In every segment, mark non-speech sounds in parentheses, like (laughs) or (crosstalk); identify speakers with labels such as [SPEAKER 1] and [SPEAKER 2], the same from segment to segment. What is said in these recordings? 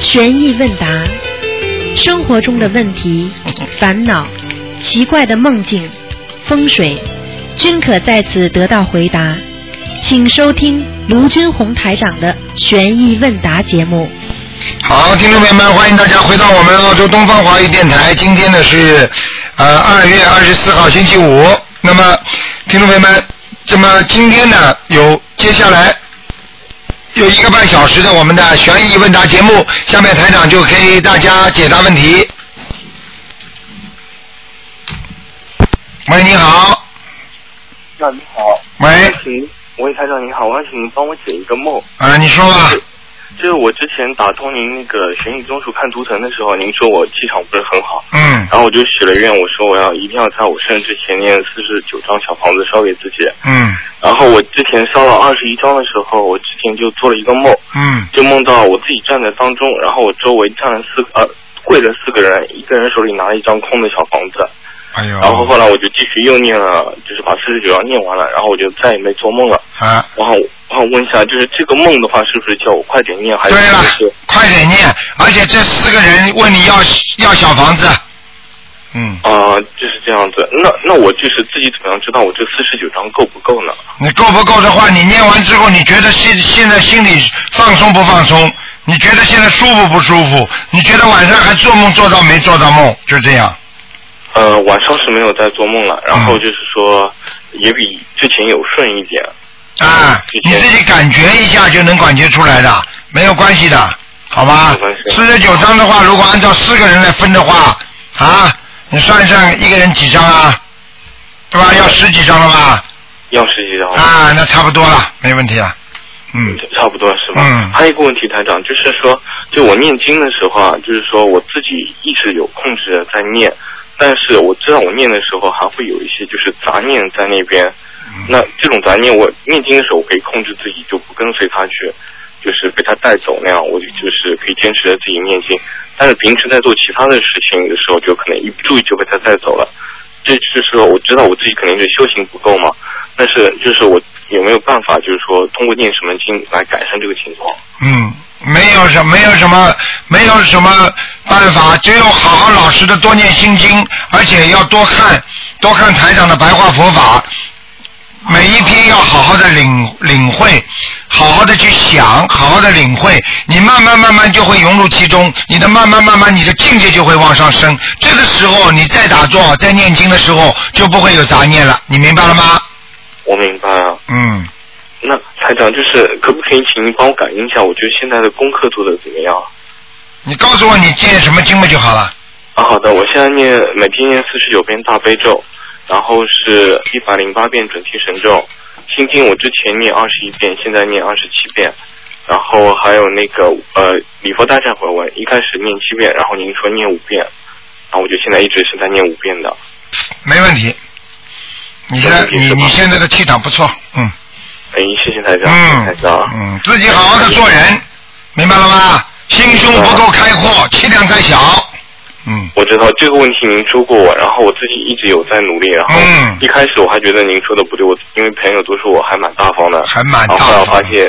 [SPEAKER 1] 悬疑问答，生活中的问
[SPEAKER 2] (laughs)
[SPEAKER 1] 题、烦恼、奇怪的梦境、风水，均可在此得到回答。请收听卢军红台长的悬疑问答节目。
[SPEAKER 2] 好，听众朋友们，欢迎大家回到我们澳洲东方华语电台。今天呢是呃二月二十四号星期五。那么，听众朋友们，那么今天呢有接下来有一个半小时的我们的悬疑问答节目，下面台长就给大家解答问题。喂，你好，
[SPEAKER 3] 那你好，
[SPEAKER 2] 喂，
[SPEAKER 3] 请喂台长您好，我想请您帮我解一个梦。
[SPEAKER 2] 啊，你说吧，
[SPEAKER 3] 就是我之前打通您那个悬疑综述看图腾的时候，您说我气场不是很好，
[SPEAKER 2] 嗯
[SPEAKER 3] 然后我就许了愿，我说我要一定要在我生日之前念四十九张小房子烧给自己。
[SPEAKER 2] 嗯
[SPEAKER 3] 然后我之前烧了二十一张的时候，我之前就做了一个梦，
[SPEAKER 2] 嗯
[SPEAKER 3] 就梦到我自己站在当中，然后我周围站了四个呃跪了四个人，一个人手里拿了一张空的小房子，
[SPEAKER 2] 哎呦，
[SPEAKER 3] 然后后来我就继续又念了，就是把四十九章念完了，然后我就再也没做梦了。
[SPEAKER 2] 啊，
[SPEAKER 3] 然后我想问一下，就是这个梦的话，是不是叫我快点念，还是
[SPEAKER 2] 对了
[SPEAKER 3] 就是，
[SPEAKER 2] 快点念，而且这四个人问你要要小房子，啊嗯，
[SPEAKER 3] 啊、就是这样子？那那我就是自己怎么样知道我这四十九章够不够呢？
[SPEAKER 2] 你够不够的话，你念完之后，你觉得现现在心里放松不放松？你觉得现在舒服不舒服？你觉得晚上还做梦做到没做到梦？就这样，
[SPEAKER 3] 呃，晚上是没有在做梦
[SPEAKER 2] 嗯
[SPEAKER 3] 了，然后就是说也比之前有顺一点。
[SPEAKER 2] 啊，你自己感觉一下就能感觉出来的，没有关系的，好吧
[SPEAKER 3] 没关？系
[SPEAKER 2] 四十九章的话，如果按照四个人来分的话，啊，你算一算一个人几张啊？对吧？要十几张了吧？
[SPEAKER 3] 要十几张，
[SPEAKER 2] 啊，那差不多了，没问题了。嗯，
[SPEAKER 3] 差不多是吧？
[SPEAKER 2] 嗯
[SPEAKER 3] 还有一个问题，台长，就是说，就我念经的时候啊，就是说我自己一直有控制的在念，但是我知道我念的时候还会有一些就是杂念在那边。那这种杂念，我念经的时候我可以控制自己，就不跟随他去，就是被他带走那样，我就就是可以坚持着自己念经。但是平时在做其他的事情的时候，就可能一不注意就被他带走了。这就是我知道我自己肯定是修行不够嘛，但是就是我有没有办法，就是说通过念什么经来改善这个情况？
[SPEAKER 2] 嗯，没有什没有什么没有什么办法，只有好好老实的多念心经，而且要多看多看台长的白话佛法，每一天要好好的领领会，好好的去想，好好的领会，你慢慢慢慢就会融入其中，你的慢慢慢慢你的境界就会往上升。这个时候你再打坐再念经的时候就不会有杂念了，你明白了吗？
[SPEAKER 3] 我明白啊。
[SPEAKER 2] 嗯，
[SPEAKER 3] 那台长，就是可不可以请您帮我感应一下，我觉得现在的功课做的怎么样？
[SPEAKER 2] 你告诉我你念什么经嘛就好了。
[SPEAKER 3] 啊，好的，我现在念每天念四十九遍大悲咒，然后是一百零八遍准提神咒，心经我之前念二十一遍，现在念二十七遍，然后还有那个呃礼佛大忏悔文，一开始念七遍，然后您说念五遍，然后我就现在一直是在念五遍的。
[SPEAKER 2] 没问题。你现在
[SPEAKER 3] 没问题
[SPEAKER 2] 你
[SPEAKER 3] 是吧
[SPEAKER 2] 你现在的气场不错，嗯
[SPEAKER 3] 哎，谢谢台长，谢谢台
[SPEAKER 2] 嗯
[SPEAKER 3] 长。
[SPEAKER 2] 嗯，自己好好的做人，明白了吗？心胸不够开阔，气量太小，嗯
[SPEAKER 3] 我知道这个问题您说过我，然后我自己一直有在努力，然后
[SPEAKER 2] 嗯
[SPEAKER 3] 一开始我还觉得您说的不对，我因为朋友都说我还蛮大方的，
[SPEAKER 2] 还蛮
[SPEAKER 3] 然后后来我
[SPEAKER 2] 大方
[SPEAKER 3] 发现，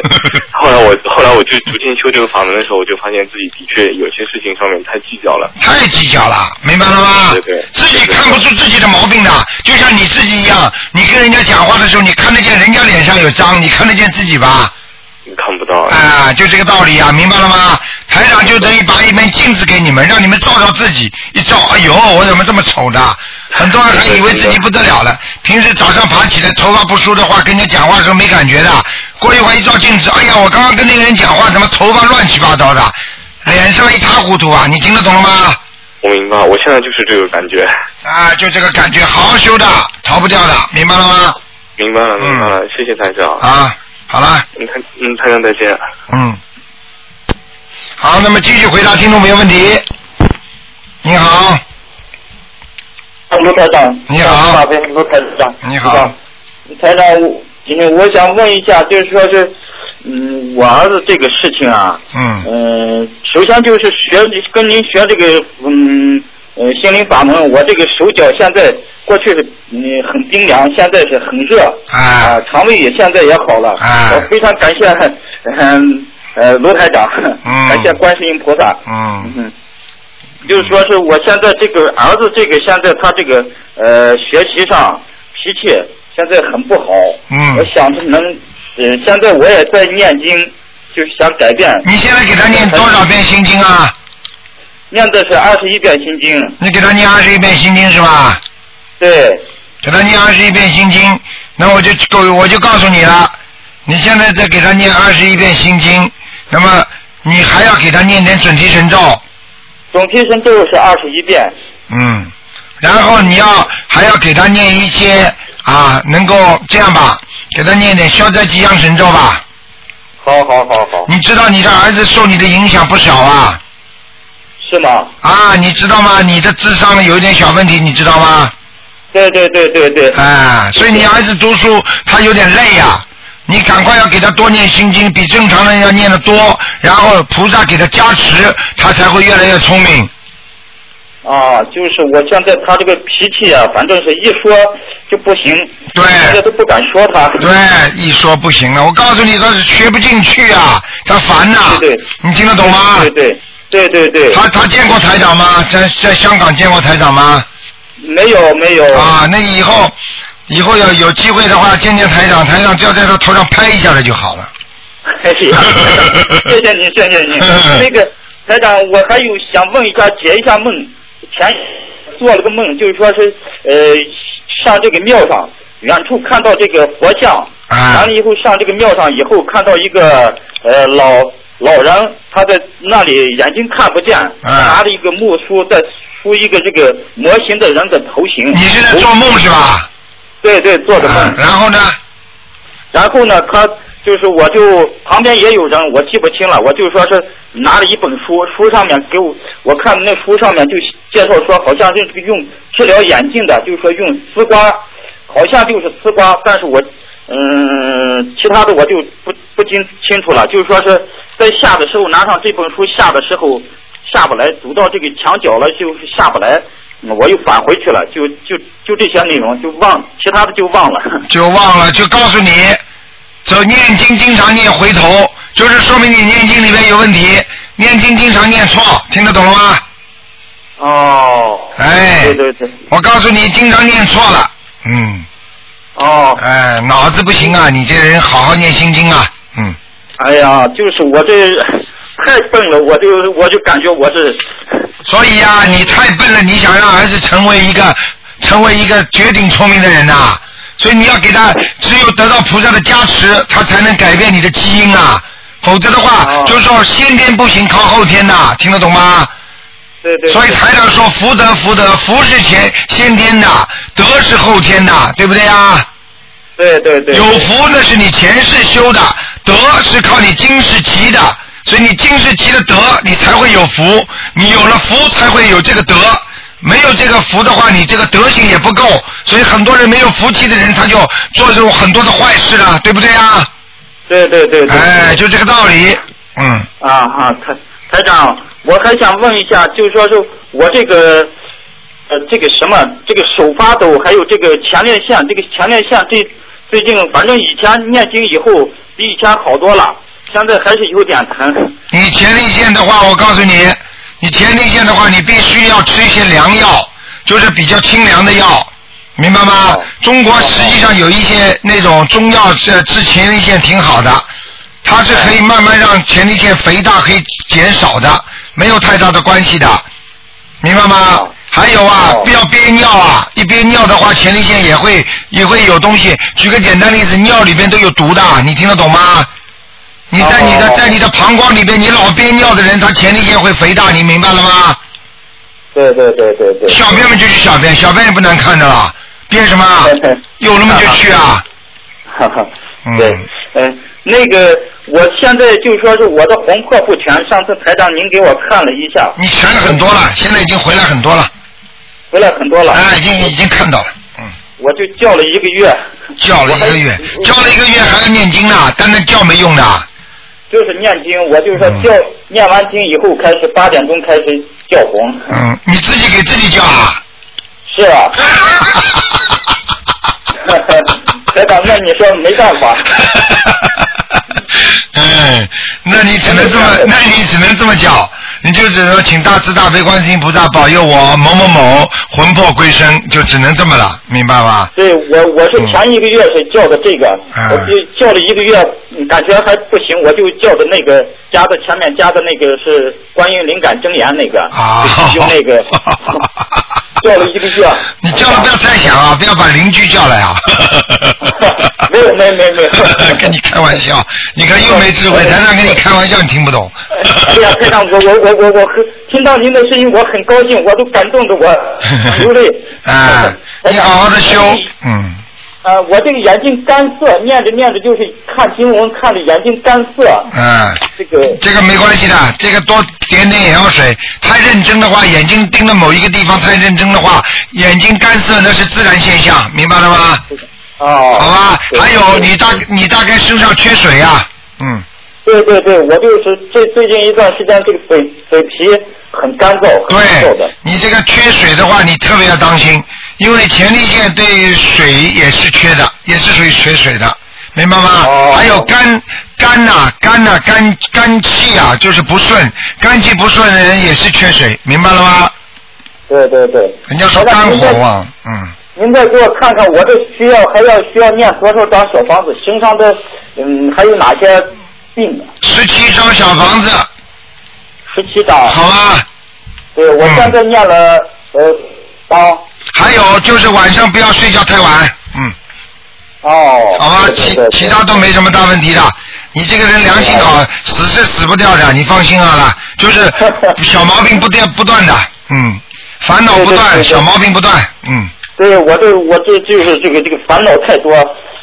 [SPEAKER 3] 后来我后来我就逐渐修这个法门的时候，我就发现自己的确有些事情上面太计较了。
[SPEAKER 2] 太计较了，明白了吗
[SPEAKER 3] 对对？
[SPEAKER 2] 自己看不出自己的毛病的，就像你自己一样，你跟人家讲话的时候，你看得见人家脸上有脏，你看得见自己吧？
[SPEAKER 3] 你看不到，
[SPEAKER 2] 啊，就这个道理啊，明白了吗？台长就等于把一面镜子给你们，让你们照照自己，一照，哎呦，我怎么这么丑的？很多人还以为自己不得了了，平时早上爬起来头发不梳的话，跟人家讲话的时候没感觉的，过一会儿一照镜子，哎呀，我刚刚跟那个人讲话，怎么头发乱七八糟的，脸上一塌糊涂啊？你听得懂了吗？
[SPEAKER 3] 我明白，我现在就是这个感觉。
[SPEAKER 2] 啊，就这个感觉，好好修的，逃不掉的，明白了吗？
[SPEAKER 3] 明白了，明白了，谢谢台长。
[SPEAKER 2] 啊，好了，
[SPEAKER 3] 嗯，台嗯，台长再见。
[SPEAKER 2] 嗯，好，那么继续回答听众朋友问题。你好。
[SPEAKER 4] 卢台长，
[SPEAKER 2] 你好
[SPEAKER 4] 大边卢台长，
[SPEAKER 2] 你好，
[SPEAKER 4] 台长，我今天我想问一下，就是说是，嗯，我儿子这个事情啊，
[SPEAKER 2] 嗯
[SPEAKER 4] 嗯、首先就是学跟您学这个，嗯，呃，心灵法门，我这个手脚现在过去是嗯很冰凉，现在是很热，
[SPEAKER 2] 啊
[SPEAKER 4] 肠胃也现在也好了，
[SPEAKER 2] 啊
[SPEAKER 4] 我非常感谢，嗯、呃卢台长，
[SPEAKER 2] 嗯
[SPEAKER 4] 感谢观世音菩萨。
[SPEAKER 2] 嗯
[SPEAKER 4] 嗯，就是说是我现在这个儿子，这个现在他这个呃学习上脾气现在很不好。
[SPEAKER 2] 嗯
[SPEAKER 4] 我想着能，呃，现在我也在念经，就是想改变。
[SPEAKER 2] 你现在给他念多少遍心经啊？
[SPEAKER 4] 念的是二十一遍心经，
[SPEAKER 2] 你给他念二十一遍心经是吧？
[SPEAKER 4] 对，
[SPEAKER 2] 给他念二十一遍心经，那我就够，我就告诉你了。你现在再给他念二十一遍心经，那么你还要给他念点准提神咒，
[SPEAKER 4] 总提神咒是二十一遍。
[SPEAKER 2] 嗯，然后你要还要给他念一些啊，能够这样吧，给他念点消灾吉祥神咒吧。
[SPEAKER 4] 好好好好，
[SPEAKER 2] 你知道你的儿子受你的影响不小啊
[SPEAKER 4] 是吗？
[SPEAKER 2] 啊，你知道吗？你的智商有一点小问题，你知道吗？
[SPEAKER 4] 对对对对对，
[SPEAKER 2] 哎，所以你儿子读书他有点累呀、你赶快要给他多念心经，比正常人要念得多，然后菩萨给他加持，他才会越来越聪明。
[SPEAKER 4] 啊，就是我现在他这个脾气啊，反正是一说就不行，
[SPEAKER 2] 对
[SPEAKER 4] 大家都不敢说他。
[SPEAKER 2] 对，一说不行了，我告诉你，他是学不进去啊，他烦呐、
[SPEAKER 4] 对对
[SPEAKER 2] 你听得懂吗？
[SPEAKER 4] 对对对对对，
[SPEAKER 2] 他他见过台长吗？在在香港见过台长吗？
[SPEAKER 4] 没有没有
[SPEAKER 2] 啊，那以后以后要有机会的话，见见台长，台长只要在他头上拍一下他就好了。
[SPEAKER 4] (laughs) 哎呀，谢谢你，谢谢你。那个台长，我还有想问一下，解一下梦。前做了个梦，就是说是呃上这个庙上，远处看到这个佛像，
[SPEAKER 2] 啊
[SPEAKER 4] 完了以后上这个庙上以后，看到一个呃老老人，他在那里眼睛看不见，拿着一个木梳在梳一个这个模型的人的头型。
[SPEAKER 2] 你是在做梦是吧？
[SPEAKER 4] 对对，做的
[SPEAKER 2] 啊
[SPEAKER 4] 梦。
[SPEAKER 2] 然后呢？
[SPEAKER 4] 然后呢，他就是我就旁边也有人，我记不清了，我就说是拿了一本书，书上面给我我看那书上面就介绍说，好像是用治疗眼睛的，就是说用丝瓜，好像就是丝瓜，但是我嗯，其他的我就不不清清楚了，就是说是在下的时候拿上这本书下的时候下不来，堵到这个墙角了就是下不来。嗯我又返回去了，就就就这些内容就忘，其他的就忘了。
[SPEAKER 2] (laughs) 就忘了，就告诉你，走念经经常念回头，就是说明你念经里面有问题，念经经常念错，听得懂了吗？
[SPEAKER 4] 哦，
[SPEAKER 2] 哎
[SPEAKER 4] 对对对，
[SPEAKER 2] 我告诉你，经常念错了，嗯，
[SPEAKER 4] 哦，
[SPEAKER 2] 哎，脑子不行啊，你这人好好念心经啊，嗯，
[SPEAKER 4] 哎呀，就是我这 (laughs) 太笨了，我就我就感觉我是，
[SPEAKER 2] 所以呀、你太笨了，你想让儿子成为一个成为一个绝顶聪明的人呐、所以你要给他，只有得到菩萨的加持，他才能改变你的基因啊，否则的话，
[SPEAKER 4] 哦
[SPEAKER 2] 就是说先天不行，靠后天呐、听得懂吗？
[SPEAKER 4] 对对，
[SPEAKER 2] 所以台长说福德福德，福是前先天的，德是后天的，对不对啊？
[SPEAKER 4] 对对对，
[SPEAKER 2] 有福呢是你前世修的，德是靠你今世积的，所以你今世积的德，你才会有福，你有了福才会有这个德。没有这个福的话，你这个德行也不够，所以很多人没有福气的人，他就做这种很多的坏事了，对不对啊？
[SPEAKER 4] 对对对对，
[SPEAKER 2] 哎，就这个道理。嗯，
[SPEAKER 4] 啊哈，台台长，我还想问一下，就是说是我这个。呃，这个什么，这个手发抖，还有这个前列腺，这个前列腺最最近，反正以前念经以后比以前好多了，现在还是有点疼。
[SPEAKER 2] 你前列腺的话，我告诉你，你前列腺的话，你必须要吃一些良药，就是比较清凉的药，明白吗
[SPEAKER 4] 哦？
[SPEAKER 2] 中国实际上有一些那种中药治治前列腺挺好的，它是
[SPEAKER 4] 哎
[SPEAKER 2] 可以慢慢让前列腺肥大可以减少的，没有太大的关系的，明白吗
[SPEAKER 4] 哦？
[SPEAKER 2] 还有啊
[SPEAKER 4] 哦，
[SPEAKER 2] 不要憋尿啊！一憋尿的话，前列腺也会也会有东西。举个简单例子，尿里边都有毒的，你听得懂吗？你在你的
[SPEAKER 4] 哦
[SPEAKER 2] 在你的膀胱里边，你老憋尿的人，他前列腺会肥大，你明白了吗？
[SPEAKER 4] 对对对对对
[SPEAKER 2] 小便嘛就去小便，小便也不难看的啦，憋什么啊
[SPEAKER 4] 对对？
[SPEAKER 2] 有了嘛就去啊。
[SPEAKER 4] 哈哈
[SPEAKER 2] 嗯，
[SPEAKER 4] (laughs) 对，嗯，那个，我现在就说是我的魂魄不全，上次台长您给我看了一下，
[SPEAKER 2] 你全很多了，现在已经回来很多了，
[SPEAKER 4] 回来很多了，
[SPEAKER 2] 哎，已经已经看到了，嗯，
[SPEAKER 4] 我就叫了一个月，
[SPEAKER 2] 叫了一个月，
[SPEAKER 4] 我还
[SPEAKER 2] 叫了一个月还要念经呢，单单叫没用的，
[SPEAKER 4] 就是念经，我就说
[SPEAKER 2] 嗯
[SPEAKER 4] 叫、念完经以后开始八点钟开始叫魂，
[SPEAKER 2] 嗯，你自己给自己叫啊。
[SPEAKER 4] 是
[SPEAKER 2] (laughs)
[SPEAKER 4] 啊， (laughs) 台长，那你说没办法，
[SPEAKER 2] 嗯，那你只能这么，那你只能这么讲，你就只能请大慈大悲观世音菩萨保佑我某某某魂魄归生，就只能这么了，明白吧？
[SPEAKER 4] 对我我是前一个月是叫的这个，
[SPEAKER 2] 嗯
[SPEAKER 4] 我就叫了一个月，嗯感觉还不行，我就叫的那个加的前面加的那个是关于灵感真言那个，
[SPEAKER 2] 啊
[SPEAKER 4] 就用那
[SPEAKER 2] (laughs)
[SPEAKER 4] 个叫了一个月，
[SPEAKER 2] 你叫了不要猜想啊，不要把邻居叫来啊！
[SPEAKER 4] (laughs) 没有没有没有没有
[SPEAKER 2] (laughs) 跟你开玩笑，你看又没智慧，台上跟你开玩笑，你听
[SPEAKER 4] (laughs)
[SPEAKER 2] 不懂。
[SPEAKER 4] 哎对呀、台长，我我我我我很听到您的声音，我很高兴，我都感动的我 (laughs)
[SPEAKER 2] (laughs)
[SPEAKER 4] 流泪。
[SPEAKER 2] 啊，你好好的修，嗯，
[SPEAKER 4] 呃，我这个眼睛干涩，念着念着就是看经文，看着眼睛干涩，
[SPEAKER 2] 啊，
[SPEAKER 4] 这个
[SPEAKER 2] 这个没关系的，这个多点点眼药水。太认真的话，眼睛盯着某一个地方太认真的话，眼睛干涩那是自然现象，明白了吗？
[SPEAKER 4] 哦，
[SPEAKER 2] 好吧，
[SPEAKER 4] 对
[SPEAKER 2] 还有你大你大概身上缺水啊，嗯，
[SPEAKER 4] 对对对，我就是最最近一段时间，这个嘴嘴皮很干燥，很干燥的
[SPEAKER 2] 对，。你这个缺水的话，你特别要当心，因为前列腺对水也是缺的，也是属于缺水的，明白吗？
[SPEAKER 4] 哦
[SPEAKER 2] 还有肝肝呐、肝呐、肝肝气啊，就是不顺，肝气不顺的人也是缺水，明白了吗？
[SPEAKER 4] 对对对。
[SPEAKER 2] 人家说肝火旺，嗯，
[SPEAKER 4] 您再给我看看，我这需要还要需要念多少张小房子？身上的嗯，还有哪些病？啊
[SPEAKER 2] 十七张小房子，
[SPEAKER 4] 十七张。
[SPEAKER 2] 好吧？
[SPEAKER 4] 对，我
[SPEAKER 2] 嗯
[SPEAKER 4] 现在念了、呃，当
[SPEAKER 2] 还有就是晚上不要睡觉太晚，嗯，
[SPEAKER 4] 哦。
[SPEAKER 2] 好吧
[SPEAKER 4] 对，
[SPEAKER 2] 其
[SPEAKER 4] 对对
[SPEAKER 2] 其他都没什么大问题的。你这个人良心好，死是死不掉的，你放心好了，
[SPEAKER 4] (laughs)
[SPEAKER 2] 就是小毛病不断不断的，嗯，烦恼不
[SPEAKER 4] 对对对
[SPEAKER 2] 断，
[SPEAKER 4] 对
[SPEAKER 2] 小毛病不断，嗯，
[SPEAKER 4] 对，我这我这就是这个这个烦恼太多，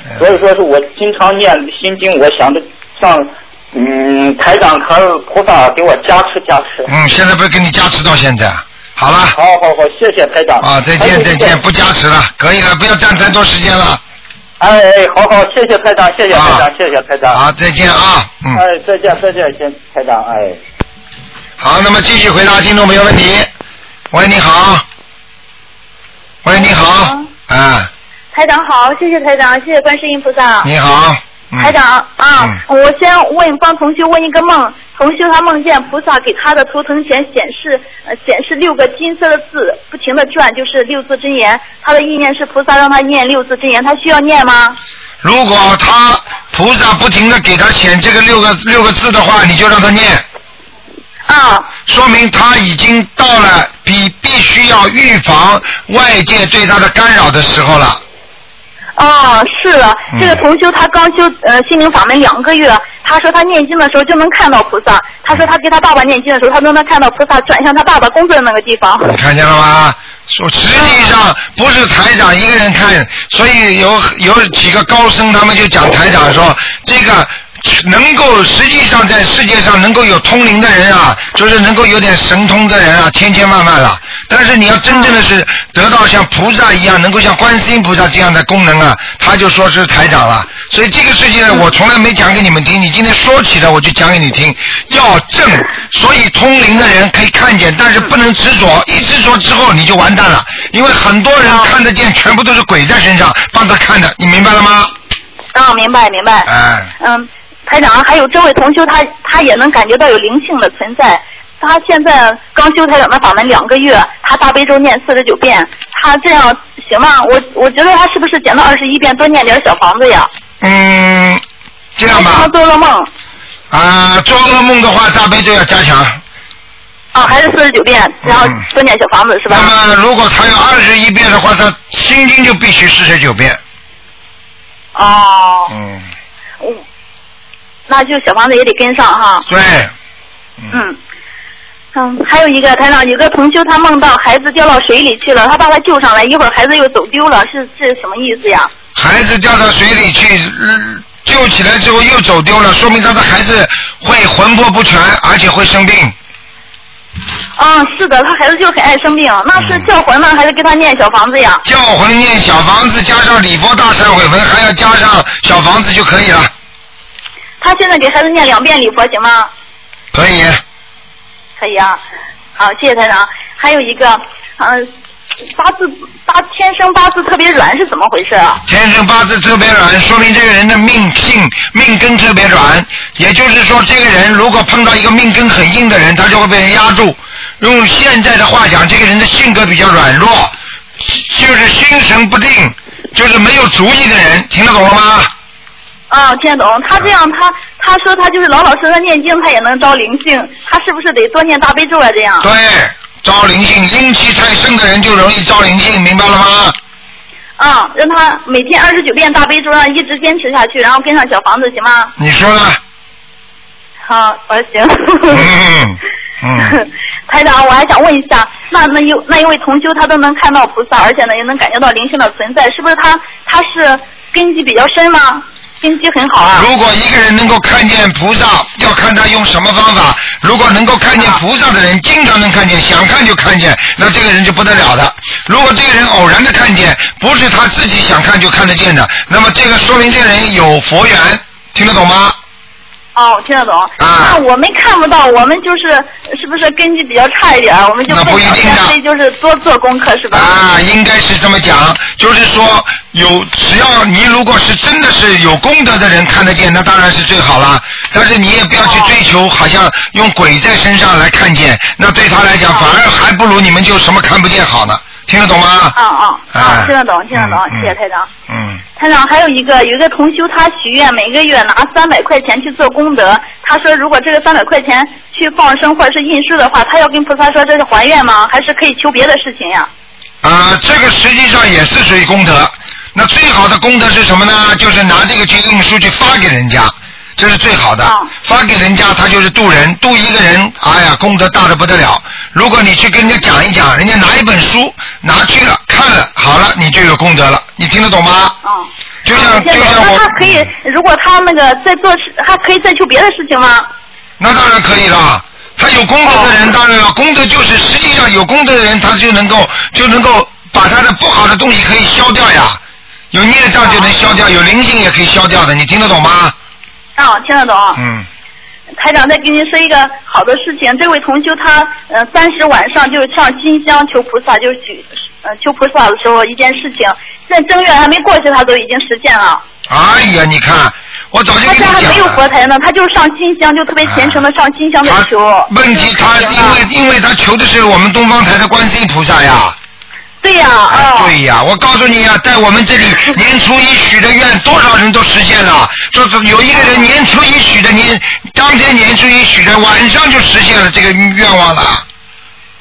[SPEAKER 2] 嗯
[SPEAKER 4] 所以说是我经常念心经，我想着上嗯台长和菩萨给我加持加持。
[SPEAKER 2] 嗯，现在不是给你加持到现在啊，好了，
[SPEAKER 4] 好好好，谢哎谢台长。
[SPEAKER 2] 啊，再
[SPEAKER 4] 还有
[SPEAKER 2] 见
[SPEAKER 4] 一个
[SPEAKER 2] 再见，不加持了，可以了，不要占太多时间了，
[SPEAKER 4] 哎哎，好好，谢谢台长，谢谢台
[SPEAKER 2] 啊
[SPEAKER 4] 长，谢谢台长。
[SPEAKER 2] 好，再见啊，嗯，
[SPEAKER 4] 哎，再见再见，先台长，哎。
[SPEAKER 2] 好，那么继续回答听众朋友问题。喂，你好。喂，你好。啊，
[SPEAKER 5] 台长好，谢谢台长，谢谢观世音菩萨。
[SPEAKER 2] 你好。嗯
[SPEAKER 5] 台。长啊，我先问帮同学问一个梦，同学他梦见菩萨给他的图腾前显示呃显示六个金色的字，不停的转，就是六字真言。他的意念是菩萨让他念六字真言，他需要念吗？
[SPEAKER 2] 如果他菩萨不停的给他显这个六个六个字的话，你就让他念，
[SPEAKER 5] 啊，
[SPEAKER 2] 说明他已经到了比必须要预防外界对他的干扰的时候了。
[SPEAKER 5] 哦，是了
[SPEAKER 2] 嗯，
[SPEAKER 5] 这个同修他刚修呃心灵法门两个月，他说他念经的时候就能看到菩萨，他说他给他爸爸念经的时候，他都能看到菩萨转向他爸爸工作的那个地方。
[SPEAKER 2] 你看见了吗？说实际上不是台长一个人看，所以有有几个高僧他们就讲台长说，这个能够实际上在世界上能够有通灵的人啊，就是能够有点神通的人啊，千千万万了。但是你要真正的是得到像菩萨一样，能够像观世音菩萨这样的功能啊，他就说是台长了。所以这个事情呢，我从来没讲给你们听，你今天说起来我就讲给你听。要正，所以通灵的人可以看见，但是不能执着，一执着之后你就完蛋了，因为很多人看得见，全部都是鬼在身上帮他看的，你明白了吗？
[SPEAKER 5] 啊，明白明白。
[SPEAKER 2] 哎，
[SPEAKER 5] 嗯，台长，还有这位同修他，他也能感觉到有灵性的存在。他现在刚修台长的法门两个月，他大悲咒念四十九遍，他这样行吗？我我觉得他是不是减到二十一遍，多念点小房子呀？
[SPEAKER 2] 嗯，这样
[SPEAKER 5] 他
[SPEAKER 2] 吧，
[SPEAKER 5] 做噩梦
[SPEAKER 2] 啊、做噩梦的话，大悲咒要加强。
[SPEAKER 5] 啊，还是四十九遍，然后
[SPEAKER 2] 嗯
[SPEAKER 5] 多念小房子是吧
[SPEAKER 2] 那？么如果他有二十一遍的话，他心经就必须四十九遍。
[SPEAKER 5] 哦，
[SPEAKER 2] 嗯，
[SPEAKER 5] 嗯，那就小房子也得跟上哈。
[SPEAKER 2] 对，
[SPEAKER 5] 嗯，嗯，还有一个台长，有个同修他梦到孩子掉到水里去了，他把他救上来，一会儿孩子又走丢了，是这是什么意思呀？
[SPEAKER 2] 孩子掉到水里去，嗯救起来之后又走丢了，说明他的孩子会魂魄不全，而且会生病。
[SPEAKER 5] 嗯，是的，他孩子就很爱生病，那
[SPEAKER 2] 嗯
[SPEAKER 5] 是叫魂呢，还是给他念小房子呀？
[SPEAKER 2] 叫魂念小房子，加上礼佛大忏悔文，还要加上小房子就可以了，
[SPEAKER 5] 他现在给孩子念两遍礼佛行吗？
[SPEAKER 2] 可以。
[SPEAKER 5] 可以啊。好，谢谢台长。还有一个，嗯、八字八天生八字特别软是怎么回事啊？
[SPEAKER 2] 天生八字特别软，说明这个人的命性命根特别软。也就是说，这个人如果碰到一个命根很硬的人，他就会被人压住。用现在的话讲，这个人的性格比较软弱，就是心神不定，就是没有主意的人。听得懂了吗？
[SPEAKER 5] 啊，听得懂。他这样，他他说他就是老老实实念经，他也能招灵性。他是不是得多念大悲咒啊？这样。
[SPEAKER 2] 对，招灵性，阴气太盛的人就容易招灵性，明白了吗？
[SPEAKER 5] 嗯，让他每天二十九遍大悲咒，让一直坚持下去，然后跟上小房子，行吗？
[SPEAKER 2] 你说呢？
[SPEAKER 5] 好，我说行。
[SPEAKER 2] 嗯嗯，
[SPEAKER 5] (laughs) 台长，我还想问一下，那那一那一位同修，他都能看到菩萨，而且呢也能感觉到灵性的存在，是不是他他是根基比较深吗？根基很好啊。
[SPEAKER 2] 如果一个人能够看见菩萨，要看他用什么方法。如果能够看
[SPEAKER 5] 啊
[SPEAKER 2] 见菩萨的人，经常能看见，想看就看见，那这个人就不得了的。如果这个人偶然的看见，不是他自己想看就看得见的，那么这个说明这个人有佛缘，听得懂吗？
[SPEAKER 5] 哦，听得懂。
[SPEAKER 2] 啊
[SPEAKER 5] 那我们看不到，我们就是是不是根基比较差一点儿？我们就
[SPEAKER 2] 那
[SPEAKER 5] 不
[SPEAKER 2] 不一
[SPEAKER 5] 了
[SPEAKER 2] 定
[SPEAKER 5] 解，
[SPEAKER 2] 的
[SPEAKER 5] 所以就是多做功课是吧？
[SPEAKER 2] 啊，应该是这么讲，就是说有，只要你如果是真的是有功德的人看得见，那当然是最好啦。但是你也不要去追求，好像用鬼在身上来看见，那对他来讲反而还不如你们就什么看不见好呢。听得懂吗？
[SPEAKER 5] 嗯嗯
[SPEAKER 2] 啊
[SPEAKER 5] 嗯，听得懂，听得懂，
[SPEAKER 2] 嗯
[SPEAKER 5] 谢谢台长。
[SPEAKER 2] 嗯，
[SPEAKER 5] 台长，还有一个有一个同修，他许愿每个月拿三百块钱去做功德。他说，如果这个三百块钱去放生或者是印书的话，他要跟菩萨说这是还愿吗？还是可以求别的事情呀？
[SPEAKER 2] 啊，这个实际上也是属于功德。那最好的功德是什么呢？就是拿这个去印书去发给人家，这是最好的。
[SPEAKER 5] 嗯
[SPEAKER 2] 发给人家，他就是渡人，渡一个人，哎呀，功德大的不得了。如果你去跟人家讲一讲，人家拿一本书拿去了看了，好了，你就有功德了。你听得懂吗？
[SPEAKER 5] 嗯。
[SPEAKER 2] 就像就
[SPEAKER 5] 谢谢
[SPEAKER 2] 像
[SPEAKER 5] 那
[SPEAKER 2] 我
[SPEAKER 5] 他，可以，如果他那个在做事，还可以再求别的事情吗？
[SPEAKER 2] 那当然可以啦。他有功德的人，当然了，功德就是实际上有功德的人，他就能够就能够把他的不好的东西可以消掉呀。有孽障就能消掉，有灵性也可以消掉的，你听得懂吗？
[SPEAKER 5] 啊，听得懂。
[SPEAKER 2] 嗯，
[SPEAKER 5] 台长再跟您说一个好的事情，这位同修他呃三十晚上就是上金香求菩萨，就是举呃求菩萨的时候一件事情，在正月还没过去，他都已经实现了。
[SPEAKER 2] 哎呀，你看，我早就
[SPEAKER 5] 他
[SPEAKER 2] 跟你
[SPEAKER 5] 家
[SPEAKER 2] 讲
[SPEAKER 5] 还没有
[SPEAKER 2] 了。啊
[SPEAKER 5] 佛台呢，他就上金香，就特别虔诚的上金香在
[SPEAKER 2] 他
[SPEAKER 5] 求。
[SPEAKER 2] 问题他
[SPEAKER 5] 就是
[SPEAKER 2] 因为因为他求的是我们东方台的观世音菩萨呀。
[SPEAKER 5] 对呀、
[SPEAKER 2] 哎
[SPEAKER 5] 啊，
[SPEAKER 2] 对呀，我告诉你呀、在我们这
[SPEAKER 5] (laughs)
[SPEAKER 2] 里年初一许的愿，多少人都实现了。就是有一个人年初一许的，年当天年初一许的，晚上就实现了这个愿望了，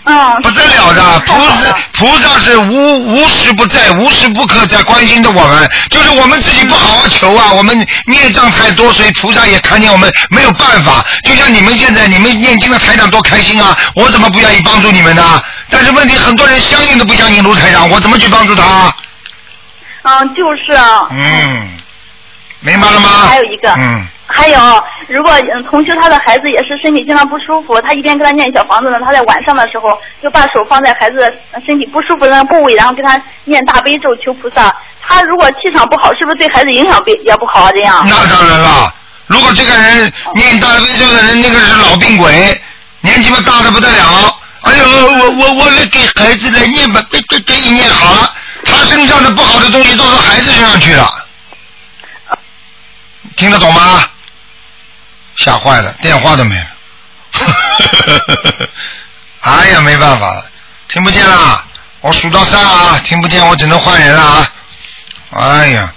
[SPEAKER 5] 嗯，
[SPEAKER 2] 不得了的。菩
[SPEAKER 6] 嗯
[SPEAKER 2] 萨菩萨是无无时不在，无时不刻在关心着我们。就是我们自己不好好求啊，我们孽障太多，所以菩萨也看见我们没有办法。就像你们现在，你们念经的台长多开心啊，我怎么不愿意帮助你们呢？但是问题，很多人相信都不相信卢台长，我怎么去帮助他啊？
[SPEAKER 5] 嗯，就是啊。
[SPEAKER 2] 嗯，明白了吗？
[SPEAKER 5] 还有一个
[SPEAKER 2] 嗯，
[SPEAKER 5] 还有，如果嗯同修他的孩子也是身体经常不舒服，他一边给他念小房子呢，他在晚上的时候就把手放在孩子的身体不舒服的那个部位，然后给他念大悲咒求菩萨。他如果气场不好，是不是对孩子影响不也不好啊？这样
[SPEAKER 2] 那当然了。如果这个人念大悲咒的人，那个是老病鬼，年纪嘛大的不得了。哎呦，我我我来给孩子来念吧，给给给你念好了，他身上的不好的东西都到孩子身上去了，听得懂吗？吓坏了，电话都没了。 (laughs) 哎呀，没办法了，听不见啦！我数到三啊，听不见，我只能换人了啊！哎呀，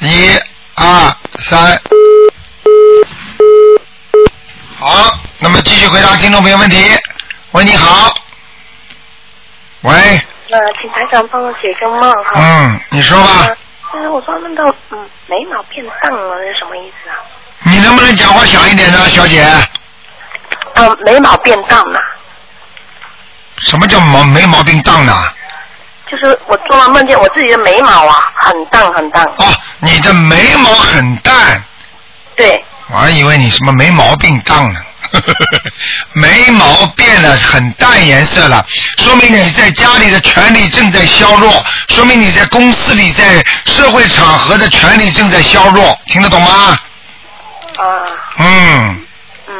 [SPEAKER 2] 一、二、三，好，那么继续回答听众朋友问题。喂，你好。喂，
[SPEAKER 7] 呃，请台长帮我解个梦哈。
[SPEAKER 2] 嗯，你说吧，
[SPEAKER 7] 嗯，我做梦到嗯眉毛变淡了，是什么意思啊？
[SPEAKER 2] 你能不能讲话响一点呢，小姐？
[SPEAKER 7] 嗯，眉毛变淡了，
[SPEAKER 2] 什么叫毛没毛病当的？
[SPEAKER 7] 就是我做梦梦见我自己的眉毛啊，很淡很淡。
[SPEAKER 2] 哦，你的眉毛很淡，
[SPEAKER 7] 对，
[SPEAKER 2] 我还以为你什么没毛病当呢， (laughs) 眉毛变了很淡颜色了，说明你在家里的权利正在削弱，说明你在公司里在社会场合的权利正在削弱，听得懂吗？
[SPEAKER 7] 啊、
[SPEAKER 2] 嗯，
[SPEAKER 7] 嗯，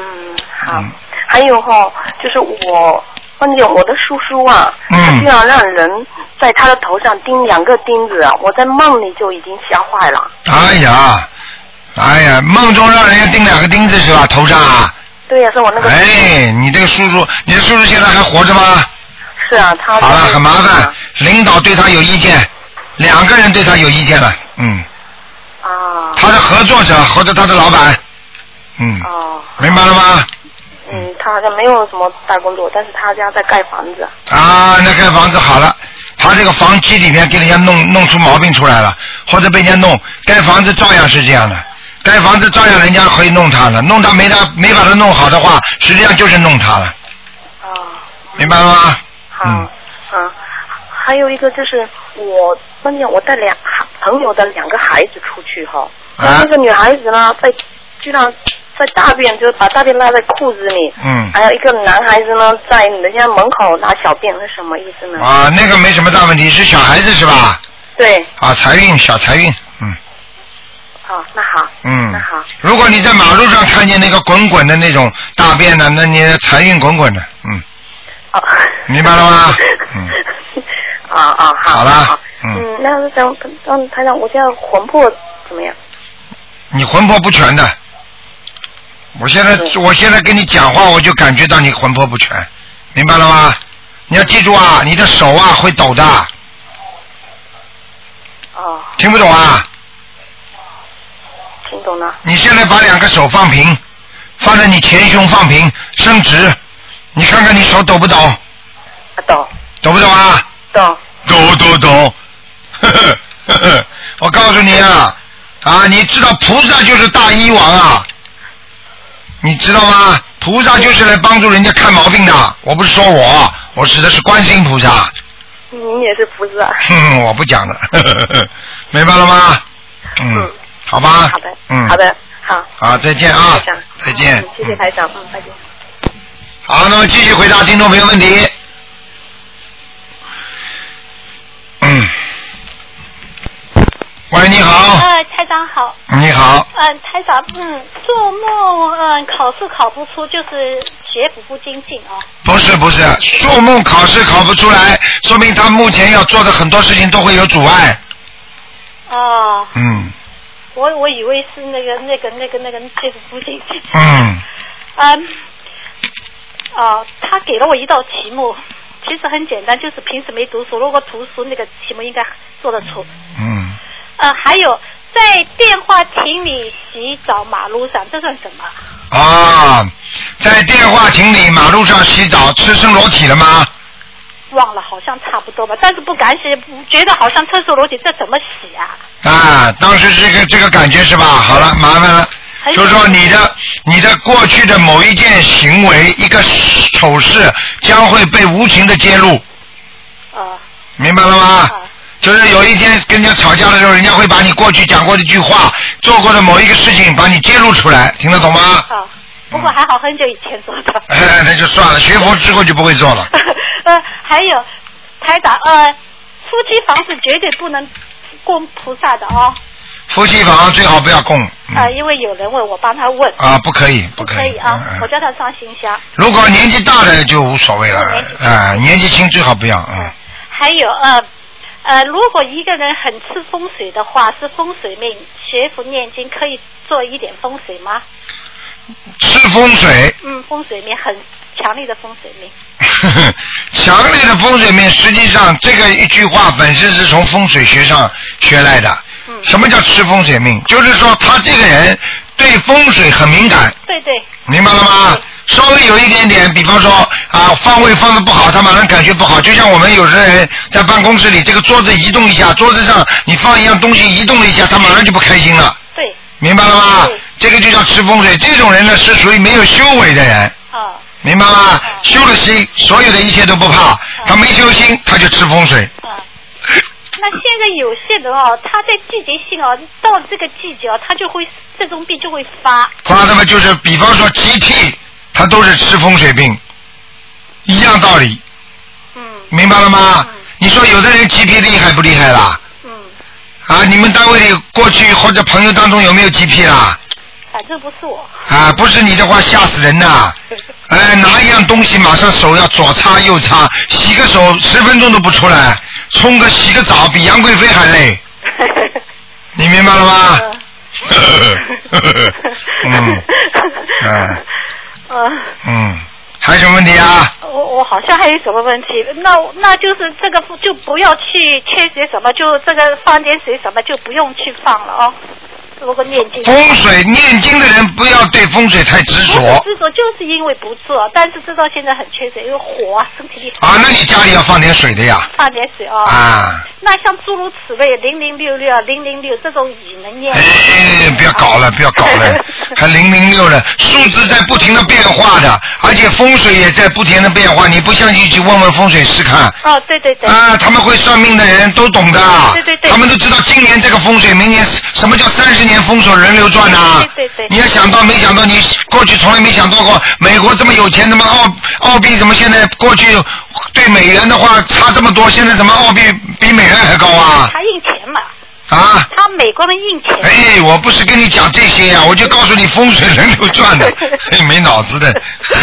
[SPEAKER 7] 好。
[SPEAKER 2] 嗯
[SPEAKER 7] 还有哈、就是我。梦见我的叔叔啊，
[SPEAKER 2] 嗯
[SPEAKER 7] 他居然让人在他的头上钉两个钉子啊！我在梦里就已经吓坏了。
[SPEAKER 2] 哎呀，哎呀，梦中让人家钉两个钉子是吧？头上啊？
[SPEAKER 7] 对呀、是我那个、
[SPEAKER 2] 哎，你这个叔叔，你的叔叔现在还活着吗？
[SPEAKER 7] 是啊，他嗯
[SPEAKER 2] 好了，很麻烦，领导对他有意见，哎两个人对他有意见了，嗯，
[SPEAKER 7] 啊
[SPEAKER 2] 他的合作者或者他的老板，嗯，
[SPEAKER 7] 哦
[SPEAKER 2] 明白了吗？
[SPEAKER 7] 嗯，他好像没有什么大工作，但是他家在盖房子。
[SPEAKER 2] 啊，那盖房子好了，他这个房基里面给人家弄弄出毛病出来了，或者被人家弄，盖房子照样是这样的，盖房子照样人家可以弄他了，弄他没他没把他弄好的话，实际上就是弄他了，
[SPEAKER 7] 啊、
[SPEAKER 2] 明白了吗？
[SPEAKER 7] 好，
[SPEAKER 2] 嗯
[SPEAKER 7] 嗯、还有一个就是我梦见我带两朋友的两个孩子出去哈，
[SPEAKER 2] 啊
[SPEAKER 7] 那个女孩子呢，在居然在大便，就是把大便拉在裤子里。
[SPEAKER 2] 嗯
[SPEAKER 7] 还有一个男孩子呢，在人家门口拉小便，是什么意思呢？
[SPEAKER 2] 啊，那个没什么大问题，是小孩子是吧？
[SPEAKER 7] 对，
[SPEAKER 2] 啊，财运小财运，嗯
[SPEAKER 7] 好，啊那好，
[SPEAKER 2] 嗯
[SPEAKER 7] 那好，。
[SPEAKER 2] 如果你在马路上看见那个滚滚的那种大便呢，那你的财运滚滚的，嗯。
[SPEAKER 7] 哦、
[SPEAKER 2] 明白了
[SPEAKER 7] (laughs)
[SPEAKER 2] 吗嗯。
[SPEAKER 7] 啊啊，好，
[SPEAKER 2] 好了
[SPEAKER 7] 好
[SPEAKER 2] 嗯
[SPEAKER 7] 嗯，那想让他让我现在魂魄怎么样？
[SPEAKER 2] 你魂魄不全的。我现在
[SPEAKER 7] 对
[SPEAKER 2] 我现在跟你讲话，我就感觉到你魂魄不全，明白了吗？你要记住啊，你的手啊会抖的，
[SPEAKER 7] 哦，
[SPEAKER 2] 听不懂啊？
[SPEAKER 7] 听懂了。
[SPEAKER 2] 你现在把两个手放平，放在你前胸放平，伸直，你看看你手抖不抖？
[SPEAKER 7] 啊，懂
[SPEAKER 2] 抖不抖啊？
[SPEAKER 7] 懂。
[SPEAKER 2] 抖抖抖， (laughs) 呵呵呵呵，我告诉你啊，啊，你知道菩萨就是大医王啊，你知道吗？菩萨就是来帮助人家看毛病的。我不是说我，我指的是观世音菩萨。 (laughs)
[SPEAKER 7] 您也是菩萨。
[SPEAKER 2] 哼，我不讲了，呵呵呵 (laughs) 明白了吗？嗯
[SPEAKER 7] 嗯，
[SPEAKER 2] 好吧。
[SPEAKER 7] 好的，
[SPEAKER 2] 嗯，
[SPEAKER 7] 好。的，好，
[SPEAKER 2] 好，再见啊
[SPEAKER 7] 台长，，
[SPEAKER 2] 再见
[SPEAKER 7] 嗯。谢谢台长，嗯，再见。
[SPEAKER 2] 好，那么继续回答听众朋友问题。嗯，喂，你好，
[SPEAKER 8] 呃，台长好，
[SPEAKER 2] 你好，
[SPEAKER 8] 嗯、台长，嗯，做梦，嗯、考试考不出，就是学不不精进哦。
[SPEAKER 2] 不是不是，做梦考试考不出来，说明他目前要做的很多事情都会有阻碍。
[SPEAKER 8] 哦，
[SPEAKER 2] 嗯
[SPEAKER 8] 我我以为是那个那个那个那个就是不精进，
[SPEAKER 2] 嗯，
[SPEAKER 8] 嗯，哦，他给了我一道题目，其实很简单，就是平时没读书，如果读书那个题目应该做得出。
[SPEAKER 2] 嗯，
[SPEAKER 8] 呃，还有在电话亭里洗澡，马路上这算什么？
[SPEAKER 2] 啊，在电话亭里、马路上洗澡，赤身裸体了吗？
[SPEAKER 8] 忘了，好像差不多吧，但是不敢洗，不觉得好像厕所逻辑这怎么洗啊？
[SPEAKER 2] 啊，当时这个这个感觉是吧？好了，麻烦了。
[SPEAKER 8] 很
[SPEAKER 2] 就说你的你的过去的某一件行为一个丑事将会被无情的揭露，
[SPEAKER 8] 呃，
[SPEAKER 2] 明白了
[SPEAKER 8] 啊
[SPEAKER 2] 吗？就是有一天跟人家吵架的时候，人家会把你过去讲过的一句话、做过的某一个事情把你揭露出来，听得懂吗？
[SPEAKER 8] 啊，不过还好很久以前做的。 (laughs)
[SPEAKER 2] 哎，那就算了，学佛之后就不会做了。
[SPEAKER 8] 呃，还有台长，呃，夫妻房是绝对不能供菩萨的哦，
[SPEAKER 2] 夫妻房啊最好不要供。嗯
[SPEAKER 8] 啊、因为有人问我帮他问，
[SPEAKER 2] 啊，不可以，嗯
[SPEAKER 8] 不
[SPEAKER 2] 可
[SPEAKER 8] 可以啊，我叫他上新香。
[SPEAKER 2] 如果年纪大的就无所谓了，
[SPEAKER 8] 年纪大
[SPEAKER 2] 啊、年纪轻最好不要，嗯。
[SPEAKER 8] 还有呃呃，如果一个人很吃风水的话，是风水命，学佛念经可以做一点风水吗？
[SPEAKER 2] 吃风水， (laughs)
[SPEAKER 8] 嗯，风水命很强烈的风水命。
[SPEAKER 2] 强烈的风水命，实际上这个一句话本身是从风水学上学来的。
[SPEAKER 8] 嗯
[SPEAKER 2] 什么叫吃风水命？就是说他这个人对风水很敏感，
[SPEAKER 8] 对对，
[SPEAKER 2] 明白了吗？稍微有一点点，比方说啊，方位放的不好，他马上感觉不好。就像我们有的人在办公室里，这个桌子移动一下，桌子上你放一样东西移动了一下，他马上就不开心了，
[SPEAKER 8] 对
[SPEAKER 2] 明白了吗
[SPEAKER 8] 对？
[SPEAKER 2] 这个就叫吃风水。这种人呢，是属于没有修为的人。
[SPEAKER 8] 啊
[SPEAKER 2] 明白吗？修了心，所有的一切都不怕。他没修心，他就吃风水。
[SPEAKER 8] 啊。那现在有些人哦， (coughs) 他在季节性哦，到这个季节哦，他就会这种病就会发。
[SPEAKER 2] 发他们就是，比方说集体，他都是吃风水病，一样道理，
[SPEAKER 8] 嗯
[SPEAKER 2] 明白了吗
[SPEAKER 8] 嗯？
[SPEAKER 2] 你说有的人集体厉害不厉害啦？
[SPEAKER 8] 嗯，
[SPEAKER 2] 啊，你们单位里过去或者朋友当中有没有集体啦？
[SPEAKER 8] 反正不是我。 (laughs)
[SPEAKER 2] 啊，不是你的话吓死人呐！哎，拿一样东西马上手要左擦右擦，洗个手十分钟都不出来，冲个洗个澡比杨贵妃还
[SPEAKER 8] (laughs)
[SPEAKER 2] 累，你明白了吗？ (laughs)
[SPEAKER 8] (laughs)
[SPEAKER 2] 嗯，哎，
[SPEAKER 8] 嗯、
[SPEAKER 2] 嗯，还有什么问题啊？
[SPEAKER 8] 呃我我好像还有什么问题？那那就是这个就不要去缺些什么，就这个放点水什么就不用去放了哦。如果念经，
[SPEAKER 2] 风水念经的人不要对风水太执
[SPEAKER 8] 不
[SPEAKER 2] 着
[SPEAKER 8] 是执着，就是因为不做，但是知道现在很缺水，因为火啊，身体里
[SPEAKER 2] 啊，那你家里要放点水的呀，
[SPEAKER 8] 放点水哦。
[SPEAKER 2] 啊，
[SPEAKER 8] 那像诸如此类零零六六、啊零零六这种语能念吗，
[SPEAKER 2] 哎，不要搞了，不要搞
[SPEAKER 8] (laughs)
[SPEAKER 2] 了，还零零六了，数字在不停的变化的，而且风水也在不停的变化，你不相信去问问风水师看。
[SPEAKER 8] 哦，对对对，
[SPEAKER 2] 啊，他们会算命的人都懂的，
[SPEAKER 8] 对对对
[SPEAKER 2] 他们都知道今年这个风水，明年什么叫三十年风水轮流转呐、啊
[SPEAKER 8] 对对对
[SPEAKER 2] 你要想到没想到，你过去从来没想到过，美国这么有钱，怎么澳澳币怎么现在过去对美元的话差这么多，现在怎么澳币比美元还高啊？
[SPEAKER 8] 他印钱嘛，
[SPEAKER 2] 啊！
[SPEAKER 8] 他美国人印
[SPEAKER 2] (laughs)
[SPEAKER 8] 钱，
[SPEAKER 2] 哎，我不是跟你讲这些呀、
[SPEAKER 8] (laughs)
[SPEAKER 2] 我就告诉你风水轮流转的，嘿，没脑子的，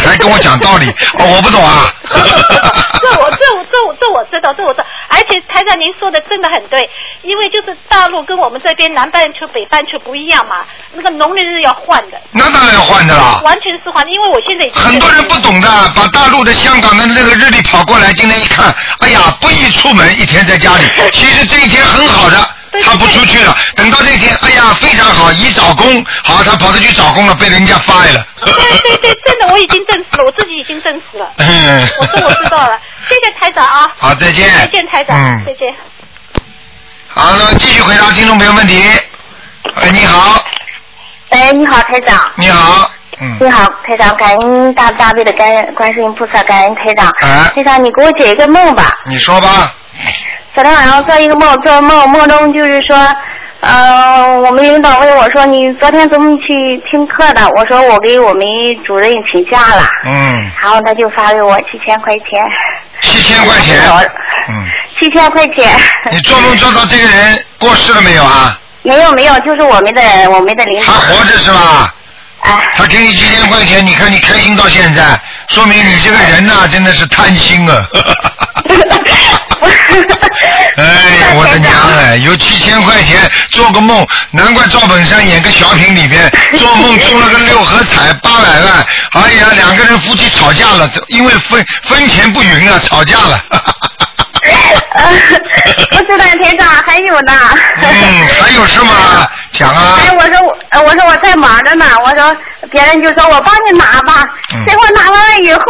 [SPEAKER 2] 还跟我讲道理，哦，我不懂啊。
[SPEAKER 8] 这我这我这我这我知道，这我知道。而且台长您说的真的很对，因为就是大陆跟我们这边南半球、北半球不一样嘛，那个农历日要换的，
[SPEAKER 2] 那当然要换的啦。
[SPEAKER 8] 完全是换的。因为我现在已经
[SPEAKER 2] 很多人不懂的，把大陆的、香港的那个日历跑过来，今天一看，哎呀，不宜出门，一天在家
[SPEAKER 8] (laughs)
[SPEAKER 2] 里。其实这一天很好的，他不出去了。等到这一天，哎呀，非常好，宜找工。好，他跑着去找工了，被人家 fire 了。
[SPEAKER 8] 对对对，真的我已经证实了，我自己已经证实了。
[SPEAKER 2] 嗯
[SPEAKER 8] 我说我知道了，谢谢台长啊。
[SPEAKER 2] 好再见
[SPEAKER 8] 再见台长，
[SPEAKER 2] 嗯
[SPEAKER 8] 再见。
[SPEAKER 2] (laughs) 好，那么继续回答听众朋友问题。哎，你好，
[SPEAKER 9] 喂，哎你好，台长。
[SPEAKER 2] 你好，嗯，
[SPEAKER 9] 你好，台长，感恩大慈大悲的感恩观世音菩萨，感恩台长。
[SPEAKER 2] 哎
[SPEAKER 9] 台长，你给我解一个梦吧。
[SPEAKER 2] 你说吧，
[SPEAKER 9] 昨天晚上做一个梦，做梦梦中就是说，呃，我们领导问我说，你昨天怎么去听课的？我说我给我们主任请假了。
[SPEAKER 2] 嗯，
[SPEAKER 9] 然后他就发给我七千块钱。
[SPEAKER 2] 七千块钱，嗯，
[SPEAKER 9] 七千块钱。
[SPEAKER 2] 你做梦做到这个人过世了没有啊？
[SPEAKER 9] 没有没有，就是我们的我们的领导
[SPEAKER 2] 还。活着是吧？
[SPEAKER 9] 哎。
[SPEAKER 2] 他给你几千块钱，你看你开心到现在，说明你这个人呐、真的是贪心
[SPEAKER 9] (laughs)
[SPEAKER 2] 啊！哎，我的娘哎，有七千块钱做个梦，难怪赵本山演个小品里
[SPEAKER 9] (laughs)
[SPEAKER 2] 边做梦中了个六合彩八百万，哎呀，两个人夫妻吵架了，因为分分钱不匀啊，吵架了。 (laughs)
[SPEAKER 9] 呃， (laughs) 不是的，台长，还有呢。
[SPEAKER 2] 嗯，还有什么讲啊？
[SPEAKER 9] (laughs) 哎，我说我，呃我说我在忙着呢，我说别人就说我帮你拿吧，
[SPEAKER 2] 嗯
[SPEAKER 9] 结果拿完了以后，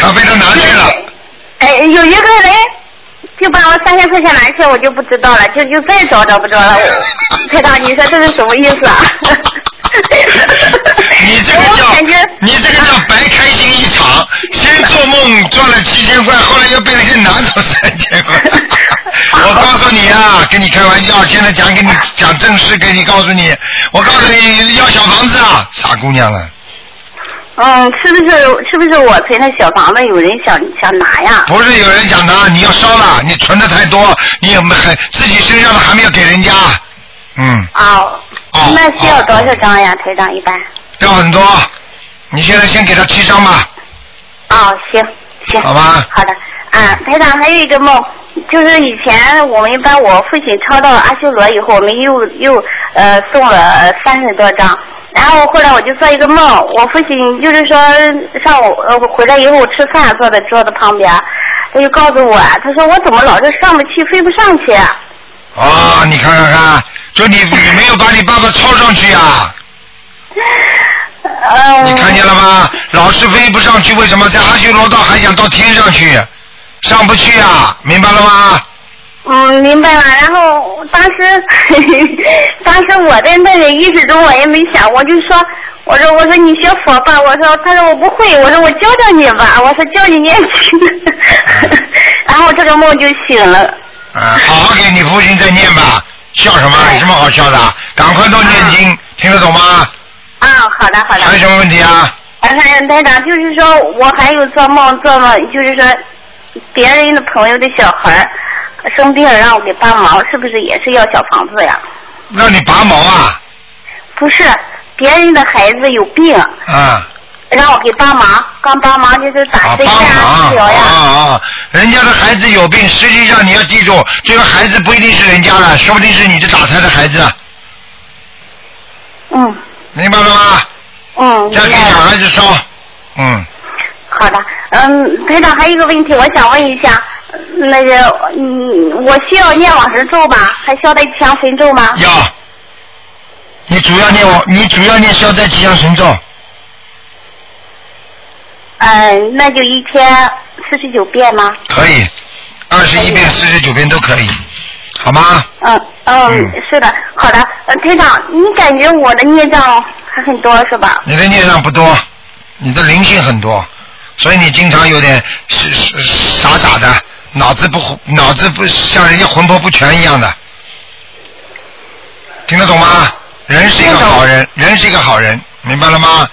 [SPEAKER 2] 他被他拿去了。
[SPEAKER 9] (laughs) 哎，有一个人就把我三千块钱拿去，我就不知道了，就就再找找不着了。我台长，你说这是什么意思啊？
[SPEAKER 2] 你这个
[SPEAKER 9] 我感觉
[SPEAKER 2] 叫你这个叫白开心一场，先做梦赚了七千块，后来又被人家拿走三千块。我告诉你啊，跟你开玩笑，现在讲给你讲正事，给你告诉你，我告诉你要小房子啊，傻姑娘了，
[SPEAKER 9] 嗯，是不是是不是我存的小房子有人想想拿呀？
[SPEAKER 2] 不是有人想拿，你要烧了，你存的太多，你也没还自己身上的还没有给人家，嗯，
[SPEAKER 9] 哦，
[SPEAKER 2] 哦
[SPEAKER 9] 那需要多少
[SPEAKER 2] 哦
[SPEAKER 9] 张呀，台长？一般？
[SPEAKER 2] 要很多，你现在先给他七张吧，
[SPEAKER 9] 哦，行行，
[SPEAKER 2] 好吧
[SPEAKER 9] 好的，啊，台长还有一个梦，就是以前我们把我父亲超到了阿修罗以后，我们又又呃送了三十多张。然后后来我就做一个梦，我父亲就是说上午呃回来以后吃饭坐在桌子旁边，他就告诉我，啊他说我怎么老是上不去飞不上去、啊？
[SPEAKER 2] 啊、你看看看，就你你没有把你爸爸抄上去啊。
[SPEAKER 9] 嗯，
[SPEAKER 2] 你看见了吗？老是飞不上去，为什么在阿修罗道还想到天上去？上不去啊，明白了吗？
[SPEAKER 9] 嗯，明白了。然后当时，当时 (laughs) 我在那个意识中我也没想，我就说，我说我说你学佛吧，我说他说我不会，我说我教教你吧，我说教你念经。 (laughs) 然后这个梦就醒了。
[SPEAKER 2] 啊，好好给你父亲再念吧。笑什么？有什么好笑的？赶快多念经，听得懂吗？
[SPEAKER 9] 啊，好的好的。
[SPEAKER 2] 还有什么问题啊？
[SPEAKER 9] 还有台长，就是说我还有做梦做了，就是说别人的朋友的小孩儿生病了，让我给帮忙，是不是也是要小房子呀？
[SPEAKER 2] 让你拔毛啊？
[SPEAKER 9] 不是，别人的孩子有病。
[SPEAKER 2] 啊，
[SPEAKER 9] 呃让我给帮忙，刚帮忙就是打
[SPEAKER 2] 啊，
[SPEAKER 9] 针
[SPEAKER 2] 帮
[SPEAKER 9] 呀、
[SPEAKER 2] 忙
[SPEAKER 9] 治疗
[SPEAKER 2] 啊
[SPEAKER 9] 呀。
[SPEAKER 2] 啊！人家的孩子有病，实际上你要记住，这个孩子不一定是人家的，说不定是你的打胎的孩子，啊
[SPEAKER 9] 嗯
[SPEAKER 2] 明白了吗？
[SPEAKER 9] 嗯，
[SPEAKER 2] 要给
[SPEAKER 9] 明白
[SPEAKER 2] 小
[SPEAKER 9] 了。
[SPEAKER 2] 孩子烧，嗯，
[SPEAKER 9] 好的，嗯，台长还有一个问题，我想问一下，那个，嗯，我需要念往生咒吗？还需要带吉祥神咒吗？
[SPEAKER 2] 要。你主要念我，你主要念消灾吉祥神咒，
[SPEAKER 9] 嗯，那就一天四十九遍吗？
[SPEAKER 2] 可以，二十一遍、四十九遍都可以，好吗？
[SPEAKER 9] 嗯嗯，是的，好的。呃，台长，你感觉我的孽障还很多是吧？
[SPEAKER 2] 你的孽障不多，你的灵性很多，所以你经常有点是是傻傻的，脑子不脑子不像人家魂魄不全一样的，听得懂吗？人是一个好人，人是一个好人，明白了吗？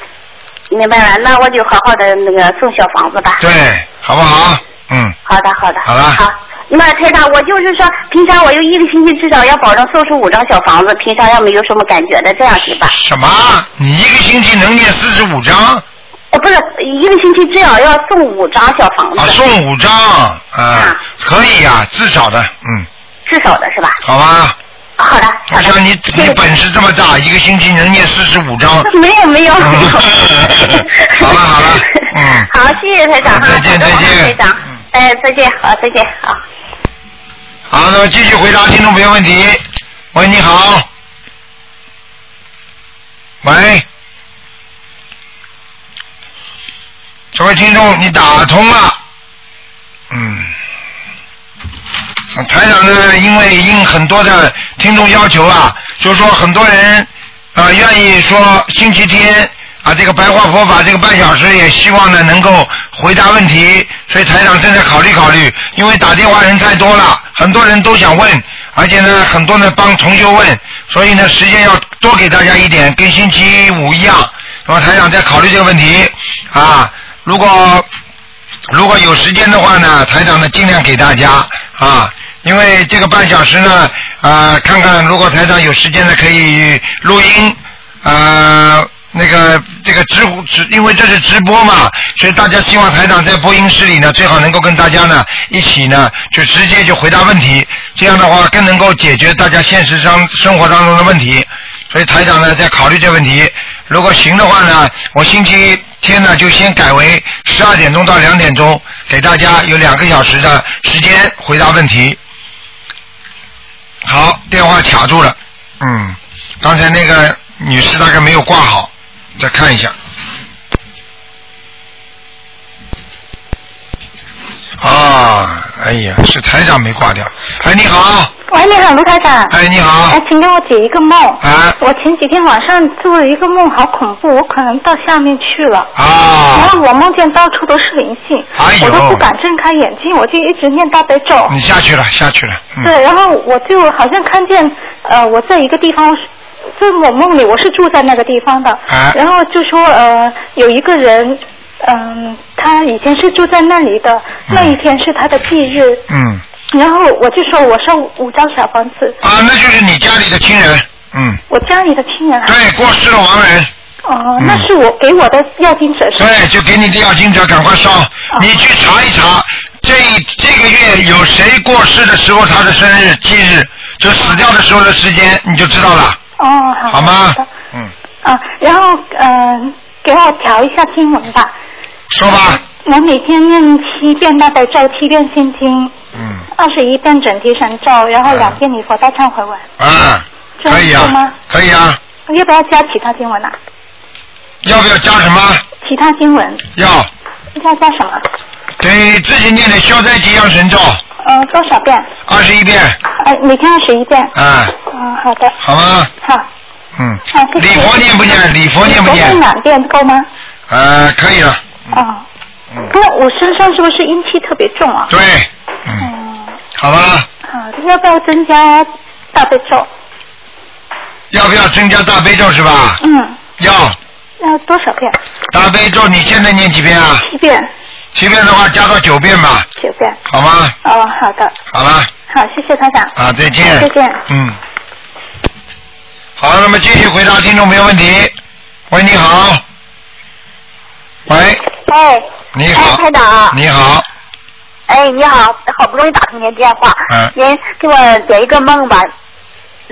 [SPEAKER 9] 明白了，那我就好好的那个送小房子吧。
[SPEAKER 2] 对，好不好？嗯，
[SPEAKER 9] 好的，好的。
[SPEAKER 2] 好了
[SPEAKER 9] 好，那台长，我就是说，平常我有一个星期至少要保证送出五张小房子，平常要没有什么感觉的，这样行吧？
[SPEAKER 2] 什么？你一个星期能念四十五章啊？
[SPEAKER 9] 哦，不是，一个星期至少要送五张小房子，
[SPEAKER 2] 送五章啊、
[SPEAKER 9] 啊
[SPEAKER 2] 可以呀、至少的，嗯，
[SPEAKER 9] 至少的是吧？ (laughs)
[SPEAKER 2] 好吧。
[SPEAKER 9] 好的，
[SPEAKER 2] 我
[SPEAKER 9] 好的。
[SPEAKER 2] 想你
[SPEAKER 9] 谢
[SPEAKER 2] 你
[SPEAKER 9] 谢
[SPEAKER 2] 本事这么大，一个星期能念四十五章，
[SPEAKER 9] 没有没有。没有
[SPEAKER 2] 好了好了嗯
[SPEAKER 9] (laughs) 好，谢谢台长哈，
[SPEAKER 2] 再见
[SPEAKER 9] 保重啊
[SPEAKER 2] 再见
[SPEAKER 9] 台长
[SPEAKER 2] 嗯，
[SPEAKER 9] 哎，再见，好，再见，好。
[SPEAKER 2] (laughs) 好，那么继续回答听众朋友问题。喂，你好。喂，这位听众，你打通了。嗯，台长呢，因为应很多的听众要求啊，就是说很多人啊、呃愿意说星期天啊，这个白话佛法这个半小时，也希望呢能够回答问题，所以台长正在考虑考虑，因为打电话人太多了，很多人都想问，而且呢很多人帮同修问，所以呢时间要多给大家一点，跟星期五一样。那么台长在考虑这个问题啊，如果如果有时间的话呢，台长呢尽量给大家啊，因为这个半小时呢，呃，看看如果台长有时间呢，可以录音，呃，那个这个直直，因为这是直播嘛，所以大家希望台长在播音室里呢，最好能够跟大家呢一起呢，就直接就回答问题，这样的话更能够解决大家现实上生活当中的问题。所以台长呢在考虑这问题。如果行的话呢，我星期天呢就先改为十二点钟到两点钟，给大家有两个小时的时间回答问题。好，电话卡住了，嗯，刚才那个女士大概没有挂好，再看一下。啊，哎呀，是台长没挂掉。哎，你好，
[SPEAKER 5] 喂，你好，卢台长。
[SPEAKER 2] 哎，你好
[SPEAKER 5] 哎，，请给我解一个梦。
[SPEAKER 2] 啊
[SPEAKER 5] 我前几天晚上做了一个梦，好恐怖，我可能到下面去了。然
[SPEAKER 2] 啊，
[SPEAKER 5] 后我梦见到处都是灵性，
[SPEAKER 2] 哎呦
[SPEAKER 5] 我都不敢睁开眼睛，我就一直念大悲咒。
[SPEAKER 2] 你下去了，下去了，嗯。
[SPEAKER 5] 对，然后我就好像看见，呃，我在一个地方，我是在我梦里我是住在那个地方的，
[SPEAKER 2] 啊
[SPEAKER 5] 然后就说呃有一个人，嗯、他以前是住在那里的，那一天是他的忌日，
[SPEAKER 2] 嗯，
[SPEAKER 5] 然后我就说我烧五张小房子，
[SPEAKER 2] 啊，那就是你家里的亲人，嗯，
[SPEAKER 5] 我家里的亲人还啊
[SPEAKER 2] 对，过世的亡人，
[SPEAKER 5] 哦
[SPEAKER 2] 嗯，
[SPEAKER 5] 那是我给我的要经者是吧哦
[SPEAKER 2] 对，就给你的药金者赶快烧，你去查一查，这这个月有谁过世的时候他的生日忌日，就死掉的时候的时间，你就知道了，
[SPEAKER 5] 哦，好
[SPEAKER 2] 好吗
[SPEAKER 5] 的？
[SPEAKER 2] 嗯，
[SPEAKER 5] 啊，然后嗯、呃给我调一下经文吧。
[SPEAKER 2] 说吧，
[SPEAKER 5] 我每天念七遍大悲咒，七遍心经，
[SPEAKER 2] 嗯，
[SPEAKER 5] 二十一遍准提神咒，然后
[SPEAKER 2] 嗯
[SPEAKER 5] 两遍礼佛大忏悔文，
[SPEAKER 2] 啊，可以
[SPEAKER 5] 这样够
[SPEAKER 2] 啊
[SPEAKER 5] 吗，呃
[SPEAKER 2] 可以啊，
[SPEAKER 5] 要不要加其他经文啊？
[SPEAKER 2] 要不要加什么？
[SPEAKER 5] 其他经文
[SPEAKER 2] 要，
[SPEAKER 5] 要加什么？
[SPEAKER 2] 给自己念点消灾吉祥神咒，
[SPEAKER 5] 呃，多少遍？
[SPEAKER 2] 二十一遍，
[SPEAKER 5] 呃，每天二十一遍。
[SPEAKER 2] 啊，
[SPEAKER 5] 嗯，好的，
[SPEAKER 2] 好吗？
[SPEAKER 5] 好。
[SPEAKER 2] 嗯
[SPEAKER 5] 好，谢谢
[SPEAKER 2] 礼佛念不念？礼佛念不
[SPEAKER 5] 我
[SPEAKER 2] 念
[SPEAKER 5] 念？两遍够吗？
[SPEAKER 2] 呃，可以了。
[SPEAKER 5] 哦。
[SPEAKER 2] 嗯
[SPEAKER 5] 那我身上是不是阴气特别重啊？
[SPEAKER 2] 对，嗯，
[SPEAKER 5] 嗯，
[SPEAKER 2] 好吧，
[SPEAKER 10] 啊
[SPEAKER 5] 好，要不要增加大悲咒？
[SPEAKER 2] 要不要增加大悲咒是吧？
[SPEAKER 5] 嗯，
[SPEAKER 2] 要，
[SPEAKER 5] 要多少遍？
[SPEAKER 2] 大悲咒你现在念几遍啊？
[SPEAKER 5] 七遍，
[SPEAKER 2] 七遍的话加到九遍吧，
[SPEAKER 5] 九遍。
[SPEAKER 2] 好吗？
[SPEAKER 5] 哦，好的，
[SPEAKER 2] 好了，
[SPEAKER 5] 好，谢谢团长。
[SPEAKER 2] 啊，再见。
[SPEAKER 5] 再见。
[SPEAKER 2] 嗯。好，那么继续回答听众朋友问题。喂，你好。喂，
[SPEAKER 11] 哎，
[SPEAKER 2] 你好
[SPEAKER 11] 哎，台长，
[SPEAKER 2] 你好，
[SPEAKER 11] 哎，你好，好不容易打通您电话，
[SPEAKER 2] 嗯
[SPEAKER 11] 您给我解一个梦吧。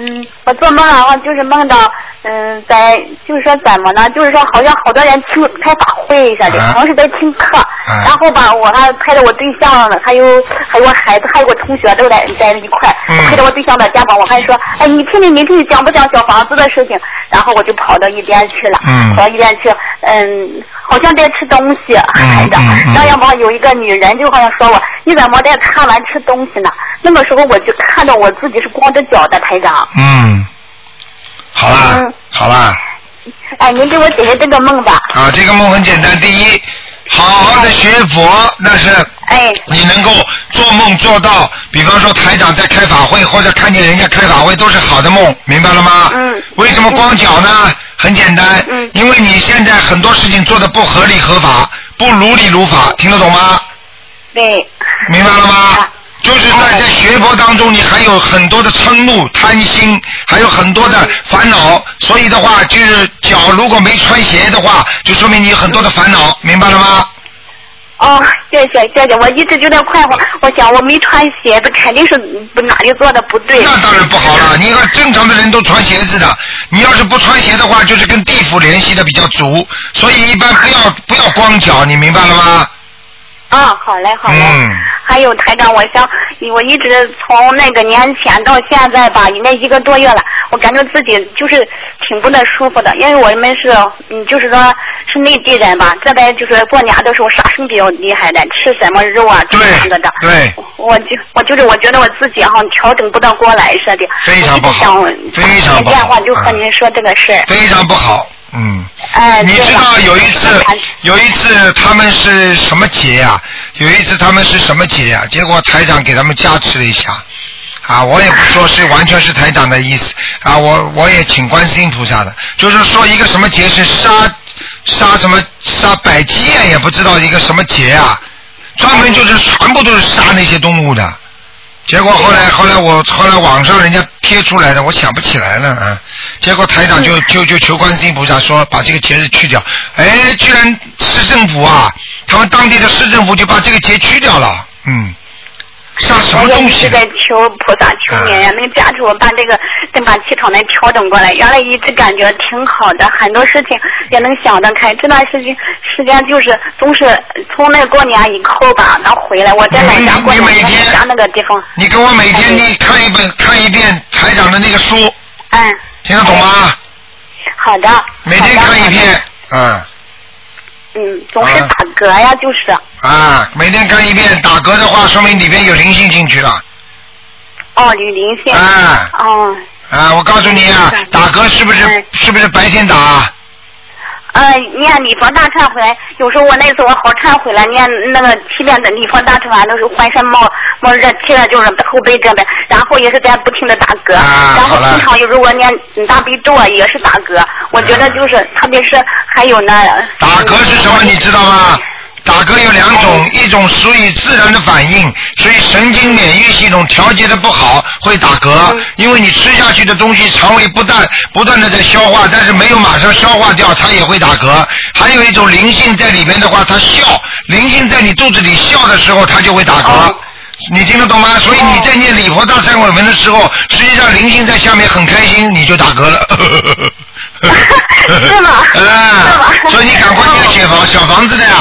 [SPEAKER 11] 嗯，我做梦啊，就是梦到，嗯，在就是说怎么呢？就是说好像好多人听开法会似
[SPEAKER 2] 嗯
[SPEAKER 11] 的，同时在听课，然后吧，我还陪着我对象呢，还有还有我孩子，还有我同学都在在一块儿，
[SPEAKER 2] 嗯
[SPEAKER 11] 我陪着我对象在家访，我还说，哎，你听听你听听讲不讲小房子的事情？然后我就跑到一边去了，
[SPEAKER 12] 嗯
[SPEAKER 11] 跑到一边去，嗯，好像在吃东西，啊
[SPEAKER 2] 嗯
[SPEAKER 11] 孩子，然后要么有一个女人就好像说我，你怎么在看完吃东西呢？那个时候我就看到我自己是光着脚的台长。
[SPEAKER 2] 嗯，好啦，
[SPEAKER 11] 嗯
[SPEAKER 2] 好啦，
[SPEAKER 11] 哎，您给我解决这个梦吧。
[SPEAKER 2] 啊，这个梦很简单，第一，好好的学佛，那是，
[SPEAKER 11] 哎，
[SPEAKER 2] 你能够做梦做到，比方说台长在开法会，或者看见人家开法会，都是好的梦，明白了吗？嗯。为什么光脚呢？很简单，嗯，因为你现在很多事情做的不合理合法，不如理如法，听得懂吗？
[SPEAKER 11] 对。
[SPEAKER 2] 明白了吗？就是在在学佛当中，你还有很多的嗔怒、
[SPEAKER 11] 嗯
[SPEAKER 2] 贪心，还有很多的烦恼，所以的话，就是脚如果没穿鞋的话，就说明你有很多的烦恼，明白了吗？
[SPEAKER 11] 哦，谢谢谢谢，我一直就在快活，我想我没穿鞋子，肯定是嗯不哪里做的不对。
[SPEAKER 2] 那当然不好了，你看正常的人都穿鞋子的，你要是不穿鞋的话，就是跟地府联系的比较足，所以一般不要不要光脚，你明白了吗？
[SPEAKER 11] 啊，好嘞，好嘞。
[SPEAKER 2] 嗯
[SPEAKER 11] 还有台长，我想我一直从那个年前到现在吧，应该一个多月了，我感觉自己就是挺不那舒服的，因为我们是嗯，就是说是内地人吧，这边就是过年的时候杀生比较厉害的，吃什么肉啊，吃什么的，
[SPEAKER 2] 对，
[SPEAKER 11] 我就我就是我觉得我自己好像调整不到过来似的，
[SPEAKER 2] 非常不好
[SPEAKER 11] 我一直
[SPEAKER 2] 非
[SPEAKER 11] 想
[SPEAKER 2] 常不
[SPEAKER 11] 打
[SPEAKER 2] 好
[SPEAKER 11] 电话就和您说这个事儿，
[SPEAKER 2] 非常不好，嗯。
[SPEAKER 11] 哎，
[SPEAKER 2] 你
[SPEAKER 11] 对
[SPEAKER 2] 知
[SPEAKER 11] 了
[SPEAKER 2] 道有一次，有一次他们是什么节呀、有一次他们是什么节呀、结果台长给他们加持了一下，啊，我也不说是完全是台长的意思啊，我我也请观世音菩萨的，就是说一个什么节是杀杀什么杀百鸡宴也不知道一个什么节啊，专门就是全部都是杀那些动物的。结果后来后来我后来网上人家贴出来的，我想不起来了啊。结果台长
[SPEAKER 11] 嗯
[SPEAKER 2] 就就就求观世音菩萨说把这个节日去掉，哎，居然市政府啊，他们当地的市政府就把这个节去掉了，嗯，上什么
[SPEAKER 11] 我也
[SPEAKER 2] 东
[SPEAKER 11] 一
[SPEAKER 2] 西啊
[SPEAKER 11] 直？在求菩萨、求您呀，能加持我把这个，能把气场能调整过来。原来一直感觉挺好的，很多事情也能想得开。这段时间时间就是总是从那过年以后吧，然后回来我在老家过年，在家那个地方，
[SPEAKER 2] 你给我每天
[SPEAKER 11] 哎
[SPEAKER 2] 你看一本看一遍台长的那个书，
[SPEAKER 11] 嗯，
[SPEAKER 2] 听得懂吗？
[SPEAKER 11] 好的，
[SPEAKER 2] 每天看一遍，嗯
[SPEAKER 11] 哎嗯，总是打嗝呀，就是
[SPEAKER 2] 啊，每天看一遍，打嗝的话说明里边有灵性进去了。
[SPEAKER 11] 哦，有灵性，
[SPEAKER 2] 啊
[SPEAKER 11] 哦，
[SPEAKER 2] 啊，我告诉你啊，
[SPEAKER 11] 哎
[SPEAKER 2] 打嗝是不是是不是白天打啊？
[SPEAKER 11] 呃，念礼佛大忏悔，有时候我那次我好忏悔了，念那个七遍的礼佛大忏悔的时候，浑身冒冒热气了，就是后背这边，然后也是在不停的打嗝，然后经常有如果念大悲咒啊，也是打嗝，我觉得就是、特别是还有呢，
[SPEAKER 2] 打嗝是什么？你知道吗？打嗝有两种，一种属于自然的反应，属于神经免疫系统调节的不好会打嗝，因为你吃下去的东西，肠胃不断不断的在消化，但是没有马上消化掉，它也会打嗝。还有一种灵性在里面的话，它笑，灵性在你肚子里笑的时候，它就会打
[SPEAKER 11] 哦
[SPEAKER 2] 嗝。你听得懂吗？所以你在念礼佛大忏悔文的时候，实际上灵性在下面很开心，你就打嗝了。 (laughs)
[SPEAKER 11] (laughs) 是吗？
[SPEAKER 2] 啊，
[SPEAKER 11] (laughs)
[SPEAKER 2] 所以你赶快念写房小房子的呀。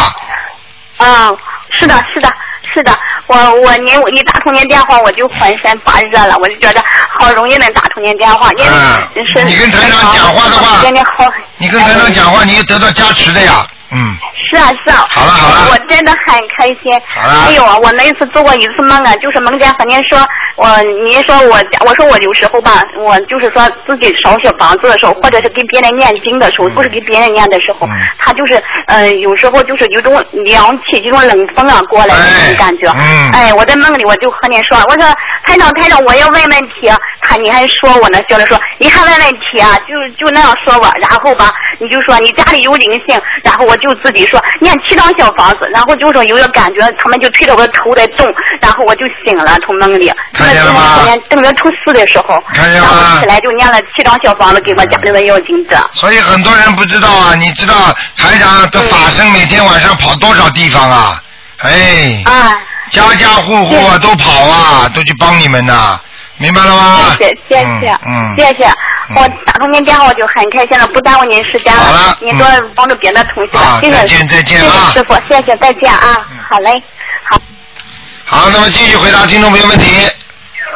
[SPEAKER 11] 嗯，是的，是的，是的，我我您一打通您电话，我就浑身发热了，我就觉得好容易能打通您电话，因为是、嗯你跟台长讲话的话，真的好，
[SPEAKER 2] 你跟台长讲话，你也得到加持的呀。嗯，
[SPEAKER 11] 是啊是啊，好了好了，我真的很开心。
[SPEAKER 2] 好了
[SPEAKER 11] 还有啊，我那一次做过一次梦啊，就是梦见和您说，我您说我我说我有时候吧，我就是说自己烧小房子的时候，或者是给别人念经的时候，不是给别人念的时候，他就是呃有时候就是有种凉气，有种冷风啊过来的那种感觉。
[SPEAKER 2] 嗯
[SPEAKER 11] 哎，我在梦里我就和您说，我说台长台长，我要问问题啊。他你还说我呢，笑着说你还问问题啊，就就那样说我，然后吧，你就说你家里有灵性，然后我就自己说念七张小房子，然后就说有点感觉，他们就推着我的头在动，然后我就醒了，从梦里。看见了吗？正月初四的时候，看见起来就念了七张小房子给我家里的要经者。
[SPEAKER 2] 所以很多人不知道啊，你知道台长的法身每天晚上跑多少地方啊？哎，
[SPEAKER 11] 啊，
[SPEAKER 2] 家家户户啊都跑啊，都去帮你们呐、明白了吗？
[SPEAKER 11] 谢谢谢谢
[SPEAKER 2] 嗯
[SPEAKER 11] 谢谢，我打通您电话我就很开心了，不耽误您时间了。您多帮助别的同学
[SPEAKER 2] 啊，
[SPEAKER 11] 谢
[SPEAKER 2] 嗯
[SPEAKER 11] 谢
[SPEAKER 2] 再见再见啊嗯
[SPEAKER 11] 谢谢师傅，谢谢再见啊，好嘞。
[SPEAKER 2] 好，那么继续回答听众朋友问题。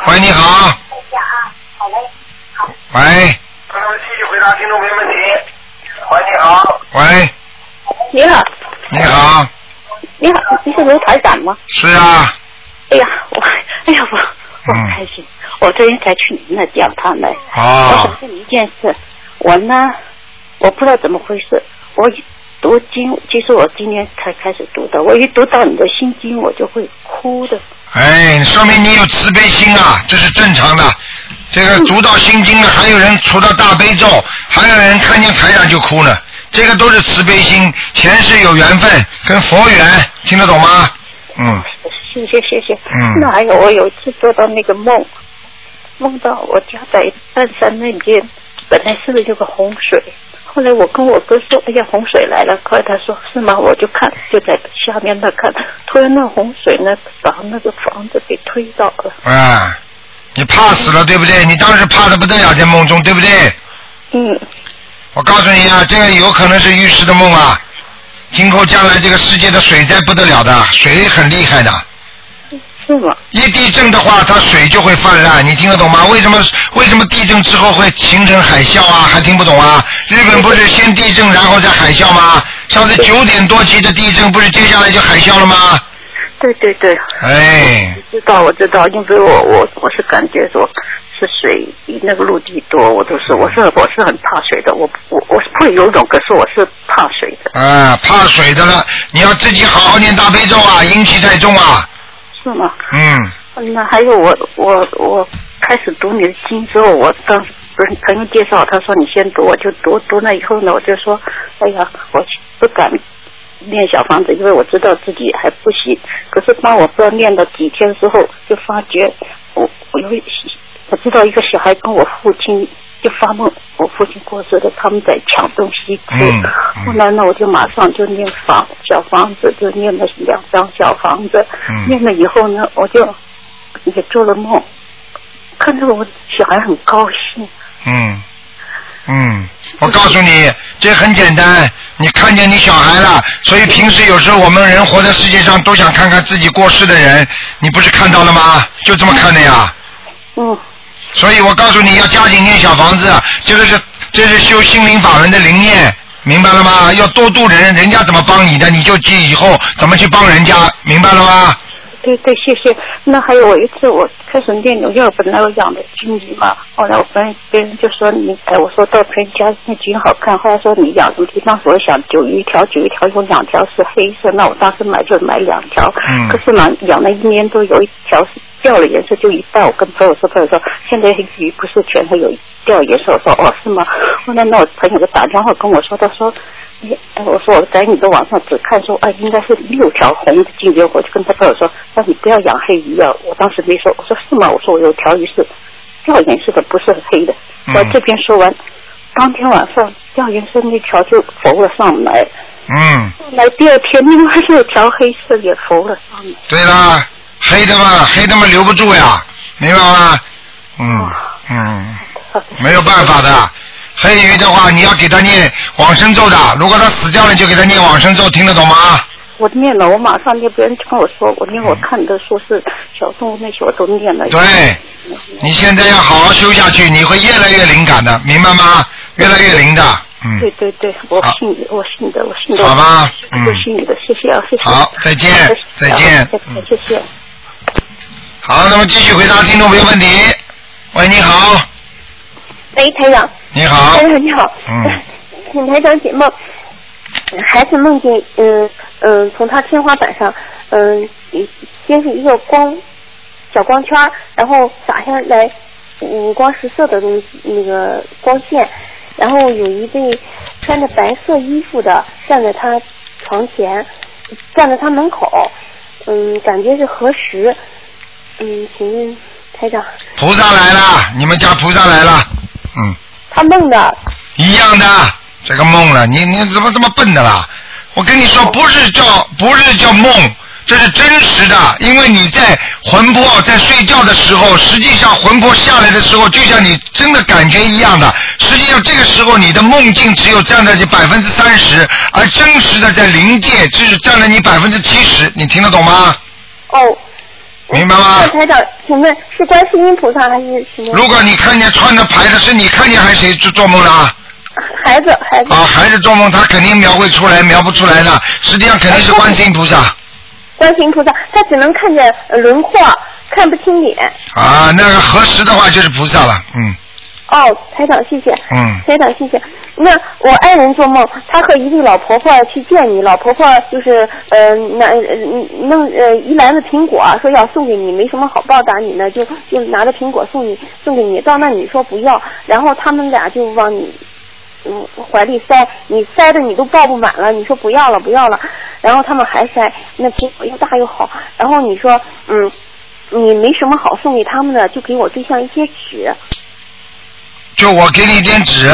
[SPEAKER 2] 喂，你好。喂，喂，
[SPEAKER 12] 你好，
[SPEAKER 2] 你好，
[SPEAKER 12] 你好，哎你是卢台长吗？
[SPEAKER 2] 是啊，
[SPEAKER 12] 哎呀，我，哎呀，我我很开心，我昨天才去您那教堂来。
[SPEAKER 2] 哦
[SPEAKER 12] 我想问你一件事，我呢，我不知道怎么回事，我一读经，其实我今天才开始读的，我一读到你的心经，我就会哭的。
[SPEAKER 2] 哎，说明你有慈悲心啊，这是正常的。这个读到心经了，还有人除到大悲咒，还有人看见台长就哭了，这个都是慈悲心，前世有缘分，跟佛缘，听得懂吗？嗯，
[SPEAKER 12] 谢谢谢谢。
[SPEAKER 2] 嗯
[SPEAKER 12] 那还有，我有一次做到那个梦，梦到我家在半山那边，本来是不是有个洪水？后来我跟我哥说，哎呀，洪水来了！快，他说是吗？我就看，就在下面那看，突然那洪水呢，把那个房子给推倒了。
[SPEAKER 2] 啊，你怕死了对不对？你当时怕的不得了，在梦中对不对？
[SPEAKER 12] 嗯。
[SPEAKER 2] 我告诉你啊，这个有可能是预示的梦啊，今后将来这个世界的水灾不得了的，水很厉害的。
[SPEAKER 12] 是吗？
[SPEAKER 2] 一地震的话，它水就会泛滥，你听得懂吗？为什么为什么地震之后会形成海啸啊？还听不懂啊？日本不是先地震然后再海啸吗？上次九点多级的地震，不是接下来就海啸了吗？
[SPEAKER 12] 对对对，
[SPEAKER 2] 哎，
[SPEAKER 12] 知道我知道，因为我我我是感觉说是水比那个陆地多，我都是我是我是很怕水的，我我我是会游泳，可是我是怕水的。
[SPEAKER 2] 啊，怕水的了，你要自己好好念大悲咒啊，阴气太重啊。
[SPEAKER 12] 是吗？
[SPEAKER 2] 嗯，
[SPEAKER 12] 那还有我我我开始读你的经之后，我当时不是朋友介绍，他说你先读，我就读读那以后呢，我就说，哎呀，我不敢念小房子，因为我知道自己还不行。可是当我不知道念了几天之后，就发觉我我有一我知道一个小孩跟我父亲就发梦，我父亲过世了，他们在抢东西吃。
[SPEAKER 13] 嗯
[SPEAKER 12] 后来呢，我就马上就念房小房子，就念了两张小房子。
[SPEAKER 13] 嗯
[SPEAKER 12] 念了以后呢，我就也做了梦，看到我小孩很高兴。
[SPEAKER 2] 嗯，嗯，我告诉你，这很简单。你看见你小孩了，所以平时有时候我们人活在世界上都想看看自己过世的人，你不是看到了吗？就这么看的呀。
[SPEAKER 12] 嗯。
[SPEAKER 2] 所以我告诉你要加紧念小房子，啊这个是这是修心灵法门的灵验，明白了吗？要多度人，人家怎么帮你的，你就记以后怎么去帮人家，明白了吗？
[SPEAKER 12] 对对，谢谢。那还有我一次我开始念纽约，本来我养的金鱼嘛，后来我跟别人就说你，哎，我说到别人家那金鱼好看，后来说你养什么金？当时我想九鱼一条，九鱼一条有两条是黑色，那我当时买就买两条，
[SPEAKER 13] 嗯
[SPEAKER 12] 可是呢养了一年多，有一条是掉了颜色就一半，我跟朋友说，朋友说现在鱼不是全黑有掉颜色，我说哦是吗？后来呢我朋友就打电话跟我说，他说你哎，我说我在你的网上只看说，哎，应该是六条红的金鱼，我就跟他朋友说，那你不要养黑鱼啊。我当时没说，我说是吗？我说我有条鱼是掉颜色的，不是黑的。
[SPEAKER 2] 嗯
[SPEAKER 12] 我这边说完，当天晚上掉颜色那条就浮了上来，
[SPEAKER 2] 嗯，
[SPEAKER 12] 后来第二天另外六条黑色也浮了上来。
[SPEAKER 2] 对啦，黑的嘛，黑的嘛留不住呀，明白吗？嗯嗯，没有办法的。黑鱼的话，你要给他念往生咒的。如果他死掉了，你就给他念往生咒，听得懂吗？
[SPEAKER 12] 我念了，我马上念，别人就跟我说，我念我看你的书是小动物那些我都念了。
[SPEAKER 2] 嗯对，你现在要好好修下去，你会越来越灵感的，明白吗？越来越灵的。嗯
[SPEAKER 12] 对对对，我信你，我信的，我信的。
[SPEAKER 2] 好吧嗯
[SPEAKER 12] 我信你的，谢谢啊，谢谢。
[SPEAKER 2] 好再见
[SPEAKER 12] 好
[SPEAKER 2] 再见嗯
[SPEAKER 12] 好再见，谢谢。
[SPEAKER 2] 好，那么继续回答听众朋友问题。喂，你好，
[SPEAKER 7] 哎
[SPEAKER 6] 喂，台长。
[SPEAKER 2] 你好
[SPEAKER 6] 台长你好，
[SPEAKER 2] 嗯，
[SPEAKER 6] 请台长解梦。孩子梦见，嗯嗯，从他天花板上，嗯，一先是一个光小光圈儿，然后洒下来五光十色的东西，那个光线，然后有一位穿着白色衣服的站在他床前，站在他门口，嗯，感觉是核实，嗯，请问台长，
[SPEAKER 2] 菩萨来了，你们家菩萨来了，嗯，
[SPEAKER 6] 他梦的
[SPEAKER 2] 一样的，这个梦了，你你怎么这么笨的啦？我跟你
[SPEAKER 6] 哦
[SPEAKER 2] 说，不是叫不是叫梦，这是真实的，因为你在魂魄在睡觉的时候，实际上魂魄下来的时候，就像你真的感觉一样的。实际上这个时候你的梦境只有占在你百分之三十，而真实的在灵界只是占了你百分之七十，你听得懂吗？
[SPEAKER 6] 哦，
[SPEAKER 2] 明白吗？
[SPEAKER 6] 那台长，请问是观世音菩萨还是什么？
[SPEAKER 2] 如果你看见穿着牌子是你看见还是谁做做梦了啊？
[SPEAKER 6] 孩子，孩
[SPEAKER 2] 子。啊，孩子做梦，他肯定描绘出来，描不出来的，实际上肯定是观世音菩萨。
[SPEAKER 6] 观世音菩萨，他只能看见呃轮廓，看不清脸。
[SPEAKER 2] 啊，那个核实的话就是菩萨了，嗯
[SPEAKER 6] 哦，台长，谢谢。
[SPEAKER 2] 嗯，
[SPEAKER 6] 台长，谢谢。那我爱人做梦，他和一位老婆婆去见你，老婆婆就是呃拿呃弄呃一篮子苹果，说要送给你，没什么好报答你呢，就就拿着苹果送你送给你，到那你说不要，然后他们俩就往你。嗯，怀里塞，你塞的你都抱不满了，你说不要了不要了，然后他们还塞，那苹果又大又好，然后你说嗯，你没什么好送给他们的，就给我对象一些纸，
[SPEAKER 2] 就我给你一点纸，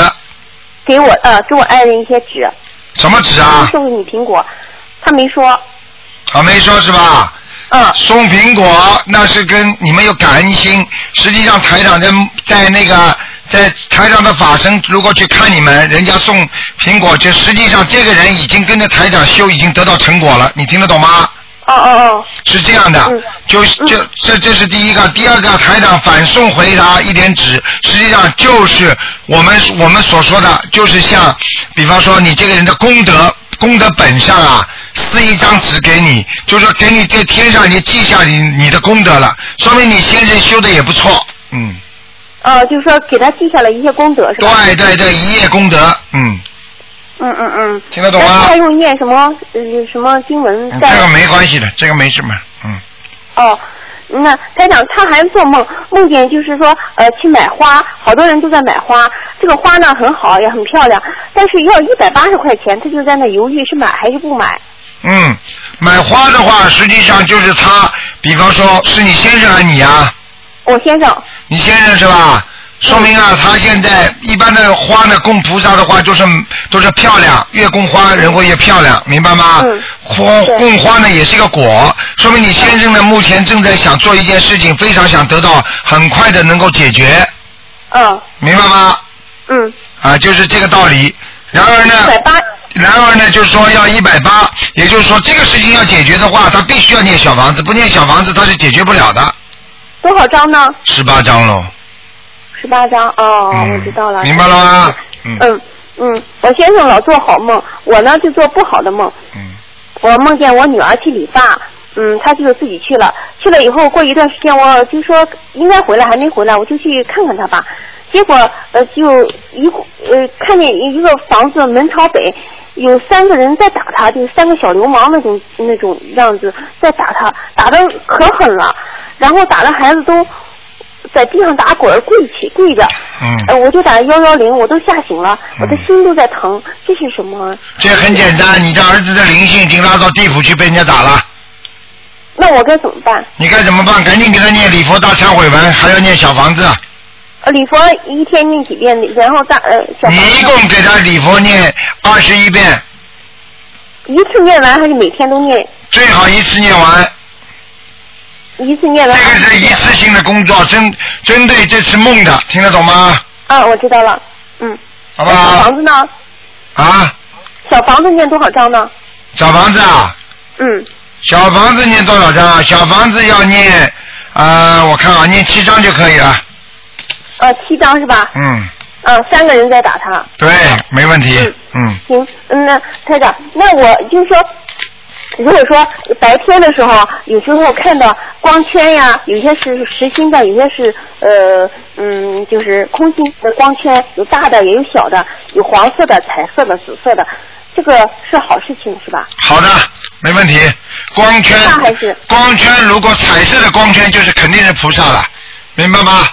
[SPEAKER 6] 给我呃，给我爱人一些纸。
[SPEAKER 2] 什么纸啊？
[SPEAKER 6] 送给你苹果，他没说。
[SPEAKER 2] 啊，没说是吧？
[SPEAKER 6] 嗯。
[SPEAKER 2] 送苹果那是跟你们有感恩心，实际上台长在在那个在台长的法身，如果去看你们，人家送苹果，就实际上这个人已经跟着台长修，已经得到成果了，你听得懂吗？
[SPEAKER 6] 哦哦哦。
[SPEAKER 2] 是这样的，就就这这是第一个，第二个台长反送回答一点纸，实际上就是我们我们所说的，就是像比方说你这个人的功德功德本上啊，撕一张纸给你，就说给你在天上你记下你你的功德了，说明你先生修的也不错，嗯，
[SPEAKER 6] 呃，就是说给他记下了一些功德是吧？
[SPEAKER 2] 对对对，一夜功德，嗯，
[SPEAKER 6] 嗯嗯嗯。
[SPEAKER 2] 听得懂吗
[SPEAKER 6] 那他用念什么呃什么经文
[SPEAKER 2] 嗯
[SPEAKER 6] 在？
[SPEAKER 2] 这个没关系的，这个没什么，嗯，
[SPEAKER 6] 哦，那台长他还做梦，梦见就是说呃去买花，好多人都在买花，这个花呢很好也很漂亮，但是要一百八十块钱，他就在那犹豫是买还是不买。
[SPEAKER 2] 嗯，买花的话，实际上就是他，比方说是你先生还是你啊？
[SPEAKER 6] 我先生。
[SPEAKER 2] 你先生是吧？说明啊，他现在一般的花呢，供菩萨的花就是都是漂亮，越供花人会越漂亮，明白吗？
[SPEAKER 6] 嗯
[SPEAKER 2] 花供花呢也是一个果，说明你先生呢目前正在想做一件事情，非常想得到很快的能够解决，
[SPEAKER 6] 嗯
[SPEAKER 2] 明白吗？
[SPEAKER 6] 嗯。
[SPEAKER 2] 啊，就是这个道理。然而呢，然而呢，就是说要一百八，也就是说这个事情要解决的话，他必须要念小房子，不念小房子他是解决不了的。
[SPEAKER 6] 多少张呢？
[SPEAKER 2] 十八章喽，嗯
[SPEAKER 6] 十八张哦，我知道了。
[SPEAKER 2] 明白了吗？
[SPEAKER 6] 嗯嗯，我先生老做好梦，我呢就做不好的梦。嗯。我梦见我女儿去理发，嗯，她就自己去了。去了以后，过一段时间，我就说应该回来，还没回来，我就去看看她吧。结果呃，就一股呃看见一个房子门朝北，有三个人在打他，就是三个小流氓那种那种样子在打他，打的可狠了，然后打的孩子都在地上打滚儿跪起跪着，
[SPEAKER 2] 嗯
[SPEAKER 6] 呃，我就打幺幺零，我都吓醒了，我的心都在疼，这是什么啊？
[SPEAKER 2] 这很简单，你的儿子的灵性已经拉到地府去被人家打了，
[SPEAKER 6] 那我该怎么办？
[SPEAKER 2] 你该怎么办？赶紧给他念礼佛大忏悔文，还要念小房子。
[SPEAKER 6] 呃，礼佛一天念几遍，然后大呃小
[SPEAKER 2] 你一共给他礼佛念二十一遍，
[SPEAKER 6] 一次念完还是每天都念？
[SPEAKER 2] 最好一次念完。
[SPEAKER 6] 一次念完。
[SPEAKER 2] 这个是一次性的工作，针针对这次梦的，听得懂吗？
[SPEAKER 6] 啊，我知道了，嗯。
[SPEAKER 2] 好不
[SPEAKER 6] 小
[SPEAKER 2] 好？
[SPEAKER 6] 房子呢？
[SPEAKER 2] 啊，
[SPEAKER 6] 小房子念多少张呢？
[SPEAKER 2] 小房子啊，
[SPEAKER 6] 嗯，
[SPEAKER 2] 小房子念多少张啊？小房子要念啊、呃我看啊，念七张就可以了。
[SPEAKER 6] 呃，七张是吧？
[SPEAKER 2] 嗯，
[SPEAKER 6] 嗯，三个人在打他。
[SPEAKER 2] 对，没问题。嗯，
[SPEAKER 6] 行，嗯，那台长，那我就是说，如果说白天的时候，有时候看到光圈呀，有些是实心的，有些是呃嗯，就是空心的光圈，有大的也有小的，有黄色的、彩色的、紫色的，这个是好事情是吧？
[SPEAKER 2] 好的，没问题。光圈，光圈如果彩色的光圈就是肯定是菩萨了，明白吗？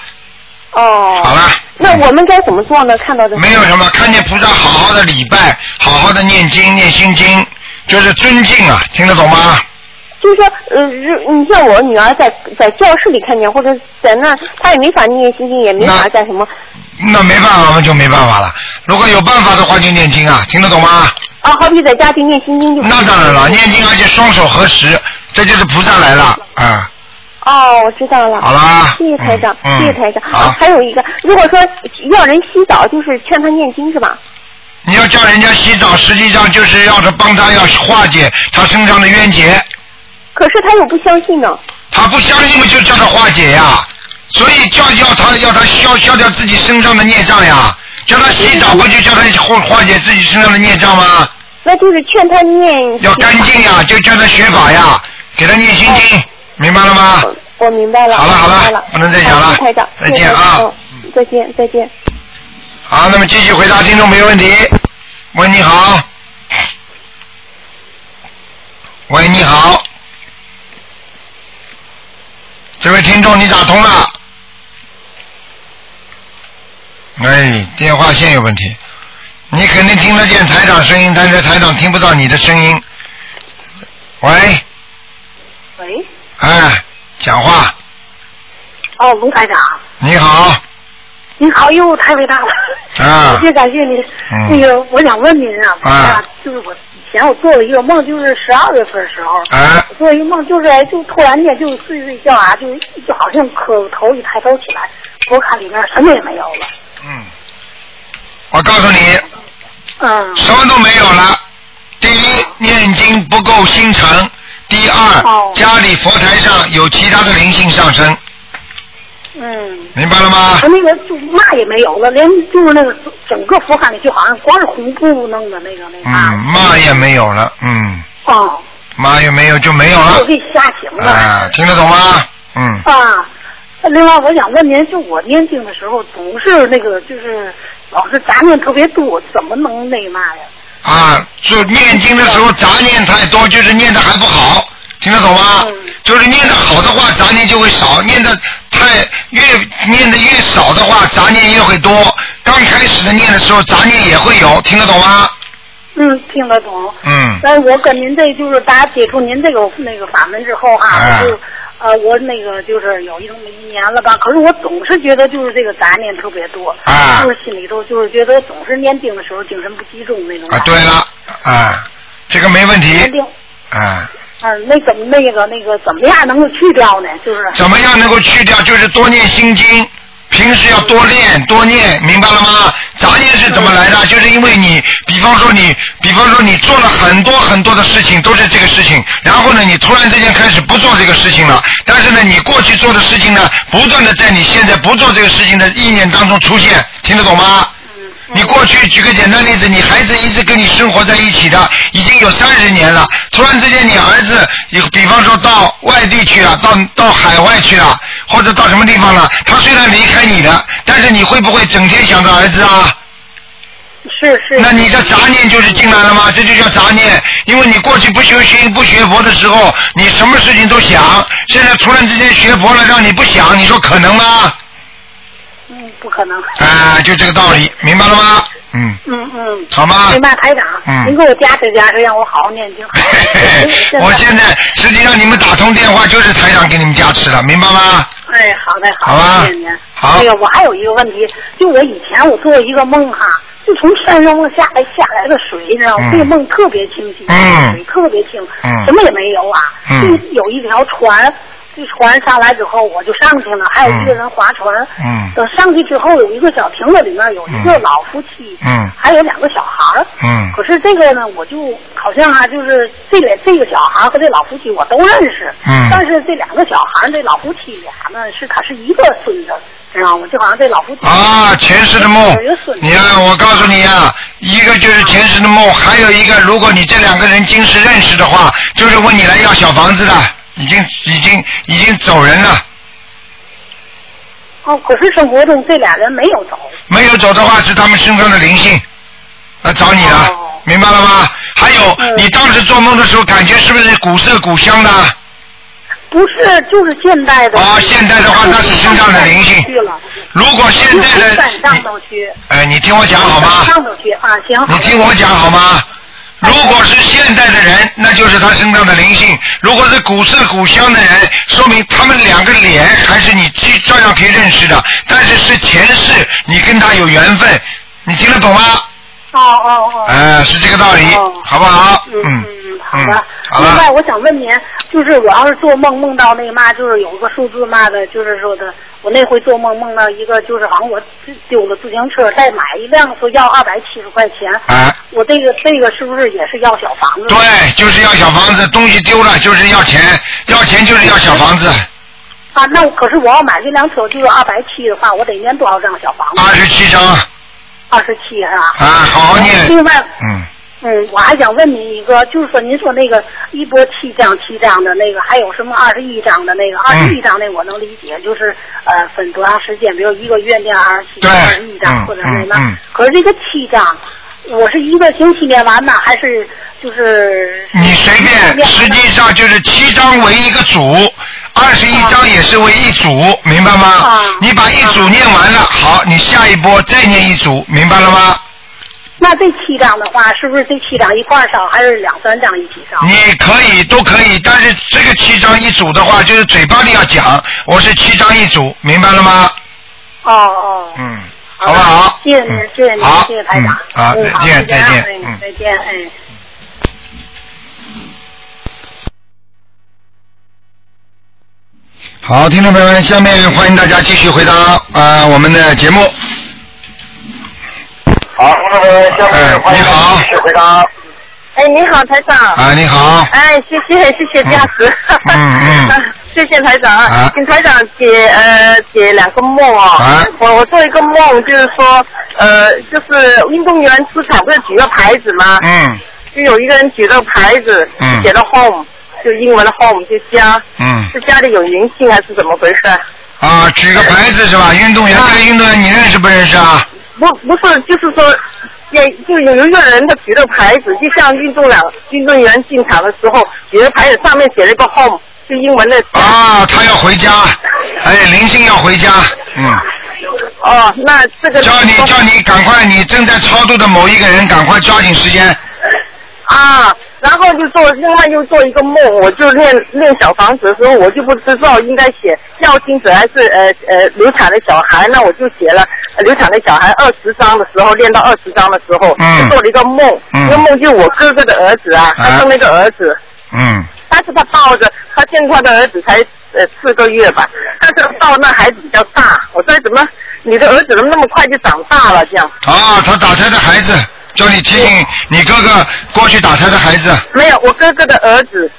[SPEAKER 6] 哦。
[SPEAKER 2] 好了，
[SPEAKER 6] 那我们该怎么做呢？看到这
[SPEAKER 2] 没有什么，看见菩萨好好的礼拜，好好的念经念心经，就是尊敬啊，听得懂吗？
[SPEAKER 6] 就是说，呃，如你像我女儿在在教室里看见，或者在那儿，她也没法念心经，也没法干什么。
[SPEAKER 2] 那没办法，我们就没办法了。如果有办法的话，就念经啊，听得懂吗？
[SPEAKER 6] 啊，好比在家就念心经就。
[SPEAKER 2] 那当然了，念经而且双手合十，这就是菩萨来了啊、
[SPEAKER 6] 哦，我知道了。
[SPEAKER 2] 好啦
[SPEAKER 6] 谢谢台长，
[SPEAKER 2] 嗯嗯
[SPEAKER 6] 谢谢台长。
[SPEAKER 2] 好
[SPEAKER 6] 啊还有一个，如果说要人洗澡，就是劝他念经是吧？
[SPEAKER 2] 你要叫人家洗澡，实际上就是要是帮他要化解他身上的冤结，
[SPEAKER 6] 可是他又不相信呢。
[SPEAKER 2] 他不相信嘛，就叫他化解呀。所以叫要他要他消消掉自己身上的孽障呀，叫他洗澡不就叫他化化解自己身上的孽障吗？
[SPEAKER 6] 那就是劝他念。
[SPEAKER 2] 要干净呀，就叫他学法呀，给他念心
[SPEAKER 6] 哦
[SPEAKER 2] 经，明白了吗？
[SPEAKER 6] 我明白了。
[SPEAKER 2] 好了好
[SPEAKER 6] 明白
[SPEAKER 2] 了
[SPEAKER 6] 了，，
[SPEAKER 2] 不能再讲
[SPEAKER 6] 好
[SPEAKER 2] 了
[SPEAKER 6] 谢谢台长，，
[SPEAKER 2] 再
[SPEAKER 6] 谢谢
[SPEAKER 2] 见
[SPEAKER 6] 台
[SPEAKER 2] 啊
[SPEAKER 6] 长！。嗯再见再见。
[SPEAKER 2] 好，那么继续回答听众朋友问题。喂，你好。喂，你好。这位听众，你打通了。哎，电话线有问题。你肯定听得见台长声音，但是台长听不到你的声音。喂，
[SPEAKER 13] 喂，
[SPEAKER 2] 哎，讲话。
[SPEAKER 13] 哦，卢台长，
[SPEAKER 2] 你好，
[SPEAKER 13] 您好，哟，太伟大了，
[SPEAKER 2] 啊
[SPEAKER 13] 感谢感谢您。
[SPEAKER 2] 嗯
[SPEAKER 13] 那个，我想问您啊，
[SPEAKER 2] 啊
[SPEAKER 13] 就是我以前我做了一个梦，就是十二月份的时候，
[SPEAKER 2] 啊
[SPEAKER 13] 我做一个梦，就是哎就突然间就睡睡觉啊，就就好像磕头一抬头起来，我看里面什么也没有了，
[SPEAKER 2] 我告诉你，
[SPEAKER 13] 嗯，
[SPEAKER 2] 什么都没有了。第一，念经不够心诚；第二，家里佛台上有其他的灵性上升，
[SPEAKER 13] 嗯，
[SPEAKER 2] 明白了吗？
[SPEAKER 13] 我那个就嘛也没有了，连就是那个整个佛龛里就好像光是红布弄的那个那个，
[SPEAKER 2] 嗯，嘛也没有了，嗯，
[SPEAKER 13] 哦，
[SPEAKER 2] 嘛也没有就没有
[SPEAKER 13] 我
[SPEAKER 2] 了。
[SPEAKER 13] 给吓醒了。
[SPEAKER 2] 啊，听得懂吗？嗯，
[SPEAKER 13] 啊，另外我想问您，就我念经的时候总是那个，就是老是杂念特别多，怎么能那嘛呀？
[SPEAKER 2] 啊，就念经的时候杂念太多，就是念的还不好，听得懂吗？就是念的好的话，杂念就会少；念的太越念的越少的话，杂念越会多。刚开始的念的时候，杂念也会有，听得懂吗？
[SPEAKER 13] 嗯，听得懂。
[SPEAKER 2] 嗯。
[SPEAKER 13] 但是我跟您这就是大家接触您这个那个法门之后哈、
[SPEAKER 2] 哎
[SPEAKER 13] 我就呃我那个就是有一那么一年了吧，可是我总是觉得就是这个杂念特别多，
[SPEAKER 2] 啊
[SPEAKER 13] 就是心里头就是觉得总是念经的时候精神不集中那种。
[SPEAKER 2] 啊，对了，啊，这个没问题，
[SPEAKER 13] 念经，
[SPEAKER 2] 啊，
[SPEAKER 13] 嗯，那怎么那个那个怎么样能够去掉呢？就是
[SPEAKER 2] 怎么样能够去掉？就是多念心经，平时要多练多念，明白了吗？杂念是怎么来的？就是因为你，比方说你，比方说你做了很多很多的事情，都是这个事情，然后呢，你突然之间开始不做这个事情了，但是呢，你过去做的事情呢，不断的在你现在不做这个事情的意念当中出现，听得懂吗？你过去举个简单例子，你孩子一直跟你生活在一起的，已经有三十年了。突然之间，你儿子，你比方说到外地去了，到到海外去了，或者到什么地方了，他虽然离开你了，但是你会不会整天想着儿子啊？
[SPEAKER 13] 是是。
[SPEAKER 2] 那你的杂念就是进来了吗？这就叫杂念，因为你过去不学心、不学佛的时候，你什么事情都想，现在突然之间学佛了，让你不想，你说可能吗？
[SPEAKER 13] 嗯，不可能。
[SPEAKER 2] 啊、就这个道理，明白了吗？嗯。
[SPEAKER 13] 嗯嗯，
[SPEAKER 2] 好吗
[SPEAKER 13] 明白，台长，
[SPEAKER 2] 嗯
[SPEAKER 13] 您给我加持加持，让我好好念经。 (laughs)
[SPEAKER 2] 我现在实际上你们打通电话就是台长给你们加持了，明白吗？
[SPEAKER 13] 哎，好的，
[SPEAKER 2] 好吧
[SPEAKER 13] 谢谢您。
[SPEAKER 2] 好
[SPEAKER 13] 那个，我还有一个问题，就我以前我做一个梦哈，就从山上往下来下来的水，你知道吗？
[SPEAKER 2] 嗯
[SPEAKER 13] 这个梦特别清晰，
[SPEAKER 2] 嗯
[SPEAKER 13] 水特别清，
[SPEAKER 2] 嗯
[SPEAKER 13] 什么也没有啊。
[SPEAKER 2] 嗯
[SPEAKER 13] 就有一条船，这船上来之后我就上去了，还有一个人划船。
[SPEAKER 2] 嗯
[SPEAKER 13] 等上去之后，有一个小亭子，里面有一个
[SPEAKER 2] 嗯
[SPEAKER 13] 老夫妻，
[SPEAKER 2] 嗯
[SPEAKER 13] 还有两个小孩儿。
[SPEAKER 2] 嗯
[SPEAKER 13] 可是这个呢，我就好像啊，就是这个这个小孩和这老夫妻我都认识，
[SPEAKER 2] 嗯
[SPEAKER 13] 但是这两个小孩这老夫妻俩呢，是他是一个孙子，知道吗？就好像这老夫妻
[SPEAKER 2] 啊，前世的梦
[SPEAKER 13] 有一个孙，子
[SPEAKER 2] 你啊，我告诉你啊，一个就是前世的梦，还有一个，如果你这两个人今世认识的话，就是问你来要小房子的，已经已经已经走人了，
[SPEAKER 13] 哦，可是生活中这俩人没有走，
[SPEAKER 2] 没有走的话是他们身上的灵性来找你了，
[SPEAKER 13] 哦
[SPEAKER 2] 明
[SPEAKER 13] 嗯
[SPEAKER 2] 白了吗？还有，你当时做梦的时候感觉是不是古色古香的？
[SPEAKER 13] 不是，就是现代的。啊，
[SPEAKER 2] 哦现代的话那是身上的灵性
[SPEAKER 13] 去了。
[SPEAKER 2] 如果现在的
[SPEAKER 13] 晚上都去。
[SPEAKER 2] 哎，你听我讲好吗？
[SPEAKER 13] 上头去啊，行。
[SPEAKER 2] 你听我讲好吗？如果是现代的人，那就是他身上的灵性；如果是古色古香的人，说明他们两个脸还是你去照样可以认识的，但是是前世你跟他有缘分，你听得懂吗？
[SPEAKER 13] 哦哦哦。
[SPEAKER 2] 哎、是这个道理，好不好？嗯
[SPEAKER 13] 好的。
[SPEAKER 2] 好了
[SPEAKER 13] 另外，我想问您，就是我要是做梦梦到那嘛，就是有个数字嘛的，就是说的，我那回做梦梦到一个，就是好像我自丢了自行车，再买一辆，说要二百七十块钱。
[SPEAKER 2] 啊。
[SPEAKER 13] 我这个这个是不是也是要小房子？
[SPEAKER 2] 对，就是要小房子，东西丢了就是要钱，要钱就是要小房子，
[SPEAKER 13] 啊，那我可是我要买这辆车就是二百七的话，我得念多少张小房子？
[SPEAKER 2] 二十七张啊，
[SPEAKER 13] 二十七是吧？
[SPEAKER 2] 好好念。
[SPEAKER 13] 另外，
[SPEAKER 2] 嗯。
[SPEAKER 13] 嗯，我还想问您一个，就是说您说那个一波七张七张的那个，还有什么二十一张的那个？二十一张那我能理解，就是呃分多长时间，比如一个月念二十七二十一
[SPEAKER 2] 嗯
[SPEAKER 13] 张或者那那。可是这个七张，我是一个星期念完呢，还是就是
[SPEAKER 2] 你随便，实际上就是七张为一个组，二十一张也是为一组，明白吗？你把一组念完了，好，你下一波再念一组，明白了吗？
[SPEAKER 13] 那这七张的话，是不是这七张一块儿烧，还是两三张一起烧？
[SPEAKER 2] 你可以都可以，但是这个七张一组的话，就是嘴巴里要讲，我是七张一组，明白了吗？
[SPEAKER 13] 哦哦，
[SPEAKER 2] 嗯，
[SPEAKER 13] 好不好？谢谢您，谢谢您，谢谢台长。
[SPEAKER 2] 嗯好
[SPEAKER 13] 嗯
[SPEAKER 2] 再见
[SPEAKER 13] 就这样
[SPEAKER 2] 再见
[SPEAKER 13] 哎
[SPEAKER 2] 嗯
[SPEAKER 13] 再见，哎。
[SPEAKER 2] 好，听众朋友们，下面欢迎大家继续回答呃我们的节目。
[SPEAKER 14] 好，
[SPEAKER 2] 哎
[SPEAKER 14] 听众朋友们，下面欢迎你好，继续回答。
[SPEAKER 15] 哎，你好，台长。
[SPEAKER 2] 啊，你好。
[SPEAKER 15] 哎，谢谢谢谢加持。 (laughs) 嗯嗯。谢谢台长，
[SPEAKER 2] 啊
[SPEAKER 15] 请台长解呃解两个梦哦。
[SPEAKER 2] 啊
[SPEAKER 15] 我我做一个梦，就是说呃，就是运动员出场不是举个牌子吗？
[SPEAKER 2] 嗯
[SPEAKER 15] 就有一个人举了个牌子，
[SPEAKER 2] 嗯
[SPEAKER 15] 写了 home，就英文的 home，就家，
[SPEAKER 2] 嗯
[SPEAKER 15] 是家里有灵性还是怎么回事？
[SPEAKER 2] 啊，举个牌子是吧？运动员，这个运动员你认识不认识啊？
[SPEAKER 15] 不不是，就是说，也就有一个人的举的牌子，就像运动员运动员进场的时候举的牌子上面写了一个 home，就英文的。
[SPEAKER 2] 啊，他要回家，哎，林性要回家，嗯。
[SPEAKER 15] 哦，那这个
[SPEAKER 2] 叫你叫你赶快，你正在超度的某一个人，赶快抓紧时间。
[SPEAKER 15] 啊，然后就做，另外又做一个梦，我就练练小房子的时候，我就不知道应该写要精者还是呃呃流产的小孩，那我就写了、呃流产的小孩二十章的时候，练到二十章的时候，
[SPEAKER 2] 嗯
[SPEAKER 15] 就做了一个梦，
[SPEAKER 2] 嗯
[SPEAKER 15] 一个梦就是我哥哥的儿子啊，他生了一个儿子，
[SPEAKER 2] 嗯
[SPEAKER 15] 但是他抱着，他现在他的儿子才呃四个月吧，但是抱那孩子比较大，我说哎怎么你的儿子怎么那么快就长大了这样？
[SPEAKER 2] 啊，他打胎的孩子，叫你提醒你哥哥过去打胎的孩子。
[SPEAKER 15] 没有，我哥哥的儿子。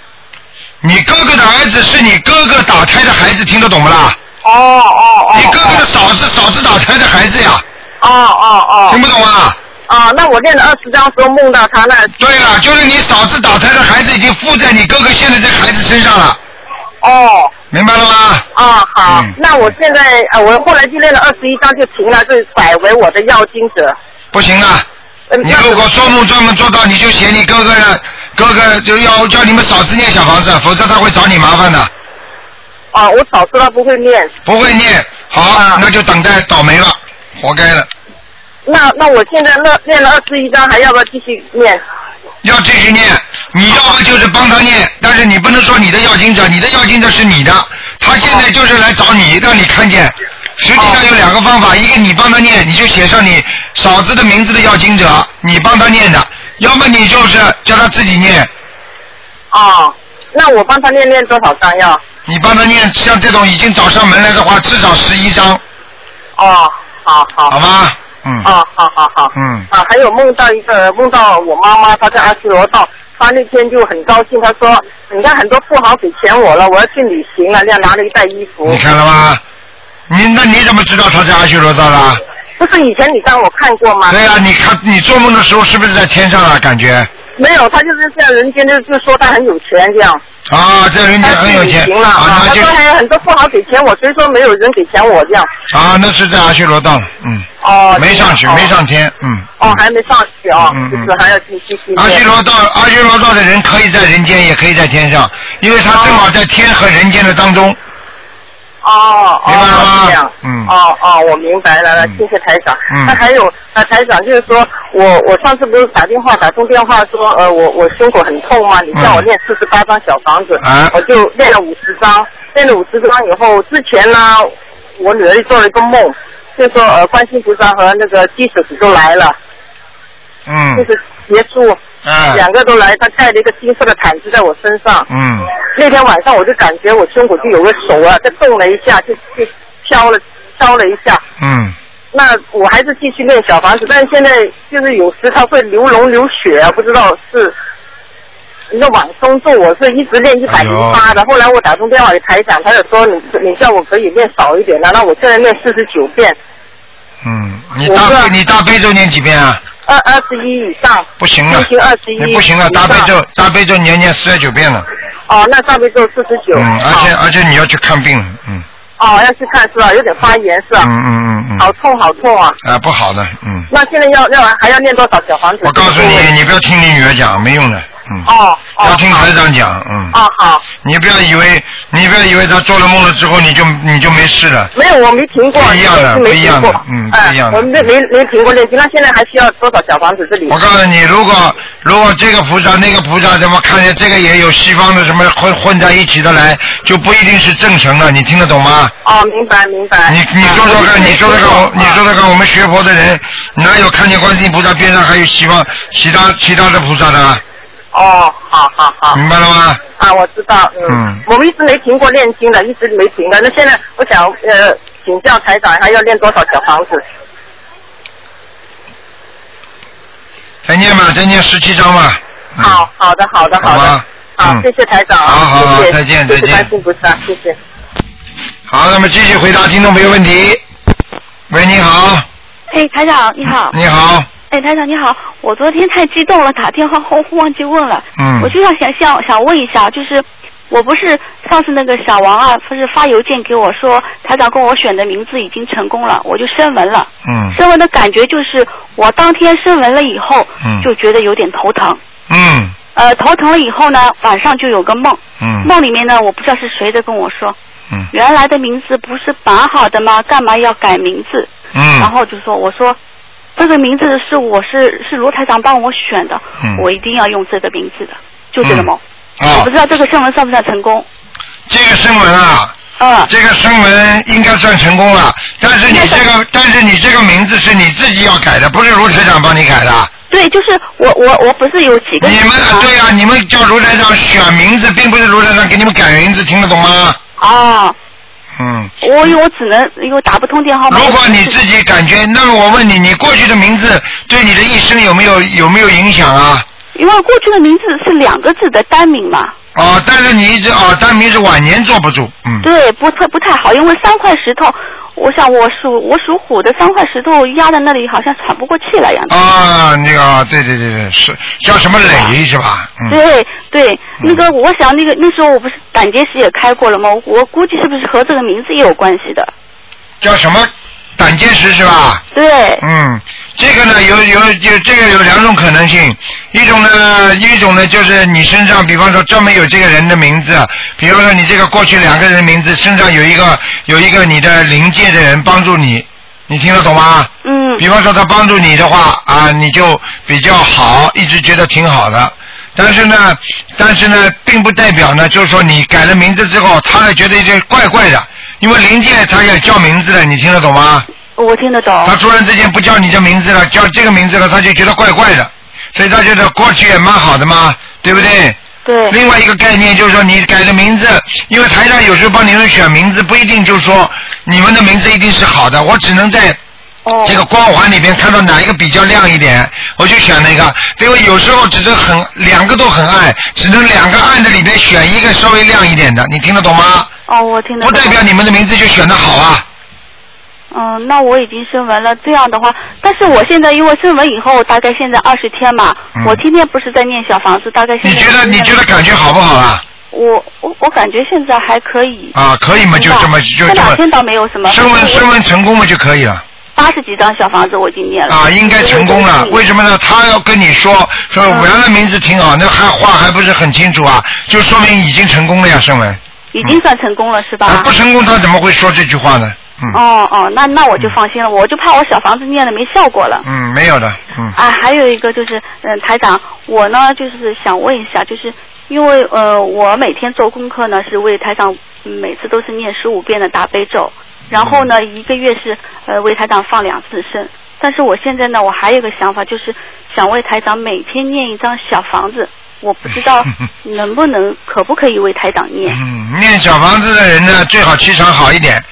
[SPEAKER 2] 你哥哥的儿子是你哥哥打胎的孩子，听得懂不啦？
[SPEAKER 15] 哦哦哦。
[SPEAKER 2] 你哥哥的嫂子，嫂子打胎的孩子呀。
[SPEAKER 15] 哦哦哦。
[SPEAKER 2] 听不懂啊？
[SPEAKER 15] 哦，那我练了二十张时候梦到他那。
[SPEAKER 2] 对了，就是你嫂子打胎的孩子已经附在你哥哥现在这个孩子身上了，
[SPEAKER 15] 哦。
[SPEAKER 2] 明白了吗？
[SPEAKER 15] 啊，好，那我现在呃，我后来就练了二十一章就停了，就改为我的要经者。
[SPEAKER 2] 不行啊！
[SPEAKER 15] 呃
[SPEAKER 2] 你如果做梦专门做到，你就写你哥哥的哥哥就要叫你们嫂子念小房子，否则他会找你麻烦的。
[SPEAKER 15] 哦，我早知道不会念。
[SPEAKER 2] 不会念，
[SPEAKER 15] 啊
[SPEAKER 2] 好，那就等待倒霉了，活该了。
[SPEAKER 15] 那那我现在那练了二十一章，还要不要继续念？
[SPEAKER 2] 要继续念，你要么就是帮他念，但是你不能说你的要经者，你的要经者是你的，他现在就是来找你，让你看见。实际上有两个方法，一个你帮他念，你就写上你嫂子的名字的要经者，你帮他念的；要么你就是叫他自己念，
[SPEAKER 15] 哦，那我帮他练练多少章要？
[SPEAKER 2] 你帮他念。像这种已经找上门来的话，至少十一章，
[SPEAKER 15] 哦，好好。
[SPEAKER 2] 好吗？嗯。
[SPEAKER 15] 哦，好好好。
[SPEAKER 2] 嗯。
[SPEAKER 15] 啊，还有梦到一个梦到我妈妈，她在阿修罗道，她那天就很高兴，她说：“你看很多富豪给钱我了，我要去旅行了，要拿了一袋衣服。”
[SPEAKER 2] 你看了吗？你那你怎么知道他在阿修罗道啦？
[SPEAKER 15] 不是以前你让我看过吗？
[SPEAKER 2] 对呀、你看你做梦的时候是不是在天上啊？感觉
[SPEAKER 15] 没有，他就是在人间就就说他很有钱这样。
[SPEAKER 2] 啊，这人家很有钱
[SPEAKER 15] 行了啊，
[SPEAKER 2] 啊，
[SPEAKER 15] 他
[SPEAKER 2] 那就
[SPEAKER 15] 说还有很多富豪给钱我，所以说没有人给钱我这样。
[SPEAKER 2] 啊，那是在阿修罗道了，嗯，
[SPEAKER 15] 哦，
[SPEAKER 2] 没上去，
[SPEAKER 15] 这样
[SPEAKER 2] 没上。天，嗯，
[SPEAKER 15] 哦，哦还没上去啊，
[SPEAKER 2] 嗯嗯
[SPEAKER 15] 就是还要继续。
[SPEAKER 2] 阿修罗道，阿修罗道的人可以在人间，也可以在天上，因为他正好在天和人间的当中，
[SPEAKER 15] 哦哦，是这样。
[SPEAKER 2] 嗯，
[SPEAKER 15] 哦哦，我明白了，了，谢谢台长。
[SPEAKER 2] 嗯
[SPEAKER 15] 那还有，那台长就是说我我上次不是打电话打通电话说呃我我胸口很痛嘛，你叫我念四十八张小房子，
[SPEAKER 2] 嗯啊
[SPEAKER 15] 我就念了五十张，念了五十张以后，之前呢我女儿就做了一个梦，就说呃观世菩萨和那个基础子都来了，就
[SPEAKER 2] 嗯，
[SPEAKER 15] 是结束，
[SPEAKER 2] 嗯
[SPEAKER 15] 两个都来，他盖了一个金色的毯子在我身上，
[SPEAKER 2] 嗯，
[SPEAKER 15] 那天晚上我就感觉我胸口就有个手啊，在动了一下，就就敲了敲了一下。
[SPEAKER 2] 嗯，
[SPEAKER 15] 那我还是继续练小房子，但是现在就是有时它会流脓流血啊，不知道是那往生咒，我是一直
[SPEAKER 2] 哎
[SPEAKER 15] 练一百零八的。后来我打通电话给台长，他就说你你叫我可以练少一点啊的，那我现在练四十九遍，
[SPEAKER 2] 嗯，你大悲你大悲咒念几遍啊？
[SPEAKER 15] 二二十一以上。
[SPEAKER 2] 不行了
[SPEAKER 15] 心经21
[SPEAKER 2] 你不行了，啊
[SPEAKER 15] 以
[SPEAKER 2] 大
[SPEAKER 15] 上
[SPEAKER 2] 悲咒大悲咒年念四十九遍了，
[SPEAKER 15] 哦，那上面就四十九。
[SPEAKER 2] 嗯，而且而且你要去看病，嗯
[SPEAKER 15] 哦，要去看是吧？有点发炎是吧？
[SPEAKER 2] 嗯嗯嗯
[SPEAKER 15] 好痛好痛啊！
[SPEAKER 2] 嗯，啊不好的，嗯，
[SPEAKER 15] 那现在要要还要念多少小房子？我告
[SPEAKER 2] 告诉你你不要听你女儿讲，没用的，嗯，
[SPEAKER 15] 哦哦，
[SPEAKER 2] 要听台长讲，嗯，
[SPEAKER 15] 哦好，
[SPEAKER 2] 你不要以为你不要以为她做了梦了之后你就你就没事了，
[SPEAKER 15] 没有我没停过，
[SPEAKER 2] 不一样的
[SPEAKER 15] 没
[SPEAKER 2] 不一
[SPEAKER 15] 停
[SPEAKER 2] 样
[SPEAKER 15] 过
[SPEAKER 2] 的，嗯
[SPEAKER 15] 哎
[SPEAKER 2] 不一样的
[SPEAKER 15] 我没没没停过练习，那现在还需要多少小房子？这里
[SPEAKER 2] 我告诉你，如果如果这个菩萨那个菩萨怎么看见这个也有西方的什么混混在一起的来，就不一定是正神了，你听得懂吗？
[SPEAKER 15] 哦，明白明白。
[SPEAKER 2] 你你说说
[SPEAKER 15] 啊
[SPEAKER 2] 看，你说说看，我你说说看，我们学佛的人哪有看见观世音菩萨边上还有西方其他其他的菩萨的啊？
[SPEAKER 15] 哦，好好好。
[SPEAKER 2] 明白了吗？
[SPEAKER 15] 啊，我知道，
[SPEAKER 2] 嗯，
[SPEAKER 15] 我们一直没停过练经的，一直没停的。那现在我想呃，请教台长还要练多少小房子？
[SPEAKER 2] 再念吧，再念十七章吧，嗯
[SPEAKER 15] 好好的好的
[SPEAKER 2] 好
[SPEAKER 15] 好的
[SPEAKER 2] 吧，？
[SPEAKER 15] 好，谢谢台长啊，
[SPEAKER 2] 好嗯好好
[SPEAKER 15] 谢谢
[SPEAKER 2] 再见
[SPEAKER 15] 谢谢
[SPEAKER 2] 再见
[SPEAKER 15] 观世音菩萨，谢谢。
[SPEAKER 2] 好，那么继续回答听众朋友问题。喂，你好，
[SPEAKER 16] 哎，台长你好。
[SPEAKER 2] (laughs) 你好。
[SPEAKER 16] 哎，台长你好，我昨天太激动了，打电话后忘记问了。
[SPEAKER 2] 嗯
[SPEAKER 16] 我就想想想想问一下，就是我不是上次那个小王啊，不是发邮件给我说，台长跟我选的名字已经成功了，我就升文了。
[SPEAKER 2] 嗯
[SPEAKER 16] 升文的感觉就是，我当天升文了以后，
[SPEAKER 2] 嗯
[SPEAKER 16] 就觉得有点头疼。
[SPEAKER 2] 嗯
[SPEAKER 16] 呃，头疼了以后呢，晚上就有个梦，
[SPEAKER 2] 嗯
[SPEAKER 16] 梦里面呢，我不知道是谁在跟我说，
[SPEAKER 2] 嗯
[SPEAKER 16] 原来的名字不是蛮好的吗？干嘛要改名字？
[SPEAKER 2] 嗯
[SPEAKER 16] 然后就说，我说这个名字是我是是罗台长帮我选的，
[SPEAKER 2] 嗯
[SPEAKER 16] 我一定要用这个名字的，就这个梦。
[SPEAKER 2] 啊
[SPEAKER 16] 我不知道这个声纹算不算成功？
[SPEAKER 2] 这个声纹啊，这个声纹应该算成功了，但是你这个，但是你这个名字是你自己要改的，不是卢台长帮你改的。
[SPEAKER 16] 对，就是我我我不是有几个啊
[SPEAKER 2] 你们对呀、你们叫卢台长选名字，并不是卢台长给你们改名字，听得懂吗？
[SPEAKER 16] 啊，
[SPEAKER 2] 嗯。
[SPEAKER 16] 我因为我只能因为打不通电话嘛。
[SPEAKER 2] 如果你自己感觉，那么我问你，你过去的名字对你的一生有没有有没有影响啊？
[SPEAKER 16] 因为过去的名字是两个字的单名嘛，
[SPEAKER 2] 哦，但是你一直哦，单名是晚年坐不住，嗯，
[SPEAKER 16] 对，不太不太好，因为三块石头，我想我属我属虎的，三块石头压在那里，好像喘不过气来一样。
[SPEAKER 2] 啊，那个啊，对对对对，是叫什么磊是吧？嗯，
[SPEAKER 16] 对对，那个我想那个那时候我不是胆结石也开过了吗？我我估计是不是和这个名字也有关系的？
[SPEAKER 2] 叫什么胆结石是吧？
[SPEAKER 16] 对。
[SPEAKER 2] 嗯，这个呢有有有这个有两种可能性，一种呢一种呢就是你身上，比方说专门有这个人的名字，比方说你这个过去两个人的名字身上有一个有一个你的灵界的人帮助你，你听得懂吗？
[SPEAKER 16] 嗯。
[SPEAKER 2] 比方说他帮助你的话啊，你就比较好，一直觉得挺好的。但是呢，但是呢，并不代表呢，就是说你改了名字之后，他呢觉得这怪怪的，因为灵界他也叫名字的，你听得懂吗？
[SPEAKER 16] 我听得懂。
[SPEAKER 2] 他突然之间不叫你这名字了，叫这个名字了，他就觉得怪怪的，所以他觉得过去也蛮好的嘛，对不对？
[SPEAKER 16] 对。
[SPEAKER 2] 另外一个概念就是说，你改了名字，因为台上有时候帮你们选名字，不一定就是说你们的名字一定是好的，我只能在。
[SPEAKER 16] 哦
[SPEAKER 2] 这个光环里边看到哪一个比较亮一点，我就选哪个。因为有时候只是很两个都很暗，只能两个暗的里边选一个稍微亮一点的，你听得懂吗？
[SPEAKER 16] 哦，我听得
[SPEAKER 2] 不
[SPEAKER 16] 懂。
[SPEAKER 2] 代表你们的名字就选的好啊。
[SPEAKER 16] 嗯，那我已经升文了。这样的话，但是我现在因为升文以后，大概现在二十天嘛，
[SPEAKER 2] 嗯
[SPEAKER 16] 我天天不是在念小房子，大概现
[SPEAKER 2] 你
[SPEAKER 16] 在
[SPEAKER 2] 觉得你觉得感觉好不好啊？
[SPEAKER 16] 我我我感觉现在还可以。
[SPEAKER 2] 啊，可以嘛，就这么就
[SPEAKER 16] 这
[SPEAKER 2] 这
[SPEAKER 16] 两
[SPEAKER 2] 么
[SPEAKER 16] 天倒没有什么。
[SPEAKER 2] 升温升温成功嘛就可以了。
[SPEAKER 16] 八十几张小房子我已经念了。
[SPEAKER 2] 啊，应该成功
[SPEAKER 16] 嗯
[SPEAKER 2] 了。为什么呢？他要跟你说说原来名字挺好，那还话还不是很清楚啊，就说明已经成功了呀，升文。
[SPEAKER 16] 已经算成功了是吧？
[SPEAKER 2] 啊，不成功他怎么会说这句话呢？嗯
[SPEAKER 16] 哦哦，那那我就放心了，我就怕我小房子念了没效果了。
[SPEAKER 2] 嗯，没有的，嗯。
[SPEAKER 16] 啊，还有一个就是，嗯，台长，我呢就是想问一下，就是因为呃，我每天做功课呢是为台长，嗯每次都是念十五遍的大悲咒，然后呢一个月是呃为台长放两次生，但是我现在呢我还有一个想法，就是想为台长每天念一张小房子，我不知道能不能可不可以为台长念。
[SPEAKER 2] 嗯，念小房子的人呢，最好气场好一点，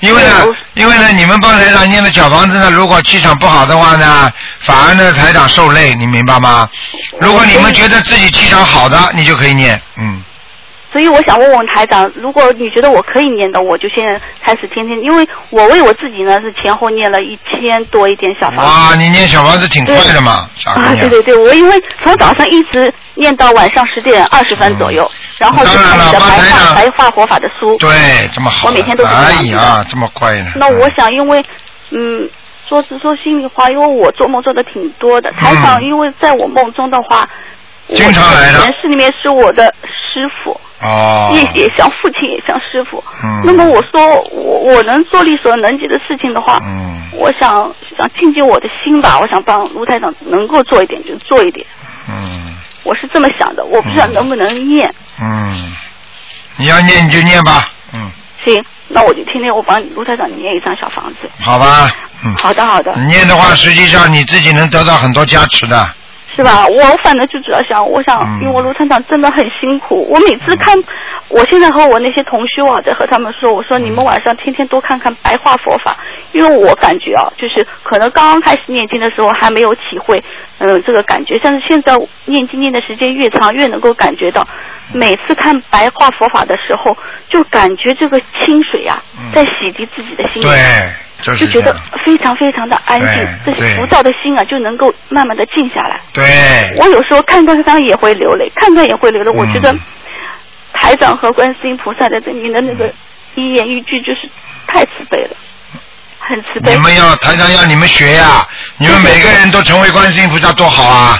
[SPEAKER 2] 因为呢，因为呢，你们帮台长念的小房子呢，如果气场不好的话呢，反而呢台长受累，你明白吗？如果你们觉得自己气场好的，你就可以念，嗯。
[SPEAKER 16] 所以我想问问台长，如果你觉得我可以念的，我就现在开始天天，因为我为我自己呢是前后念了一千多一点小房子。
[SPEAKER 2] 啊哇，你念小房子挺快的嘛，傻姑
[SPEAKER 16] 啊，
[SPEAKER 2] 娘
[SPEAKER 16] 对。对对，我因为从早上一直念到晚上十点二十分左右，
[SPEAKER 2] 嗯
[SPEAKER 16] 然后就看你的白话白话佛法的书。
[SPEAKER 2] 对，这么好
[SPEAKER 16] 我
[SPEAKER 2] 的。
[SPEAKER 16] 每天都是这样
[SPEAKER 2] 哎
[SPEAKER 16] 子的
[SPEAKER 2] 呀，这么快呢。
[SPEAKER 16] 那我想，因为嗯，说实说心里话，因为我做梦做的挺多的。台长，因为在我梦中的话，
[SPEAKER 2] 嗯经常来的
[SPEAKER 16] 前世里面是我的师傅，
[SPEAKER 2] 哦。
[SPEAKER 15] (laughs)
[SPEAKER 16] 也也像父亲，也像师傅。
[SPEAKER 2] 嗯
[SPEAKER 16] 那么我说，我我能做力所能及的事情的话，
[SPEAKER 2] 嗯
[SPEAKER 16] 我想想尽尽我的心吧，我想帮卢台长能够做一点就做一点。
[SPEAKER 2] 嗯
[SPEAKER 16] 我是这么想的，我不知道能不能念。
[SPEAKER 2] 嗯，你要念你就念吧，嗯，
[SPEAKER 16] 行，那我就天天我帮卢台长念一张小房子。
[SPEAKER 2] 好吧。嗯。
[SPEAKER 16] 好的，好的。
[SPEAKER 2] 你念的话，实际上你自己能得到很多加持的。
[SPEAKER 16] 是吧？我反正就主要想，我想，
[SPEAKER 2] 嗯
[SPEAKER 16] 因为我卢团长真的很辛苦。我每次看，我现在和我那些同修啊，在和他们说，我说你
[SPEAKER 2] 嗯
[SPEAKER 16] 们晚上天天多看看白话佛法，因为我感觉啊，就是可能刚刚开始念经的时候还没有体会，嗯、这个感觉。但是现在念经念的时间越长，越能够感觉到，每次看白话佛法的时候，就感觉这个清水啊，在洗涤自己的心
[SPEAKER 2] 嗯
[SPEAKER 16] 灵。
[SPEAKER 2] 对，就是
[SPEAKER 16] 就觉
[SPEAKER 2] 这
[SPEAKER 16] 得
[SPEAKER 2] 样。
[SPEAKER 16] 非常非常的安静，这
[SPEAKER 2] 对对
[SPEAKER 16] 浮躁的心啊就能够慢慢的静下来。
[SPEAKER 2] 对，
[SPEAKER 16] 我有时候看观世音也会流泪，看到也会
[SPEAKER 2] 嗯
[SPEAKER 16] 流泪。我觉得台长和观世音菩萨在这里面的那
[SPEAKER 2] 嗯
[SPEAKER 16] 个一言一句，就是太慈悲了，很慈悲。
[SPEAKER 2] 你们要台上要你们学呀、你们每个人都成为观世音菩萨多好啊！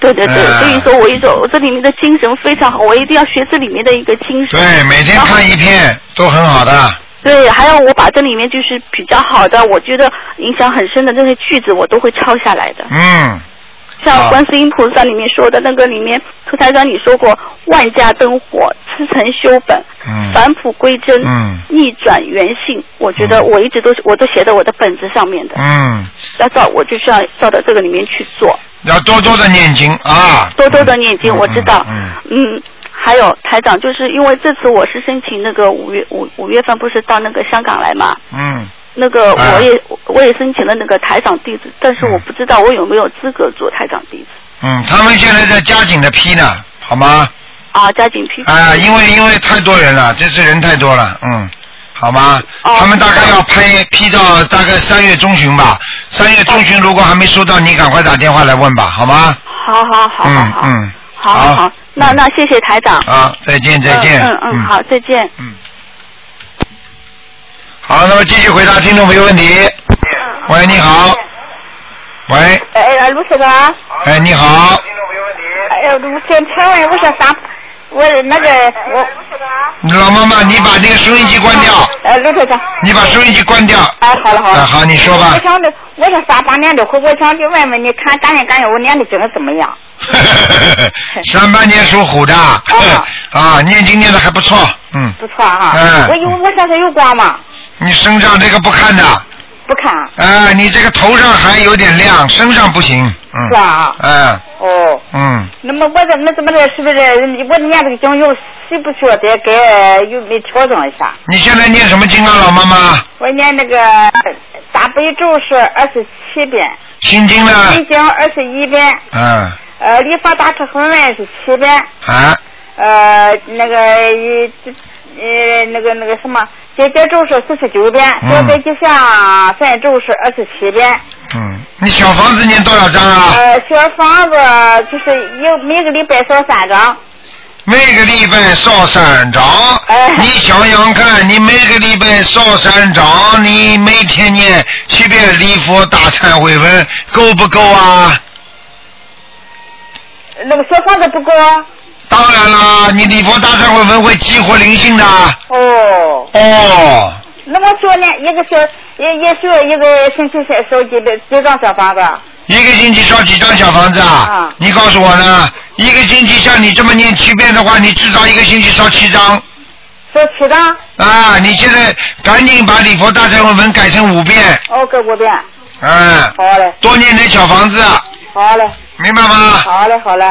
[SPEAKER 16] 对对对，
[SPEAKER 2] 呃
[SPEAKER 16] 所以说我一种我这里面的精神非常好，我一定要学这里面的一个精神。
[SPEAKER 2] 对，每天看一遍都很好的。
[SPEAKER 16] 对，还有我把这里面就是比较好的，我觉得影响很深的这些句子，我都会抄下来的。
[SPEAKER 2] 嗯，
[SPEAKER 16] 像观世音菩萨里面说的那个里面，涂台长你说过，万家灯火，慈诚修本，
[SPEAKER 2] 嗯
[SPEAKER 16] 返璞归真，
[SPEAKER 2] 嗯
[SPEAKER 16] 逆转原性。我觉得我一直都是，我都写在我的本子上面的，
[SPEAKER 2] 嗯，
[SPEAKER 16] 要照我就是要照到这个里面去做，
[SPEAKER 2] 要多多的念经啊。
[SPEAKER 16] 多多的念经，我知道。
[SPEAKER 2] 嗯
[SPEAKER 16] 嗯，还有台长，就是因为这次我是申请那个五月五五月份不是到那个香港来嘛，
[SPEAKER 2] 嗯，
[SPEAKER 16] 那个我也、我也申请了那个台长地址，但是我不知道我有没有资格做台长地址
[SPEAKER 2] 嗯，他们现在在加紧的批呢，好吗？
[SPEAKER 16] 啊，加紧批。
[SPEAKER 2] 啊，因为因为太多人了，这次人太多了，嗯，好吗？
[SPEAKER 16] 哦
[SPEAKER 2] 他们大概要拍批到大概三月中旬吧。三月中旬如果还没收到，你赶快打电话来问吧，好吗？
[SPEAKER 16] 好好好好
[SPEAKER 2] 嗯
[SPEAKER 16] 好，
[SPEAKER 2] 嗯，
[SPEAKER 16] 好好好，那那谢谢台长。
[SPEAKER 2] 好，再见再见。
[SPEAKER 16] 嗯嗯嗯，好，再见。
[SPEAKER 2] 好，那么继续回答听众朋友问题。
[SPEAKER 17] 嗯
[SPEAKER 2] 喂，你好。喂，
[SPEAKER 17] 哎哎，卢台长，
[SPEAKER 2] 哎，你好，
[SPEAKER 17] 哎呀，我想请问，我想啥？我那个我，
[SPEAKER 2] 老妈妈，你把那个收音机关
[SPEAKER 17] (laughs)
[SPEAKER 2] 掉，
[SPEAKER 17] 哎，卢台长，
[SPEAKER 2] 你把收音机关掉。
[SPEAKER 17] 哎，好了好了，
[SPEAKER 2] 哎好你说吧
[SPEAKER 17] 我想着，我是三八年的虎，我想去问问你看，感觉感觉我念的经怎么样？
[SPEAKER 2] 三八年属虎的，
[SPEAKER 17] 哦
[SPEAKER 2] 啊，念经念的还不错，嗯，
[SPEAKER 17] 不错哈。
[SPEAKER 2] 嗯
[SPEAKER 17] 啊我有，我身上有光吗？
[SPEAKER 2] 你身上这个不看的，
[SPEAKER 17] 不看。
[SPEAKER 2] 啊，你这个头上还有点亮，身上不行，嗯，
[SPEAKER 17] 是啊吧
[SPEAKER 2] 嗯
[SPEAKER 17] 哦，
[SPEAKER 2] 嗯，
[SPEAKER 17] 那么我这那怎么着？是不是我念这个经有需不需要再给有没调整一下？
[SPEAKER 2] 你现在念什么经啊，老妈妈？
[SPEAKER 17] 我念那个大悲咒是二十七遍，
[SPEAKER 2] 心经呢？
[SPEAKER 17] 心经二十一遍，
[SPEAKER 2] 嗯，
[SPEAKER 17] 呃，礼佛大忏悔文是七遍，
[SPEAKER 2] 啊，
[SPEAKER 17] 呃，那个呃呃那个那个什么解结咒是四十九遍，
[SPEAKER 2] 嗯
[SPEAKER 17] 消灾吉祥神咒是二十七遍。
[SPEAKER 2] 嗯，你小房子念多少张啊？
[SPEAKER 17] 呃，小房子就是一每个礼拜烧三张，
[SPEAKER 2] 每个礼拜烧三张，
[SPEAKER 17] 哎
[SPEAKER 2] 你想想看，你每个礼拜烧三张，你每天念七遍礼佛大忏悔文，够不够啊？
[SPEAKER 17] 那个小房子不够啊。
[SPEAKER 2] 当然啦，啊你礼佛大忏悔文会激活灵性的。
[SPEAKER 17] 哦。
[SPEAKER 2] 哦。
[SPEAKER 17] 那我说呢，一个小一一说一个星期才收几百几张小房子啊？
[SPEAKER 2] 一个星期烧几张小房子啊？你告诉我呢？一个星期像你这么念七遍的话，你至少一个星期烧七张。
[SPEAKER 17] 烧七张？
[SPEAKER 2] 啊，你现在赶紧把礼佛大忏悔文改成五遍，
[SPEAKER 17] 哦，给五遍。
[SPEAKER 2] 嗯，
[SPEAKER 17] 好嘞。
[SPEAKER 2] 多念点小房子，啊
[SPEAKER 17] 好嘞。
[SPEAKER 2] 明白吗？
[SPEAKER 17] 好嘞，好嘞。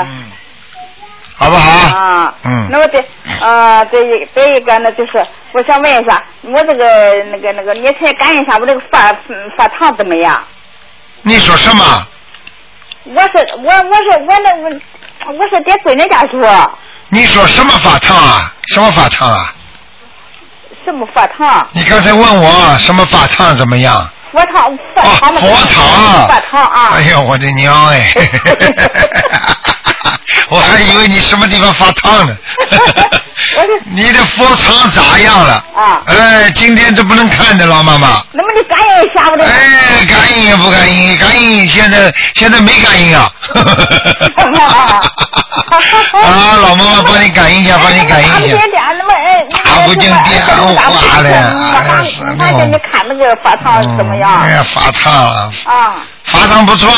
[SPEAKER 2] 好不好？
[SPEAKER 17] 啊，
[SPEAKER 2] 嗯
[SPEAKER 17] 那我得啊，这一这一个呢，就是我想问一下，我这个那个那个，你才感应一下我这个发嗯发烫怎么样？
[SPEAKER 2] 你说什么？
[SPEAKER 17] 我是我我是我那我我是在闺女家住，
[SPEAKER 2] 啊你说什么法烫啊？什么法烫啊？
[SPEAKER 17] 什么发烫？
[SPEAKER 2] 你刚才问我什么法烫怎么样？
[SPEAKER 17] 佛堂佛
[SPEAKER 2] 哦
[SPEAKER 17] 堂嘛，佛堂佛堂啊，
[SPEAKER 2] 哎呦，我的娘
[SPEAKER 17] (laughs)
[SPEAKER 2] 哎！我还以为你什么地方发烫
[SPEAKER 17] (laughs)
[SPEAKER 2] 呢。你的佛堂咋样了？
[SPEAKER 17] 啊。
[SPEAKER 2] 哎，今天这不能看的，老妈妈。
[SPEAKER 17] 能不能感应一下我这？
[SPEAKER 2] 哎，感应也不感应，感应现在现在没感
[SPEAKER 17] (laughs)
[SPEAKER 2] 应啊。啊，老妈妈帮你感应
[SPEAKER 17] 哎
[SPEAKER 2] 一下，帮你感应一下。
[SPEAKER 17] 点那么哎，
[SPEAKER 2] 打不进电话嘞，哎是
[SPEAKER 17] 那
[SPEAKER 2] 那
[SPEAKER 17] 给你
[SPEAKER 2] 种
[SPEAKER 17] 看那个发烫怎么样？
[SPEAKER 2] 哎呀，发烫了，
[SPEAKER 17] 啊，
[SPEAKER 2] 发烫不错，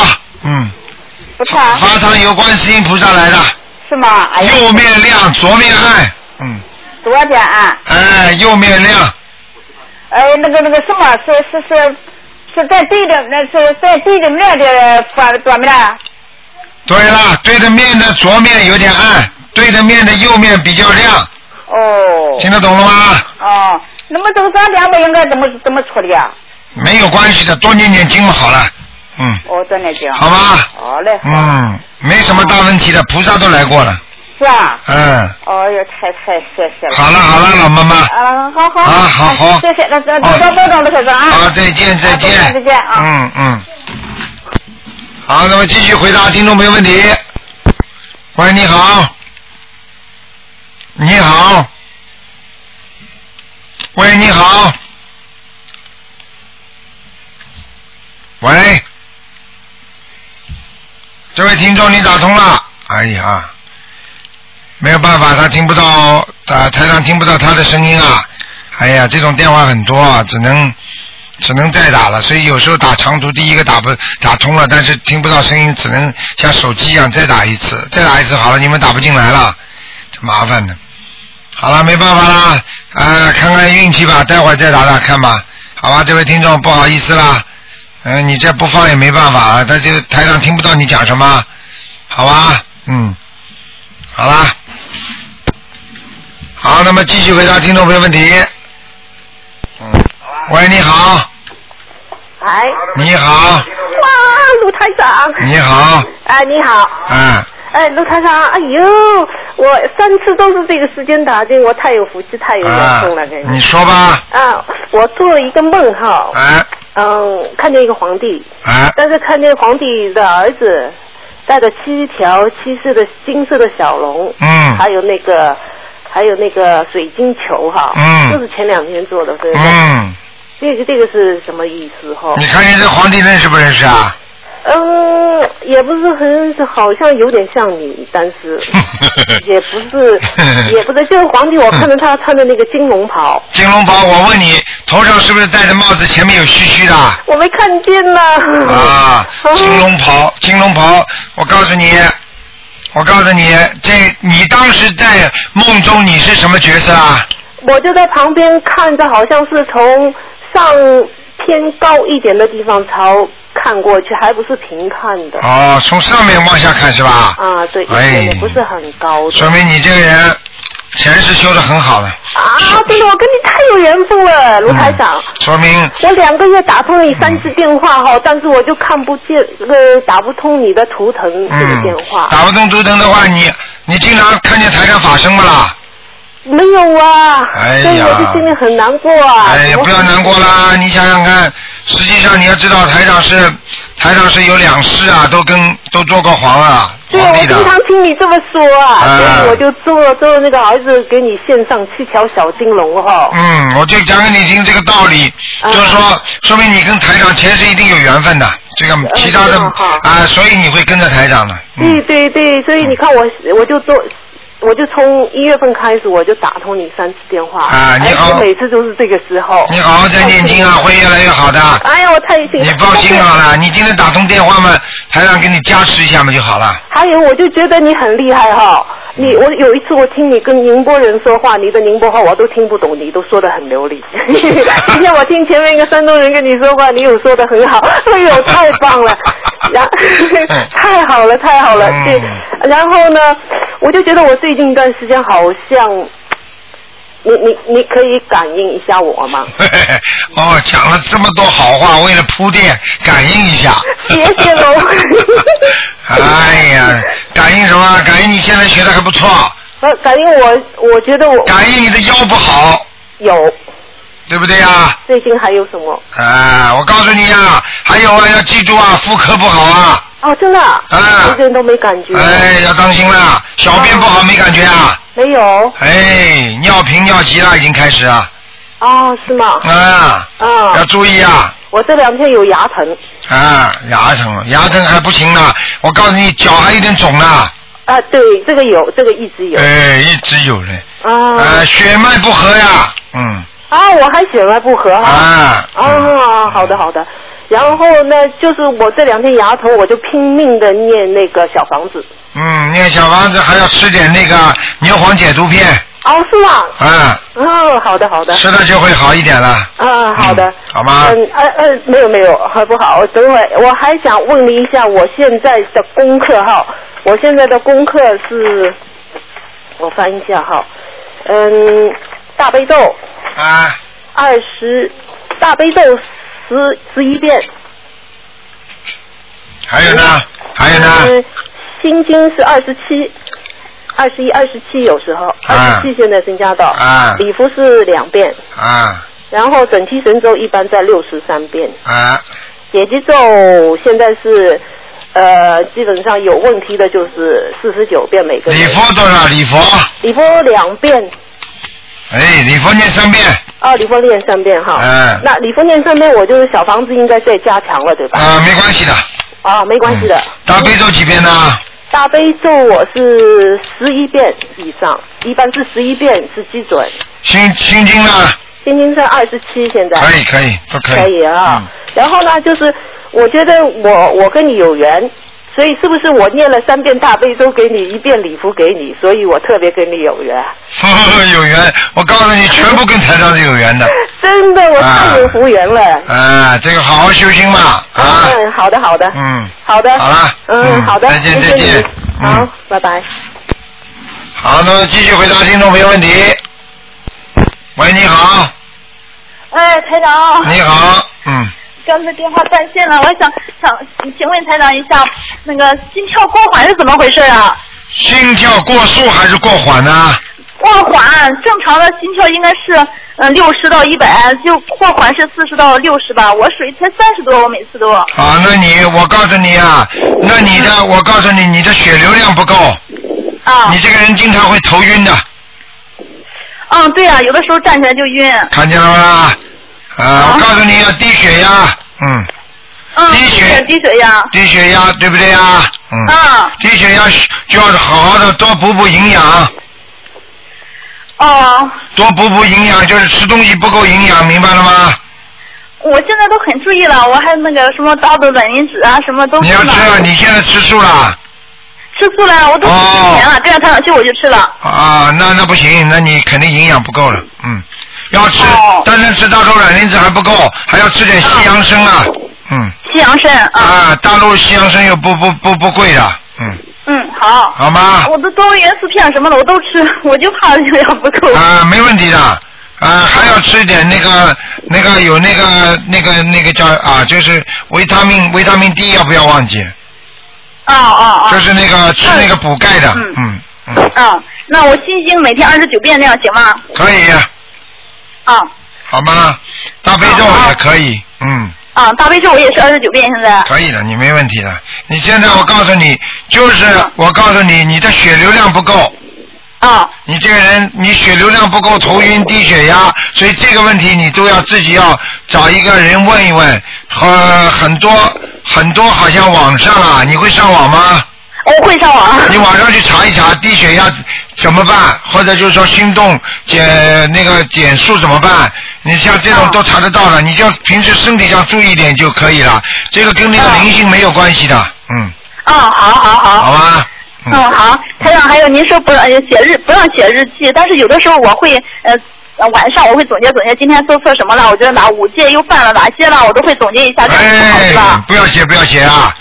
[SPEAKER 2] 嗯，
[SPEAKER 17] 不错啊。
[SPEAKER 2] 发烫有观世音菩萨来的，
[SPEAKER 17] 是吗？哎呀，
[SPEAKER 2] 右面亮，左面暗，
[SPEAKER 17] 多点啊。
[SPEAKER 2] 哎，右面亮，
[SPEAKER 17] 哎，那个那个什么，是是是是在对着那是在对着面的发左面啊。
[SPEAKER 2] 对了，对着面的左面有点暗，对着面的右面比较亮，
[SPEAKER 17] 哦。
[SPEAKER 2] 听得懂了吗？
[SPEAKER 17] 哦，那么这个咱俩我应该怎么怎么处
[SPEAKER 2] (laughs)
[SPEAKER 17] 理啊？
[SPEAKER 2] 没有关系的，多念念经嘛好了，嗯
[SPEAKER 17] 哦，多念经。
[SPEAKER 2] 好吧
[SPEAKER 17] 好嘞。
[SPEAKER 2] 嗯，没什么大问题的，菩萨都来过了，
[SPEAKER 17] 是吧？
[SPEAKER 2] 嗯，
[SPEAKER 17] 哎呀，太太谢谢了。
[SPEAKER 2] 好了好了，老妈妈，
[SPEAKER 17] 啊，好好。
[SPEAKER 2] 啊好好哦
[SPEAKER 17] 谢谢，那那那那保重了，先生啊。
[SPEAKER 2] 好，再见再见
[SPEAKER 17] 啊再见啊。
[SPEAKER 2] 嗯嗯。好，那么继续回答听众朋友问题。喂，你好。你好。喂，你好。喂。这位听众，你打通了。哎呀，没有办法，他听不到，啊、台上听不到他的声音啊。哎呀，这种电话很多啊，只能只能再打了，所以有时候打长途第一个打不打通了，但是听不到声音，只能像手机一样再打一次，再打一次好了，你们打不进来了，这麻烦的。好了，没办法啦，啊、看看运气吧，待会儿再打打看吧，好吧，这位听众不好意思啦，嗯、你这不放也没办法啊，他就台上听不到你讲什么，好吧，嗯，好啦，好，那么继续回答听众朋友问题。嗯，喂，你好，
[SPEAKER 18] 哎，
[SPEAKER 2] 你好，
[SPEAKER 18] 哇，卢台长。
[SPEAKER 2] 你好，
[SPEAKER 18] 哎，你好，
[SPEAKER 2] 嗯，
[SPEAKER 18] 哎，卢台长，哎呦，我三次都是这个时间打进，我太有福气，太有缘分了，这个。
[SPEAKER 2] 啊你说吧，
[SPEAKER 18] 啊，我做了一个梦哈，
[SPEAKER 2] 哎，
[SPEAKER 18] 嗯，看见一个皇帝，
[SPEAKER 2] 哎，
[SPEAKER 18] 但是看见皇帝的儿子带着七条七色的金色的小龙，
[SPEAKER 2] 嗯
[SPEAKER 18] 还有那个还有那个水晶球哈，
[SPEAKER 2] 嗯
[SPEAKER 18] 就是前两天做的，对不对？
[SPEAKER 2] 嗯，
[SPEAKER 18] 这个这个是什么意思哈？
[SPEAKER 2] 你看见这皇帝认识不认识啊？
[SPEAKER 18] 嗯，也不是很，好像有点像你，但
[SPEAKER 2] (laughs)
[SPEAKER 18] 是也不是，也不是。这个皇帝，
[SPEAKER 2] (laughs)
[SPEAKER 18] 我看着他穿的那个金龙袍，
[SPEAKER 2] 金龙宝，我问你，头上是不是戴着帽子，前面有须须的？
[SPEAKER 18] 我没看见
[SPEAKER 2] (laughs)
[SPEAKER 18] 呢。
[SPEAKER 2] 啊，金龙袍，金龙袍，我告诉你，我告诉你，这你当时在梦中你是什么角色啊？
[SPEAKER 18] 我就在旁边看着，好像是从上偏高一点的地方朝看过去，还不是平看的。
[SPEAKER 2] 哦，从上面往下看是吧？
[SPEAKER 18] 啊，对，一
[SPEAKER 2] 哎
[SPEAKER 18] 点也不是很高的。
[SPEAKER 2] 说明你这个人前世修的很好了，
[SPEAKER 18] 啊，真的，我跟你太有缘分了，
[SPEAKER 2] 嗯
[SPEAKER 18] 卢台长。
[SPEAKER 2] 说明
[SPEAKER 18] 我两个月打通了你三次电话哈，但是我就看不见，呃，打不通你的图腾这个电话。
[SPEAKER 2] 嗯打不动图腾的话，你你经常看见台上法身不啦？
[SPEAKER 18] 没有啊，
[SPEAKER 2] 哎呀
[SPEAKER 18] 所以我就心里很难过啊。
[SPEAKER 2] 哎呀，
[SPEAKER 18] 我
[SPEAKER 2] 不要难过啦！你想想看，实际上你要知道，台长是台长是有两世啊，都跟都做过皇啊，
[SPEAKER 18] 对，我
[SPEAKER 2] 皇帝
[SPEAKER 18] 经
[SPEAKER 2] 的。
[SPEAKER 18] 常听你这么说啊，
[SPEAKER 2] 嗯
[SPEAKER 18] 所以我就做做那个儿子给你献上七条小金龙哈、
[SPEAKER 2] 嗯，我就讲给你听这个道理，
[SPEAKER 18] 啊
[SPEAKER 2] 就是说，说明你跟台长前世一定有缘分的，这个其他的啊，所以你会跟着台长的。
[SPEAKER 18] 对对对，所以你看我我就做。我就从一月份开始，我就打通你三次电话，
[SPEAKER 2] 啊你好
[SPEAKER 18] 而哎且每次都是这个时候。
[SPEAKER 2] 你好好再念经啊，会越来越好的。
[SPEAKER 18] 哎呀，我太幸
[SPEAKER 2] 你放心好了，你今天打通电话嘛，台长给你加持一下嘛就好了。 (laughs)
[SPEAKER 18] 还有，我就觉得你很厉害哈、你我有一次我听你跟宁波人说话，你的宁波话我都听不懂，你都说得很流利。 (laughs) 今天我听前面一个山东人跟你说话，你有说得很好，哎呦，太棒了，然 (laughs) 太好了，太好了，对。然后呢，我就觉得我最近一段时间好像，你你你可以感应一下我吗？
[SPEAKER 2] 哦，讲了这么多好话，为了铺垫，感应一下。
[SPEAKER 18] 谢谢喽。
[SPEAKER 2] (laughs) 哎呀，感应什么？感应你现在学的还不错。
[SPEAKER 18] 呃，感应我，我觉得我
[SPEAKER 2] 感应你的腰不好。
[SPEAKER 18] 有。
[SPEAKER 2] 对不对呀？
[SPEAKER 18] 最近还有什么？
[SPEAKER 2] 啊，我告诉你啊，还有啊，要记住啊，妇科不好啊，
[SPEAKER 18] 哦，真的啊，我一点都没感觉。
[SPEAKER 2] 哎，要当心啦，小便不好没感觉啊，
[SPEAKER 18] 没有。
[SPEAKER 2] 哎，尿频尿急了已经开始啊，
[SPEAKER 18] 哦，是吗？
[SPEAKER 2] 啊，
[SPEAKER 18] 啊。
[SPEAKER 2] 要注意啊。
[SPEAKER 18] 我这两天有牙疼，
[SPEAKER 2] 啊，牙疼，牙疼还不行呢，我告诉你，脚还有点肿呢，
[SPEAKER 18] 啊，对，这个有，这个一直有。
[SPEAKER 2] 哎，一直有嘞，
[SPEAKER 18] 啊。
[SPEAKER 2] 呃，血脉不和呀，嗯，
[SPEAKER 18] 啊，我还血脉不和哈。啊。啊，好的好的。然后呢，就是我这两天牙疼，我就拼命的念那个小房子。
[SPEAKER 2] 嗯，念小房子还要吃点那个牛黄解毒片，
[SPEAKER 18] 哦，是吗？
[SPEAKER 2] 啊，
[SPEAKER 18] 哦，好的好的。
[SPEAKER 2] 吃了就会好一点了，
[SPEAKER 18] 啊，好的。
[SPEAKER 2] 好吗？
[SPEAKER 18] 嗯，呃呃，没有没有，还不好。等会我还想问你一下，我现在的功课哈，我现在的功课是，我翻一下哈，嗯，大悲咒
[SPEAKER 2] 啊，
[SPEAKER 18] 二十，大悲咒十十一遍，
[SPEAKER 2] 还有呢，还有呢，
[SPEAKER 18] 嗯，心经是二十七。二十一、二十七有时候，二
[SPEAKER 2] 啊
[SPEAKER 18] 十七现在增加到，
[SPEAKER 2] 啊
[SPEAKER 18] 礼服是两遍，
[SPEAKER 2] 啊
[SPEAKER 18] 然后整体神咒一般在六十三遍，
[SPEAKER 2] 啊，
[SPEAKER 18] 解肌咒现在是，呃，基本上有问题的就是四十九遍每个
[SPEAKER 2] 礼
[SPEAKER 18] 人，
[SPEAKER 2] 佛多少？礼佛，
[SPEAKER 18] 礼佛两遍，
[SPEAKER 2] 哎，礼佛念三遍，
[SPEAKER 18] 啊，礼佛念三遍哈。
[SPEAKER 2] 嗯
[SPEAKER 18] 那礼佛念三遍，我就是小房子应该再加强了，对吧？
[SPEAKER 2] 啊，没关系的，嗯
[SPEAKER 18] 啊，没关系的。
[SPEAKER 2] 大悲咒几遍呢？
[SPEAKER 18] 大悲咒我是十一遍以上，一般是十一遍是基准。
[SPEAKER 2] 心心经呢？
[SPEAKER 18] 心经是二十七，现在
[SPEAKER 2] 可以可以嗯都可
[SPEAKER 18] 可以啊。然后呢，就是我觉得我我跟你有缘，所以是不是我念了三遍大悲咒给你，一遍礼服给你，所以我特别跟你有缘。
[SPEAKER 2] 以， (laughs) 有缘，我告诉你，全部跟台上是有缘的，
[SPEAKER 18] 真的，我太有福缘了。
[SPEAKER 2] 啊，这个好好修心嘛，啊，
[SPEAKER 18] 嗯，好的，好的，
[SPEAKER 2] 嗯，
[SPEAKER 18] 好的。
[SPEAKER 2] 好了，
[SPEAKER 18] 嗯，好的。
[SPEAKER 2] 再见
[SPEAKER 18] 谢谢
[SPEAKER 2] 再见嗯
[SPEAKER 18] 你，好，拜拜。
[SPEAKER 2] 好，那么继续回答听众朋友问题。喂，你好，
[SPEAKER 10] 哎，台长。
[SPEAKER 2] 你好，嗯，
[SPEAKER 10] 刚才电话断线了，我想想，请问台长一下，那个心跳过缓是怎么回事啊？
[SPEAKER 2] 心跳过速还是过缓呢？
[SPEAKER 10] 过缓，正常的心跳应该是嗯六十到一百，就过缓是四十到六十吧。我属于才三十多，我每次都。
[SPEAKER 2] 啊，那你我告诉你啊，那你的我告诉你，你的血流量不够，
[SPEAKER 10] 嗯啊，
[SPEAKER 2] 你这个人经常会头晕的，
[SPEAKER 10] 嗯，对啊，有的时候站起来就晕。
[SPEAKER 2] 看见了吗？啊，我告诉你要低血压，嗯，
[SPEAKER 10] 嗯，低血低血压。
[SPEAKER 2] 低血压对不对呀？嗯，
[SPEAKER 10] 啊，
[SPEAKER 2] 低血压就要好好的多补补营养，
[SPEAKER 10] 哦，
[SPEAKER 2] 多补补营养就是吃东西不够营养，明白了吗？
[SPEAKER 10] 我现在都很注意了，我还那个什么打盹软磷脂啊，什么都
[SPEAKER 2] 你
[SPEAKER 10] 吃
[SPEAKER 2] 要吃
[SPEAKER 10] 了。
[SPEAKER 2] 了，你现在吃素了哦
[SPEAKER 10] 吃素了，我都吃之前了，这两天早去我就吃了。
[SPEAKER 2] 啊？那那不行，那你肯定营养不够了，嗯，要吃，
[SPEAKER 10] 哦
[SPEAKER 2] 单单吃大豆卵磷脂还不够，还要吃点西洋参啊，嗯，
[SPEAKER 10] 西洋参啊，
[SPEAKER 2] 啊，大陆西洋参又不不不不贵的，嗯，
[SPEAKER 10] 嗯，好。
[SPEAKER 2] 好吗
[SPEAKER 10] 我的多维元素片什么的我都吃，我就怕热量不够。
[SPEAKER 2] 啊，没问题的，啊，还要吃一点那个那个有那个那个那个叫啊，就是维他命维他命 D 要不要忘记？
[SPEAKER 10] 啊啊啊！
[SPEAKER 2] 就是那个吃那个补钙的，嗯，
[SPEAKER 10] 啊，那我心经每天二十九遍那样行吗？
[SPEAKER 2] 可以，
[SPEAKER 10] 啊
[SPEAKER 2] 好吗？大悲咒也可以，嗯，
[SPEAKER 5] 啊，大悲咒我也是二十九遍，现在。
[SPEAKER 2] 可以的，你没问题的。你现在我告诉你，就是我告诉你，你的血流量不够。
[SPEAKER 5] 啊。
[SPEAKER 2] 你这个人，你血流量不够，头晕、低血压，所以这个问题你都要自己要找一个人问一问。呃，很多很多，好像网上啊，你会上网吗？
[SPEAKER 5] 我会上网。
[SPEAKER 2] 你网上去查一查低血压怎么办，或者就是说心动减那个减速怎么办？你像这种都查得
[SPEAKER 5] 啊
[SPEAKER 2] 到了，你就平时身体上注意一点就可以了。这个跟那个灵性没有关系的，嗯，
[SPEAKER 5] 啊，好好好。
[SPEAKER 2] 好吧。
[SPEAKER 5] 嗯，好，台长，还有您说不让写日不让写日记，但是有的时候我会呃。呃晚上我会总结总结今天做错什么了，我觉得哪五戒又犯了哪些了，我都会总结一下，这样就好是吧？
[SPEAKER 2] 不要写，不要写啊！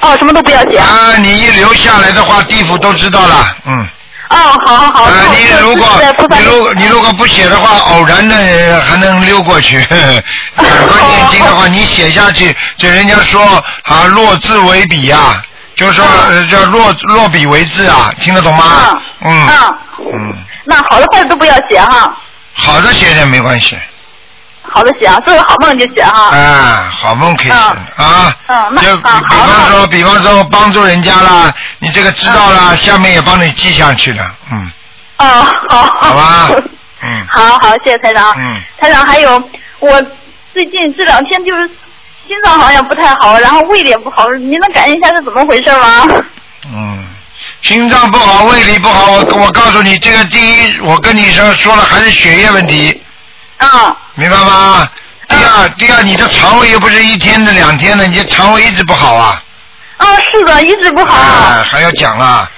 [SPEAKER 5] 哦，什么都不要写。
[SPEAKER 2] 啊，你一留下来的话，地府都知道了，嗯。
[SPEAKER 5] 哦，好好好。
[SPEAKER 2] 啊，你如果你如你如果不写的话，偶然的呃还能溜过去。 (laughs) 呵呵赶快念经的
[SPEAKER 5] 哦
[SPEAKER 2] 话，你写下去，就人家说啊，落字为笔呀、啊，就是说呃叫落落笔为字啊，听得懂吗？嗯
[SPEAKER 5] 嗯嗯
[SPEAKER 2] 嗯，
[SPEAKER 5] 那好的坏的都不要写哈，
[SPEAKER 2] 好的写点没关系，
[SPEAKER 5] 好的写啊，做个好梦就写哈。
[SPEAKER 2] 啊，好梦可以写的啊。
[SPEAKER 5] 嗯，那
[SPEAKER 2] 就比
[SPEAKER 5] 啊
[SPEAKER 2] 比方说，比方说帮助人家啦，你这个知道啦，下面也帮你记下去了，嗯，
[SPEAKER 5] 哦，好。
[SPEAKER 2] 好
[SPEAKER 5] (laughs)
[SPEAKER 2] 吧，
[SPEAKER 5] 好好，谢谢台长。
[SPEAKER 2] 嗯。
[SPEAKER 5] 台长，还有我最近这两天就是心脏好像不太好，然后胃里也不好，您能感应一下是怎么回事吗？
[SPEAKER 2] 嗯，心脏不好，胃里不好，我我告诉你，这个第一，我跟你说说了，还是血液问题。
[SPEAKER 5] 啊。
[SPEAKER 2] 明白吗？
[SPEAKER 5] 嗯
[SPEAKER 2] 第二，第二，你的肠胃又不是一天的、两天的，你的肠胃一直不好啊。
[SPEAKER 5] 啊，是的，一直不好。
[SPEAKER 2] 啊，还要讲啊。
[SPEAKER 5] 嗯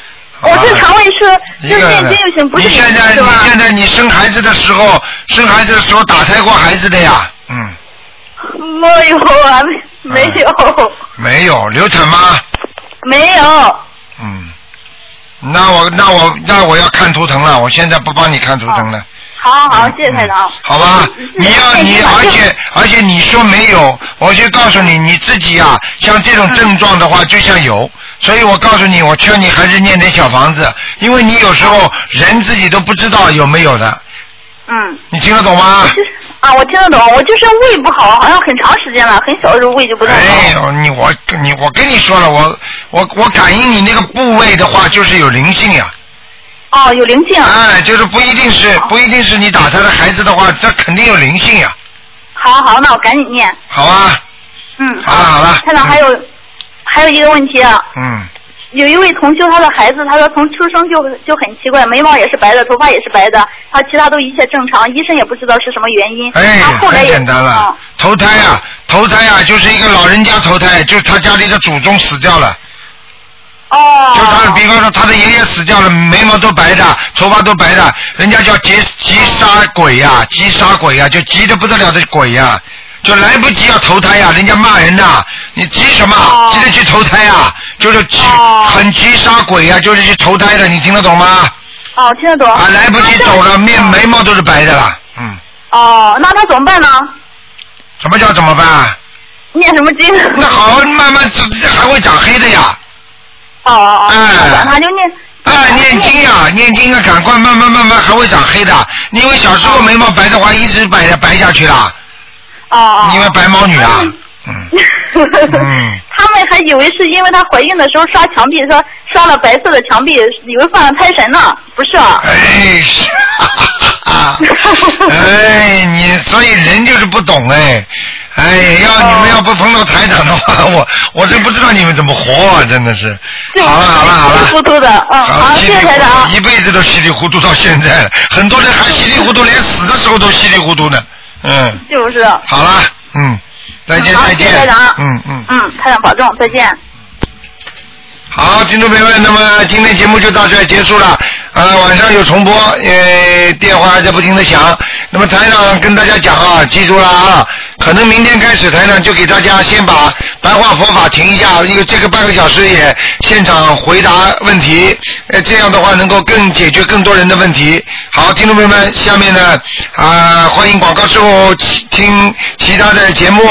[SPEAKER 5] 我这肠胃
[SPEAKER 2] 一
[SPEAKER 5] 是就
[SPEAKER 2] 个
[SPEAKER 5] 念经就行，不是
[SPEAKER 2] 你现在
[SPEAKER 5] 是
[SPEAKER 2] 你
[SPEAKER 5] 吧？
[SPEAKER 2] 现在你生孩子的时候，生孩子的时候打胎过孩子的呀？嗯，
[SPEAKER 15] 哎
[SPEAKER 5] 没有啊，没
[SPEAKER 2] 哎
[SPEAKER 5] 没 (laughs) 有、
[SPEAKER 2] 没有流产吗？
[SPEAKER 5] 没有。
[SPEAKER 2] 嗯，那我那我那我要看图腾了，我现在不帮你看图腾了。
[SPEAKER 5] 好好
[SPEAKER 2] 嗯
[SPEAKER 5] 好，谢谢台长。
[SPEAKER 2] 好吧，你要你，而
[SPEAKER 5] (laughs)
[SPEAKER 2] 且而且你说没有，我就告诉你，你自己啊，像这种症状的话，
[SPEAKER 5] 嗯
[SPEAKER 2] 就像有，所以我告诉你，我劝你还是念点小房子，因为你有时候人自己都不知道有没有的，
[SPEAKER 5] 嗯。
[SPEAKER 2] 你听得懂吗？
[SPEAKER 5] 啊，我听得懂，我就是胃不好，好像很长时间了，很小的时候胃就不太好。
[SPEAKER 2] 哎呦，你我你我跟你说了，我我我感应你那个部位的话，就是有灵性呀、
[SPEAKER 5] 哦，有灵性。哦
[SPEAKER 2] 哎，就是不一定是不一定是你打胎的孩子的话，这肯定有灵性呀、
[SPEAKER 5] 好好，那我赶紧念。
[SPEAKER 2] 好啊，
[SPEAKER 5] 嗯。
[SPEAKER 2] 好了好了，
[SPEAKER 5] 台长，还有、还有一个问题啊，
[SPEAKER 2] 嗯。
[SPEAKER 5] 有一位同修，他的孩子，他说从出生就就很奇怪，眉毛也是白的，头发也是白的，他其他都一切正常，医生也不知道是什么原因。
[SPEAKER 2] 哎，
[SPEAKER 5] 他后来
[SPEAKER 2] 很
[SPEAKER 5] 也嗯
[SPEAKER 2] 简单了，投胎啊，投胎啊，就是一个老人家投胎，就是他家里的祖宗死掉了。
[SPEAKER 5] 哦。
[SPEAKER 2] 就他，比方说他的爷爷死掉了，眉毛都白的，头发都白的，人家叫劫急杀鬼呀、急杀鬼呀、就急得不得了的鬼呀、就来不及要投胎呀、啊人家骂人呐、你急什么？
[SPEAKER 5] 哦
[SPEAKER 2] 急着去投胎呀、就是急，很急杀鬼呀、就是去投胎的，你听得懂吗？
[SPEAKER 5] 哦，听得懂。
[SPEAKER 2] 啊，来不及走了，面
[SPEAKER 5] 嗯
[SPEAKER 2] 眉毛都是白的了，
[SPEAKER 5] 哦，那他怎么办呢？
[SPEAKER 2] 什么叫怎么办、啊？
[SPEAKER 5] 念什么经？
[SPEAKER 2] 那好，慢慢这这还会长黑的呀。
[SPEAKER 5] 哦
[SPEAKER 2] 哦。
[SPEAKER 5] 哦
[SPEAKER 2] 哎，
[SPEAKER 5] 管他就念。
[SPEAKER 2] 哎，念经呀、念经啊，赶快慢慢慢慢还会长黑的，因为小时候眉毛白的话，一直白白下去了。
[SPEAKER 5] 哦哦。
[SPEAKER 2] 因为白毛女
[SPEAKER 5] (laughs)
[SPEAKER 2] 啊， (laughs)
[SPEAKER 5] 他们还以为是因为她怀孕的时候刷墙壁，说刷了白色的墙壁，以为犯了胎神呢，不是啊？
[SPEAKER 2] 哎，是啊，哎，你所以人就是不懂哎，哎，要你们要不碰到台长的话， (laughs) 我我真不知道你们怎么活、啊，真的是。好了好了好了，
[SPEAKER 5] 糊涂的，嗯，好，
[SPEAKER 2] 稀
[SPEAKER 5] 谢
[SPEAKER 2] 里
[SPEAKER 5] 谢
[SPEAKER 2] 糊
[SPEAKER 5] 台长
[SPEAKER 2] 涂，。一辈子都稀里糊涂到现在了，很多人还稀里糊涂，连死的时候都稀里糊涂呢。嗯，
[SPEAKER 5] 就是，
[SPEAKER 2] 好了，嗯，再见
[SPEAKER 5] 好
[SPEAKER 2] 再见
[SPEAKER 5] 谢谢台长，
[SPEAKER 2] 嗯嗯，
[SPEAKER 5] 嗯，台长保重，再见。
[SPEAKER 2] 好，听众朋友们，那么今天节目就到这儿结束了。呃，晚上有重播，呃，电话还在不停的响。那么台长跟大家讲啊，记住了啊，可能明天开始台长就给大家先把白话佛法停一下，因为这个半个小时也现场回答问题，呃，这样的话能够更解决更多人的问题。好，听众朋友们，下面呢啊、欢迎广告之后听其他的节目。